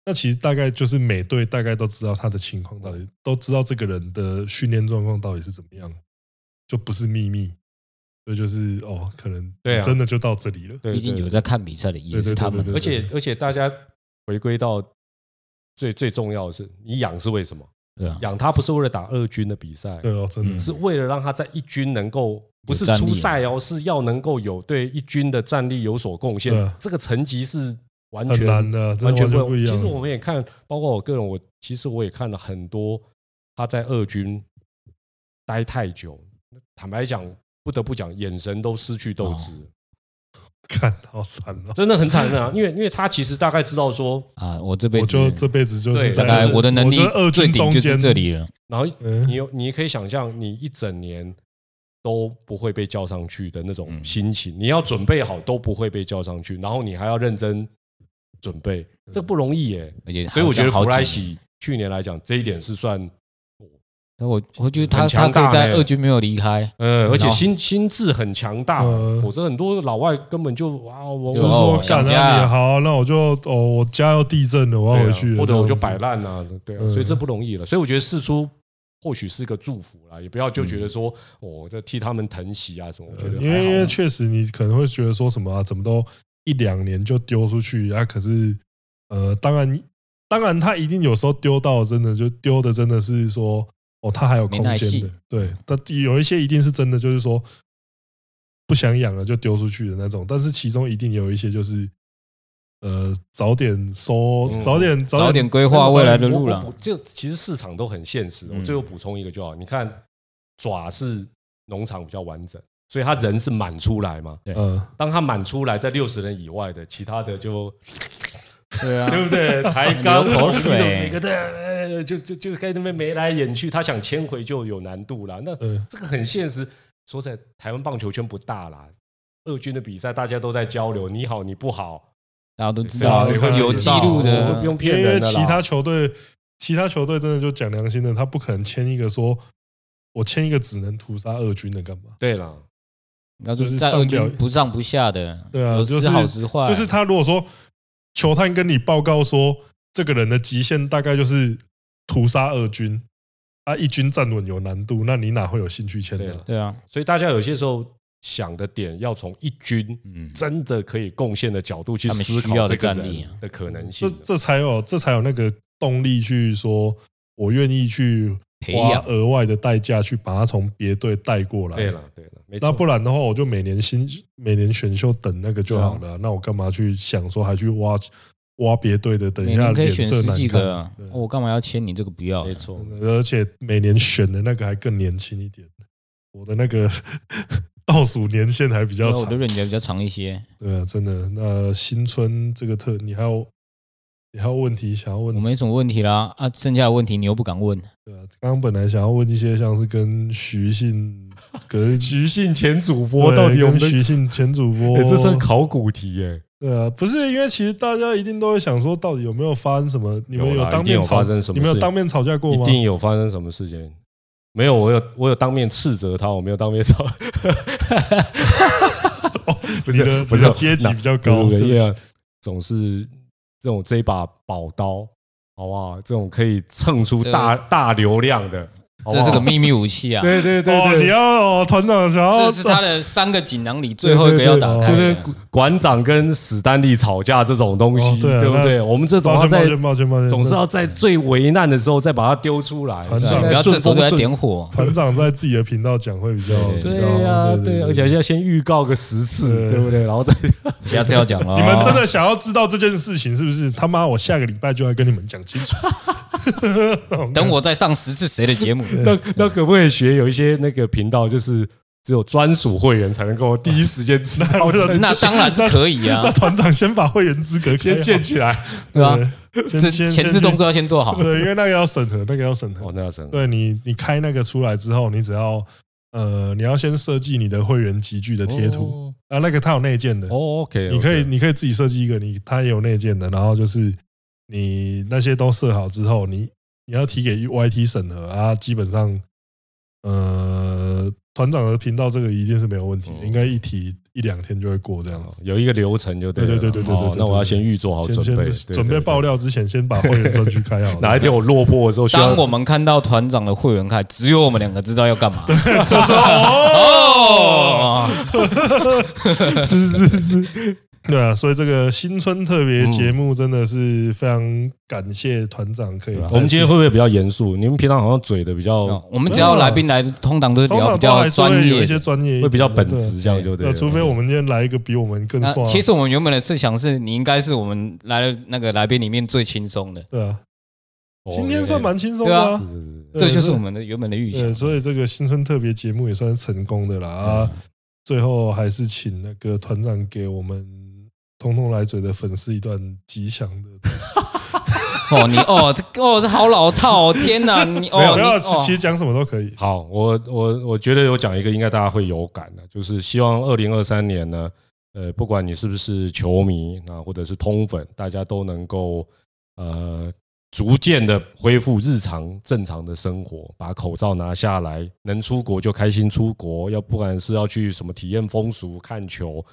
Speaker 1: 那其实大概就是每队大概都知道他的情况到底，都知道这个人的训练状况到底是怎么样，就不是秘密。所以就是哦，可能
Speaker 5: 对啊
Speaker 1: 真的就到这里了。
Speaker 5: 对
Speaker 6: 毕竟
Speaker 5: 对
Speaker 6: 有在看比赛的也是他们
Speaker 1: 对对对对对
Speaker 6: 啊，
Speaker 5: 而且而且大家回归到最最重要的是，你养是为什么？
Speaker 6: 对啊，
Speaker 5: 养他不是为了打二军的比赛，
Speaker 1: 对哦，真的
Speaker 6: 嗯
Speaker 5: 是为了让他在一军能够不是
Speaker 1: 啊
Speaker 6: 战力
Speaker 5: 出赛哦，是要能够有对一军的战力有所贡献
Speaker 1: 对啊。
Speaker 5: 这个层级是完
Speaker 1: 很
Speaker 5: 全
Speaker 1: 难的，啊真的
Speaker 5: 完全
Speaker 1: 不一样。
Speaker 5: 其实我们也看，包括我个人，我其实我也看了很多他在二军待太久，坦白讲，不得不讲，眼神都失去斗志，
Speaker 1: 啊看好惨哦，
Speaker 5: 真的很惨啊！因为因为他其实大概知道说，
Speaker 6: 啊，我这辈
Speaker 1: 我
Speaker 6: 子
Speaker 1: 就这辈子就是
Speaker 5: 对
Speaker 6: 大
Speaker 1: 在
Speaker 6: 概我的能力
Speaker 1: 觉得二
Speaker 6: 最
Speaker 1: 军
Speaker 6: 顶
Speaker 1: 中
Speaker 6: 就是
Speaker 1: 间
Speaker 6: 这。里了，
Speaker 5: 然后
Speaker 1: 嗯
Speaker 5: 你有你可以想象，你一整年都不会被叫上去的那
Speaker 1: 嗯
Speaker 5: 种心情，你要准备好都不会被叫上去，然后你还要认真准备，
Speaker 1: 嗯
Speaker 5: 这不容易耶。
Speaker 6: 而且
Speaker 5: 所以我觉得
Speaker 6: 好
Speaker 5: 弗
Speaker 6: 几
Speaker 5: 莱
Speaker 6: 年
Speaker 5: 喜去年来讲，这一点是算。
Speaker 6: 但我我觉得他他
Speaker 5: 很强
Speaker 6: 可以
Speaker 5: 大
Speaker 6: 在
Speaker 5: 呢
Speaker 6: 二军没有离开，
Speaker 5: 呃，而且
Speaker 6: 然后
Speaker 5: 心心智很强大，
Speaker 1: 嗯
Speaker 5: 否则很多老外根本就哇，我
Speaker 1: 就是
Speaker 5: 我
Speaker 1: 说，
Speaker 6: 哦想
Speaker 1: 干
Speaker 6: 家
Speaker 1: 那
Speaker 6: 啊
Speaker 1: 你好，那我就哦，我家要地震了，我要回去了，
Speaker 5: 啊或
Speaker 1: 这
Speaker 5: 者
Speaker 1: 样
Speaker 5: 我就
Speaker 1: 子
Speaker 5: 摆烂啊，对啊，
Speaker 1: 嗯
Speaker 5: 所以这不容易了。所以我觉得试出或许是个祝福啦，也不要就觉得说我在替他们疼惜啊什么，我觉得
Speaker 1: 嗯因为因
Speaker 5: 还
Speaker 1: 为
Speaker 5: 好。
Speaker 1: 确实你可能会觉得说什么啊，怎么都一两年就丢出去啊，可是呃，当然当然他一定有时候丢到真的就丢的真的是说哦，他还有空
Speaker 6: 没耐
Speaker 1: 间
Speaker 6: 性
Speaker 1: 的，对，但有一些一定是真的就是说不想养了就丢出去的那种，但是其中一定有一些就是。呃，早点收，
Speaker 5: 嗯
Speaker 1: 早点
Speaker 6: 早点规划未来的路嗯
Speaker 5: 我
Speaker 6: 了
Speaker 5: 我。这其实市场都很现实。我最后补充一个就好，你看爪是农场比较完整，所以他人是满出来嘛。
Speaker 1: 嗯，
Speaker 5: 当他满出来在六十人以外的，其他的就
Speaker 6: 对啊
Speaker 5: 对不对？抬高
Speaker 6: 流口水
Speaker 5: 每个的呃就就就该那边眉来眼去，他想迁回就有难度啦。那
Speaker 6: 嗯
Speaker 1: 对
Speaker 5: 这个很现实，说在台湾棒球圈不大啦。二军的比赛，大家都在交流，你好，你不好，
Speaker 6: 大家都知
Speaker 5: 谁
Speaker 6: 道
Speaker 5: 谁会
Speaker 6: 有
Speaker 5: 知
Speaker 6: 记
Speaker 5: 道
Speaker 6: 录
Speaker 5: 我都
Speaker 6: 的
Speaker 5: 不，用
Speaker 1: 因
Speaker 5: 骗
Speaker 1: 为
Speaker 5: 人的啦。
Speaker 1: 其他球队，其他球队真的就讲良心的，他不可能签一个说，我签一个只能屠杀二军的干嘛？
Speaker 5: 对了，
Speaker 6: 那就
Speaker 1: 就是是
Speaker 6: 在
Speaker 1: 上
Speaker 6: 二
Speaker 1: 表
Speaker 6: 军不上不下的，
Speaker 1: 对啊
Speaker 6: 有
Speaker 1: 就
Speaker 6: 时
Speaker 1: 是
Speaker 6: 好时坏，
Speaker 1: 就是他如果说球探跟你报告说，这个人的极限大概就是屠杀二军，他一军站稳有难度，那你哪会有兴趣签
Speaker 5: 对
Speaker 1: 的
Speaker 5: 了？，
Speaker 6: 对啊，
Speaker 5: 所以大家有些时候想的点要从一军
Speaker 6: 嗯，
Speaker 5: 真的可以贡献的角度去
Speaker 6: 他们
Speaker 5: 思
Speaker 6: 需要
Speaker 5: 考
Speaker 6: 的
Speaker 5: 这个
Speaker 6: 战力
Speaker 5: 人
Speaker 6: 啊
Speaker 5: 的可能性
Speaker 1: 这。这才有这才有那个动力去说，我愿意去
Speaker 6: 培
Speaker 1: 花
Speaker 6: 养
Speaker 1: 额外的代价去把他从别队带过来。
Speaker 5: 对了，对了，没
Speaker 1: 那
Speaker 5: 错。
Speaker 1: 不然的话，我就每年新每年选秀等那个就好了啊、那我干嘛去想说还去挖挖别队的？等
Speaker 6: 每
Speaker 1: 一下
Speaker 6: 年可以
Speaker 1: 脸
Speaker 6: 选
Speaker 1: 色
Speaker 6: 十
Speaker 1: 难
Speaker 6: 几
Speaker 1: 看。
Speaker 6: 个啊，哦我干嘛要签你这个不要啊
Speaker 5: 没
Speaker 6: 的？
Speaker 5: 错，
Speaker 1: 而且每年选的那个还更年轻一点，我的那个 倒数年限还比
Speaker 6: 因
Speaker 1: 较
Speaker 6: 为我的
Speaker 1: 长。
Speaker 6: 认知比较长一些，
Speaker 1: 对啊，真的。那新春这个特，你还有你还有问题想要问
Speaker 6: 我？没什么问题啦啊，剩下的问题你又不敢问，
Speaker 1: 对啊，刚刚本来想要问一些像是跟徐信，跟
Speaker 5: 徐信前主
Speaker 1: 我
Speaker 5: 播到底有没有？
Speaker 1: 徐信前主播？
Speaker 5: 哎这算考古题耶！
Speaker 1: 对啊，不是因为其实大家一定都会想说，到底有没有发生什么？你们
Speaker 5: 有啦
Speaker 1: 当
Speaker 5: 一定
Speaker 1: 面
Speaker 5: 有
Speaker 1: 吵
Speaker 5: 发生什么
Speaker 1: 你们有
Speaker 5: 事
Speaker 1: 当面吵架过
Speaker 5: 一
Speaker 1: 吗？
Speaker 5: 定有发生什么事情？没有，我有我有当面斥责他，我没有当面吵。 不
Speaker 1: 你的
Speaker 5: 是不
Speaker 1: 你
Speaker 5: 是
Speaker 1: 的阶级比较高
Speaker 5: 对不
Speaker 1: 对
Speaker 5: 对
Speaker 1: 不起
Speaker 5: 因为总是这种这一把宝刀，好不好？这种可以蹭出大大流量的，好不
Speaker 6: 这
Speaker 5: 好
Speaker 6: 是个秘密武器啊，
Speaker 5: 对对对
Speaker 1: 哦，你
Speaker 5: 对，
Speaker 1: 要哦，团长想要
Speaker 6: 这是他的三个锦囊里最后一个要打
Speaker 1: 哦对哦
Speaker 6: 开
Speaker 5: 就是
Speaker 6: 的，
Speaker 5: 馆长跟史丹利吵架这种东
Speaker 1: 哦
Speaker 5: 西，
Speaker 1: 对啊
Speaker 5: 对不
Speaker 1: 那
Speaker 5: 对？我们这种
Speaker 1: 抱
Speaker 5: 要
Speaker 1: 歉
Speaker 5: 在
Speaker 1: 抱歉抱歉抱歉，
Speaker 5: 总是要在最危难的时候再把它丢出来，
Speaker 1: 团
Speaker 6: 对
Speaker 1: 长
Speaker 6: 啊不要
Speaker 5: 顺
Speaker 6: 这时候就
Speaker 5: 风
Speaker 6: 在
Speaker 5: 顺
Speaker 6: 点 火，
Speaker 1: 团长在自己的频道讲会比较
Speaker 6: 对
Speaker 1: 比较
Speaker 5: 对呀、对
Speaker 1: 对
Speaker 5: 啊，而且要先预告个十次，
Speaker 1: 对
Speaker 5: 对不对？然 后再
Speaker 6: 下次要讲了，哦
Speaker 1: 你们真的想要知道这件事情是不是？他妈，我下个礼拜就要跟你们讲清 楚。
Speaker 6: 等我再上十次谁的节 目，
Speaker 5: 那那可不可以学有一些那个频道，就是只有专属会员才能够第一时间知 道
Speaker 1: 那
Speaker 5: 这
Speaker 6: 那当然是可以
Speaker 1: 那
Speaker 6: 啊，
Speaker 1: 团长先把会员资格开
Speaker 5: 先啊
Speaker 1: 好
Speaker 5: 建起来。
Speaker 6: 对吧？
Speaker 1: 对
Speaker 6: 这
Speaker 1: 先先
Speaker 6: 前置
Speaker 1: 先
Speaker 6: 动作要先做好，
Speaker 1: 对，因为那个要审核，那个要审核
Speaker 5: 哦，。那要神，
Speaker 1: 对你，你开那个出来之后，你只要呃，你要先设计你的会员集聚的贴图、啊，那个它有内建的，
Speaker 5: 哦，OK，
Speaker 1: 你可以你可以自己设计一个，你它也有内建的，然后就是你那些都设好之后，你你要提给 YT 审核啊，基本上呃，团长的频道这个一定是没有问题的，
Speaker 5: 嗯
Speaker 1: 应该一提一两天就会过这样子。
Speaker 5: 有一个流程就了
Speaker 1: 对对对对对对
Speaker 5: 哦
Speaker 1: 对
Speaker 5: 那我要先预做好
Speaker 1: 先
Speaker 5: 准
Speaker 1: 先
Speaker 5: 备，对对
Speaker 1: 准备
Speaker 5: 对
Speaker 1: 爆料之前，先把会员专区开 好。
Speaker 5: 哪一天我落魄的时候，需要
Speaker 6: 当我们看到团长的会员卡，只有我们两个知道要干 嘛。
Speaker 1: 这时候哦，
Speaker 6: 哦，
Speaker 5: 是是是，
Speaker 1: 对啊，所以这个新春特别节目真的是非常感谢团长可以
Speaker 5: 对吧
Speaker 1: 再
Speaker 2: 啊
Speaker 1: 次。
Speaker 5: 啊我们今天会不会比较严肃？你们平常好像嘴的比较
Speaker 2: 哦我们只要来宾来，通常都是
Speaker 1: 通常
Speaker 2: 聊
Speaker 1: 都
Speaker 2: 比较
Speaker 1: 还是会
Speaker 2: 专
Speaker 1: 有
Speaker 2: 业
Speaker 1: 一些
Speaker 2: 的。
Speaker 1: 专业一点的，
Speaker 5: 会比较本质，这样就对
Speaker 1: 对啊。
Speaker 5: 了。
Speaker 1: 那除非我们今天来一个比我们更
Speaker 2: 那
Speaker 1: 爽，
Speaker 2: 其实我们原本的设想是你应该是我们来的那个来宾里面最轻松的，
Speaker 1: 对啊，
Speaker 5: 哦
Speaker 1: 今天算蛮轻松的
Speaker 2: 对啊
Speaker 1: 啊，
Speaker 5: 是是是
Speaker 1: 对
Speaker 2: 这就是我们的原本的预想
Speaker 1: 对，。所以这个新春特别节目也算是成功的啦啊！
Speaker 2: 嗯
Speaker 1: 最后还是请那个团长给我们通通来嘴的粉丝一段吉祥的，
Speaker 2: 哦，你哦，这哦这好 老套哦，天哪，你
Speaker 1: 没有
Speaker 2: 哦
Speaker 1: 没
Speaker 2: 你
Speaker 1: 有，
Speaker 2: 哦
Speaker 1: 其实讲什么都可以。
Speaker 5: 好，我我我觉得有讲一个应该大家会有感的，就是希望二零二三年呢，呃，不管你是不是球迷啊，或者是通粉，大家都能够呃逐渐的恢复日常正常的生活，把口罩拿下来，能出国就开心出国，要不然是要去什么体验风俗、看球，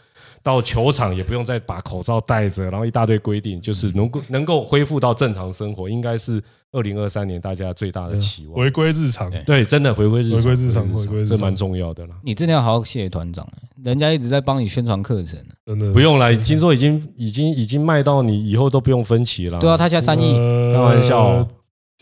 Speaker 5: 到球场也不用再把口罩戴着，然后一大堆规定，就是能够能够恢复到正常生活，应该是二零二三年大家最
Speaker 1: 嗯
Speaker 5: 大的期望。
Speaker 1: 啊回归日常，
Speaker 2: 哎
Speaker 5: 对，真的回归日常，
Speaker 1: 回归日常回归日常
Speaker 5: 这蛮重要的啦。
Speaker 2: 你真的要好好谢谢团长，人家一直在帮你宣传课程。啊
Speaker 1: 真的
Speaker 5: 不用啦，听说已经已经已经卖到你以后都不用分期
Speaker 1: 哦
Speaker 5: 啦。
Speaker 2: 对啊，他现在三亿，
Speaker 1: 呃
Speaker 5: 开玩笑哦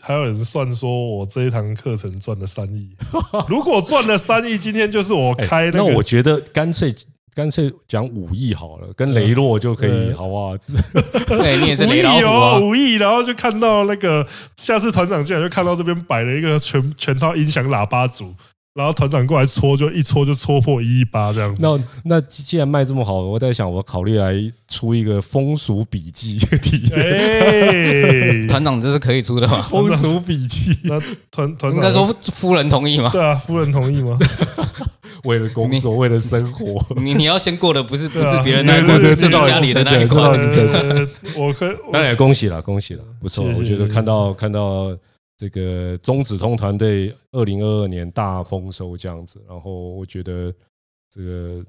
Speaker 1: 还有人算说我这一堂课程赚了三亿， 如果赚了三亿，今天就是我
Speaker 5: 哎
Speaker 1: 开
Speaker 5: 那
Speaker 1: 个
Speaker 5: 我觉得干脆干脆讲五亿好了，跟雷洛就可以，
Speaker 1: 对
Speaker 5: 好不好？
Speaker 2: 对你也是
Speaker 1: 无
Speaker 2: 雷
Speaker 1: 意
Speaker 2: 老虎啊
Speaker 1: 哦，。无意，然后就看到那个，下次团长进来就看到这边摆了一个全全套音响喇叭组，然后团长过来戳，就一戳就戳破一一八这样 子。
Speaker 5: 那那既然卖这么好，我在想，我考虑来出一个风俗笔记体 验
Speaker 1: 哎，
Speaker 2: 团长这是可以出的 吗？
Speaker 5: 风俗笔记，
Speaker 1: 那团团长
Speaker 2: 应该说夫人同意吗？
Speaker 1: 对啊，夫人同意吗？
Speaker 5: 为了工作，为了生活，
Speaker 2: 你你要先过的不是不
Speaker 1: 对啊
Speaker 2: 是别人那一关，
Speaker 1: 对对对
Speaker 2: 是你家里的那一
Speaker 5: 对对对
Speaker 2: 关
Speaker 5: 对。
Speaker 1: 呃，我可
Speaker 5: 当然也恭喜了，恭喜了，不错。
Speaker 1: 谢谢
Speaker 5: 我觉得
Speaker 1: 谢谢
Speaker 5: 看到看到这个中子通团队二零二二年大丰收这样子，然后我觉得这个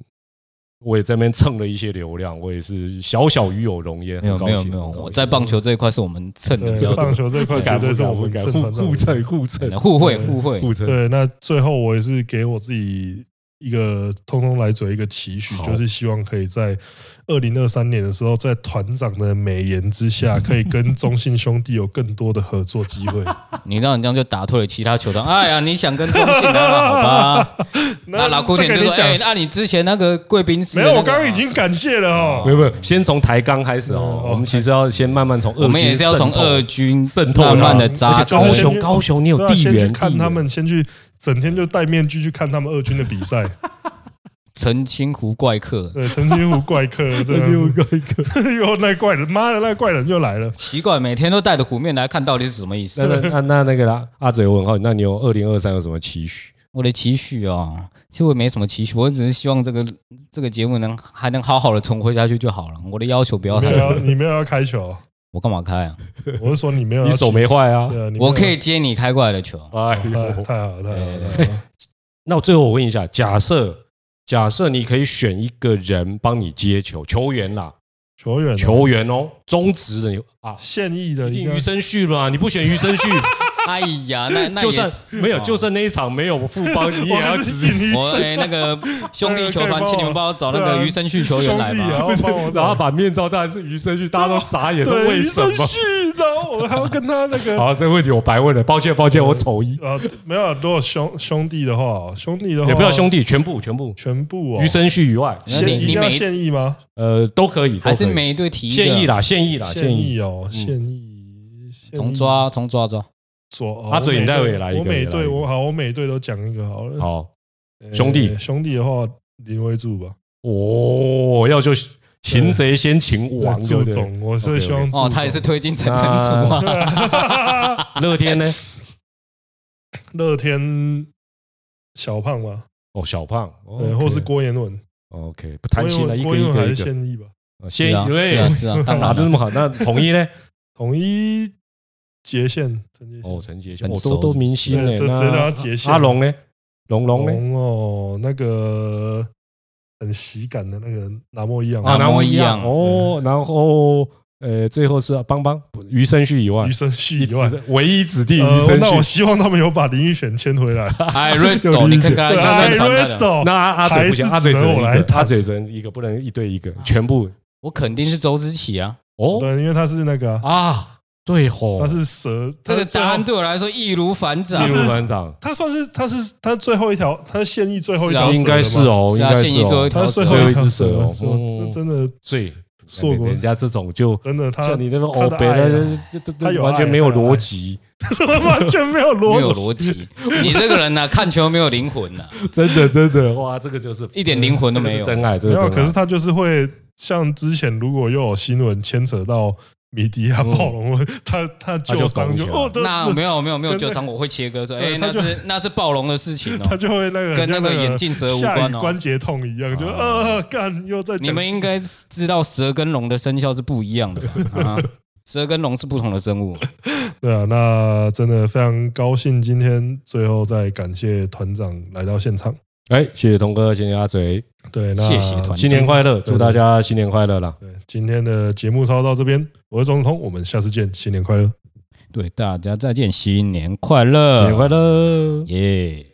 Speaker 5: 我也在那边蹭了一些流量，我也是小小与有荣焉，
Speaker 2: 没有
Speaker 5: 很高
Speaker 2: 没有
Speaker 5: 兴
Speaker 2: 没有，
Speaker 5: 很高兴
Speaker 2: 我在棒球这一块是我们蹭的比较
Speaker 1: 对棒
Speaker 2: 多，
Speaker 1: 球这一块绝对是我们
Speaker 5: 敢
Speaker 1: 正
Speaker 5: 互
Speaker 1: 团长
Speaker 5: 互蹭互蹭
Speaker 2: 互惠互惠。
Speaker 5: 互蹭。
Speaker 1: 对，那最后我也是给我自己一个通通来嘴一个期许，
Speaker 5: 好
Speaker 1: 就是希望可以在二零二三年的时候，在团长的美言之下，可以 跟中信兄弟有更多的合作机会。
Speaker 2: 你让人这样就打退了其他球队。哎呀，你想跟中信啊？好 吧，那老库
Speaker 1: 这
Speaker 2: 田
Speaker 1: 跟
Speaker 2: 就
Speaker 1: 你
Speaker 2: 说：“
Speaker 1: 讲
Speaker 2: 哎，，那你之前那个贵宾室
Speaker 1: 没
Speaker 2: 的那
Speaker 1: 有，
Speaker 2: 个
Speaker 1: 我刚刚已经感谢了
Speaker 5: 没
Speaker 1: 哦。
Speaker 5: 有没有，先从抬杠开始哦。
Speaker 1: 嗯
Speaker 5: 我们其实要先慢慢从二，
Speaker 2: 我们也是要从二军
Speaker 5: 渗透
Speaker 2: 慢慢的
Speaker 5: 它
Speaker 2: 扎
Speaker 5: 而且
Speaker 2: 根
Speaker 5: 高
Speaker 1: 就是
Speaker 5: 雄高雄，你有
Speaker 1: 对啊
Speaker 5: 地
Speaker 1: 先去
Speaker 5: 缘，
Speaker 1: 看
Speaker 5: 地
Speaker 1: 他
Speaker 5: 缘
Speaker 1: 们，先去整天就戴面具去看他们二军的比赛。
Speaker 2: 澄清湖怪客。
Speaker 1: 对，陈金湖怪 客，陈金湖怪 客，又那怪人，妈的，那怪人又来了。
Speaker 2: 奇怪，每天都带着虎面来看，到底是什么意
Speaker 5: 那
Speaker 2: 思？
Speaker 5: 那那那那个啦，阿哲，我很好奇，那你有二零二三有什么期许？
Speaker 2: 我的期许哦，其实我也没什么期许，我只是希望这个这个节目能还能好好的存活下去就好了。我的要求不要
Speaker 1: 没
Speaker 2: 太
Speaker 1: 有
Speaker 2: 高，
Speaker 1: 要，你没有要开球， 哦
Speaker 2: 我干嘛开啊？
Speaker 1: 我是说你没有要
Speaker 5: 你
Speaker 1: 起，
Speaker 5: 手没坏 啊
Speaker 1: 对啊，你没有
Speaker 2: 我可以接你开过来的球，
Speaker 5: 哎
Speaker 1: 哎
Speaker 5: 呦，
Speaker 1: 太好了，太好了！太好了
Speaker 5: 那我最后我问一下，假设假设你可以选一个人帮你接球，球员啦，
Speaker 1: 球员哦，
Speaker 5: 球员哦，中职的你啊，
Speaker 1: 现役的
Speaker 5: 一
Speaker 1: 应
Speaker 5: 定
Speaker 1: 该
Speaker 5: 余生旭啦，你不选 余生旭，
Speaker 2: 哎呀，那那
Speaker 5: 就
Speaker 2: 也
Speaker 5: 算
Speaker 2: 是
Speaker 5: 没有，
Speaker 2: 哦
Speaker 5: 就算那一场没有富邦，你也要
Speaker 1: 啊 我是现
Speaker 5: 指。
Speaker 1: 役
Speaker 2: 我哎、那个兄弟球团，请你们帮我找那
Speaker 1: 对
Speaker 2: 个
Speaker 1: 啊
Speaker 2: 余生旭球员来
Speaker 1: 兄弟
Speaker 2: 吧。
Speaker 1: 啊帮我
Speaker 5: 然后
Speaker 1: 找
Speaker 5: 把面罩戴是余生旭，大家都傻眼，说
Speaker 1: 对，
Speaker 5: 为
Speaker 1: 余
Speaker 5: 什
Speaker 1: 生
Speaker 5: 么？
Speaker 1: 旭然后我还要跟他那个
Speaker 5: 好，这个问题我白问了，抱歉抱歉，我丑一，
Speaker 1: 呃，没有，如果兄兄弟的话，兄弟的话
Speaker 5: 也不要兄，弟，全部全部，
Speaker 1: 全部哦，
Speaker 5: 余生旭以外，
Speaker 2: 那
Speaker 1: 现
Speaker 2: 你
Speaker 1: 一定
Speaker 2: 你
Speaker 1: 要
Speaker 2: 每
Speaker 1: 现役吗？
Speaker 5: 呃，都可以，都
Speaker 2: 还是
Speaker 5: 可以
Speaker 2: 每一队提一个
Speaker 5: 现役，啦，现役啦，
Speaker 1: 现
Speaker 5: 现役
Speaker 1: 役哦，现役，现役
Speaker 2: 从抓从抓哦抓。
Speaker 1: 左，哦
Speaker 5: 阿嘴你待会也来一个
Speaker 1: 我每
Speaker 5: 也来一
Speaker 1: 队
Speaker 5: 个
Speaker 1: 我好，我每队都讲一个好了。
Speaker 5: 好。
Speaker 1: 呃
Speaker 5: 兄弟
Speaker 1: 兄弟的话，林威柱吧，
Speaker 5: 哦，要就擒贼先擒王，
Speaker 1: 祝
Speaker 5: 对不 对
Speaker 1: 总，我是希望
Speaker 2: 哦，
Speaker 1: 祝
Speaker 2: 他也
Speaker 1: 总
Speaker 2: 是推进成成组啊。
Speaker 5: 乐天呢？
Speaker 1: 乐天小胖吧，
Speaker 5: 哦，小胖，
Speaker 1: 对，
Speaker 5: 哦，
Speaker 1: 或是郭彦文，
Speaker 5: OK，不贪心了，一
Speaker 1: 郭
Speaker 5: 个
Speaker 1: 彦
Speaker 5: 一
Speaker 1: 文还
Speaker 5: 个
Speaker 1: 是
Speaker 5: 一个，
Speaker 1: 现役吧，
Speaker 5: 哦
Speaker 2: 是
Speaker 5: 先
Speaker 2: 啊，是
Speaker 5: 对
Speaker 2: 啊，，是啊，当然
Speaker 5: 打的
Speaker 2: 了
Speaker 5: 这么好，那统 一呢？
Speaker 1: 统一杰线陈杰
Speaker 5: 哦，
Speaker 1: 线
Speaker 5: 陈杰，
Speaker 2: 很
Speaker 5: 我
Speaker 2: 熟
Speaker 5: 都都明星呢，
Speaker 1: 对这这都要结
Speaker 5: 那
Speaker 1: 线
Speaker 5: 阿龙呢？龙龙呢？
Speaker 1: 龙哦，那个很喜感的那个南莫一样
Speaker 5: 啊，
Speaker 2: 南
Speaker 5: 南
Speaker 2: 摩
Speaker 5: 摩
Speaker 2: 一
Speaker 5: 一
Speaker 2: 样
Speaker 5: 样哦，然后呃，最后是邦邦余生旭以外
Speaker 1: 余，生旭
Speaker 5: 一
Speaker 1: 以外，
Speaker 5: 直唯一子弟余
Speaker 1: 呃，
Speaker 5: 生
Speaker 1: 那我
Speaker 5: 旭，
Speaker 1: 希望他们有把林奕璇签 回来。
Speaker 2: 哎，Resto，你看看
Speaker 1: 对
Speaker 2: 他
Speaker 1: 啊
Speaker 2: 宣传他的，
Speaker 1: ，Resto，
Speaker 5: 那阿阿
Speaker 1: 还
Speaker 5: 嘴不
Speaker 1: 是
Speaker 5: 行，阿嘴
Speaker 1: 只
Speaker 5: 只
Speaker 1: 能
Speaker 5: 能
Speaker 1: 我
Speaker 5: 一
Speaker 1: 来
Speaker 5: 个，
Speaker 1: 谈
Speaker 5: 阿嘴只能一个，不能一对一个，全部
Speaker 2: 我肯定是周思齐啊。
Speaker 5: 哦
Speaker 1: 对，因为他是那个啊、
Speaker 5: 啊，对吼，
Speaker 1: 他是蛇，
Speaker 2: 这个
Speaker 1: 他最
Speaker 2: 答
Speaker 1: 后
Speaker 2: 案对我来说易如反掌
Speaker 1: 易
Speaker 5: 第
Speaker 1: 如
Speaker 5: 五
Speaker 1: 是
Speaker 5: 班长，
Speaker 1: 他算是他是他最后一条，他是现役最后一条、
Speaker 2: 是啊
Speaker 5: 应该是，哦，
Speaker 2: 是
Speaker 5: 应
Speaker 2: 啊
Speaker 5: 该
Speaker 2: 现役
Speaker 5: 是
Speaker 2: 最后一
Speaker 5: 哦
Speaker 2: 条，
Speaker 1: 他是最后一条蛇
Speaker 5: 最后一只蛇哦
Speaker 1: 是吧
Speaker 5: 哦
Speaker 1: 这真的
Speaker 5: 所以
Speaker 1: 硕果
Speaker 5: 人家这种就
Speaker 1: 真的他
Speaker 5: 像你那哦个欧北，
Speaker 1: 他的爱啊
Speaker 5: 这这
Speaker 1: 他
Speaker 5: 这
Speaker 1: 有
Speaker 5: 完全
Speaker 1: 爱
Speaker 5: 没有
Speaker 1: 他有
Speaker 5: 逻
Speaker 1: 爱
Speaker 5: 辑，
Speaker 1: 完全没有
Speaker 2: 没有
Speaker 1: 逻辑，
Speaker 2: 逻辑，你这个人呢、看球没有灵魂呐、
Speaker 5: 真的真的，哇，这个就是
Speaker 2: 一点灵魂都
Speaker 5: 这个是
Speaker 2: 没有
Speaker 5: 真爱，这
Speaker 1: 没
Speaker 5: 个
Speaker 1: 有，啊
Speaker 5: 真
Speaker 1: 可
Speaker 5: 爱
Speaker 1: 是他就是会像之前，如果又有新闻牵扯到米迪亚暴龙， 他他旧伤
Speaker 5: 哦他就拱
Speaker 1: 就
Speaker 5: 起来
Speaker 1: 哦，对
Speaker 2: 那
Speaker 1: 这
Speaker 2: 没有没有没有
Speaker 1: 跟那
Speaker 2: 旧伤，我会切割说，哎、
Speaker 1: 对他
Speaker 2: 那
Speaker 1: 就是
Speaker 2: 那是暴龙的事情
Speaker 1: 他
Speaker 2: 哦。
Speaker 1: 就会那个
Speaker 2: 跟那个
Speaker 1: 像
Speaker 2: 眼镜蛇无
Speaker 1: 下雨
Speaker 2: 关哦
Speaker 1: 关节痛一样，就
Speaker 5: 啊
Speaker 2: 哦
Speaker 1: 呃干又在讲
Speaker 2: 你们应该知道蛇跟龙的生肖是不一样的吧？啊，蛇跟龙是不同的生物。
Speaker 1: 对啊，那真的非常高兴，今天最后再感谢团长来到现场。
Speaker 5: 哎，谢谢童哥，谢谢阿嘴，
Speaker 1: 对，那
Speaker 2: 谢谢团长
Speaker 5: 新年快乐，
Speaker 1: 对
Speaker 5: 祝大家新年快乐啦！
Speaker 1: 对，今天的节目操到这边，我是总统，我们下次见，新年快乐。啊
Speaker 2: 对，大家再见，新年快乐，
Speaker 5: 新年快乐！
Speaker 2: 耶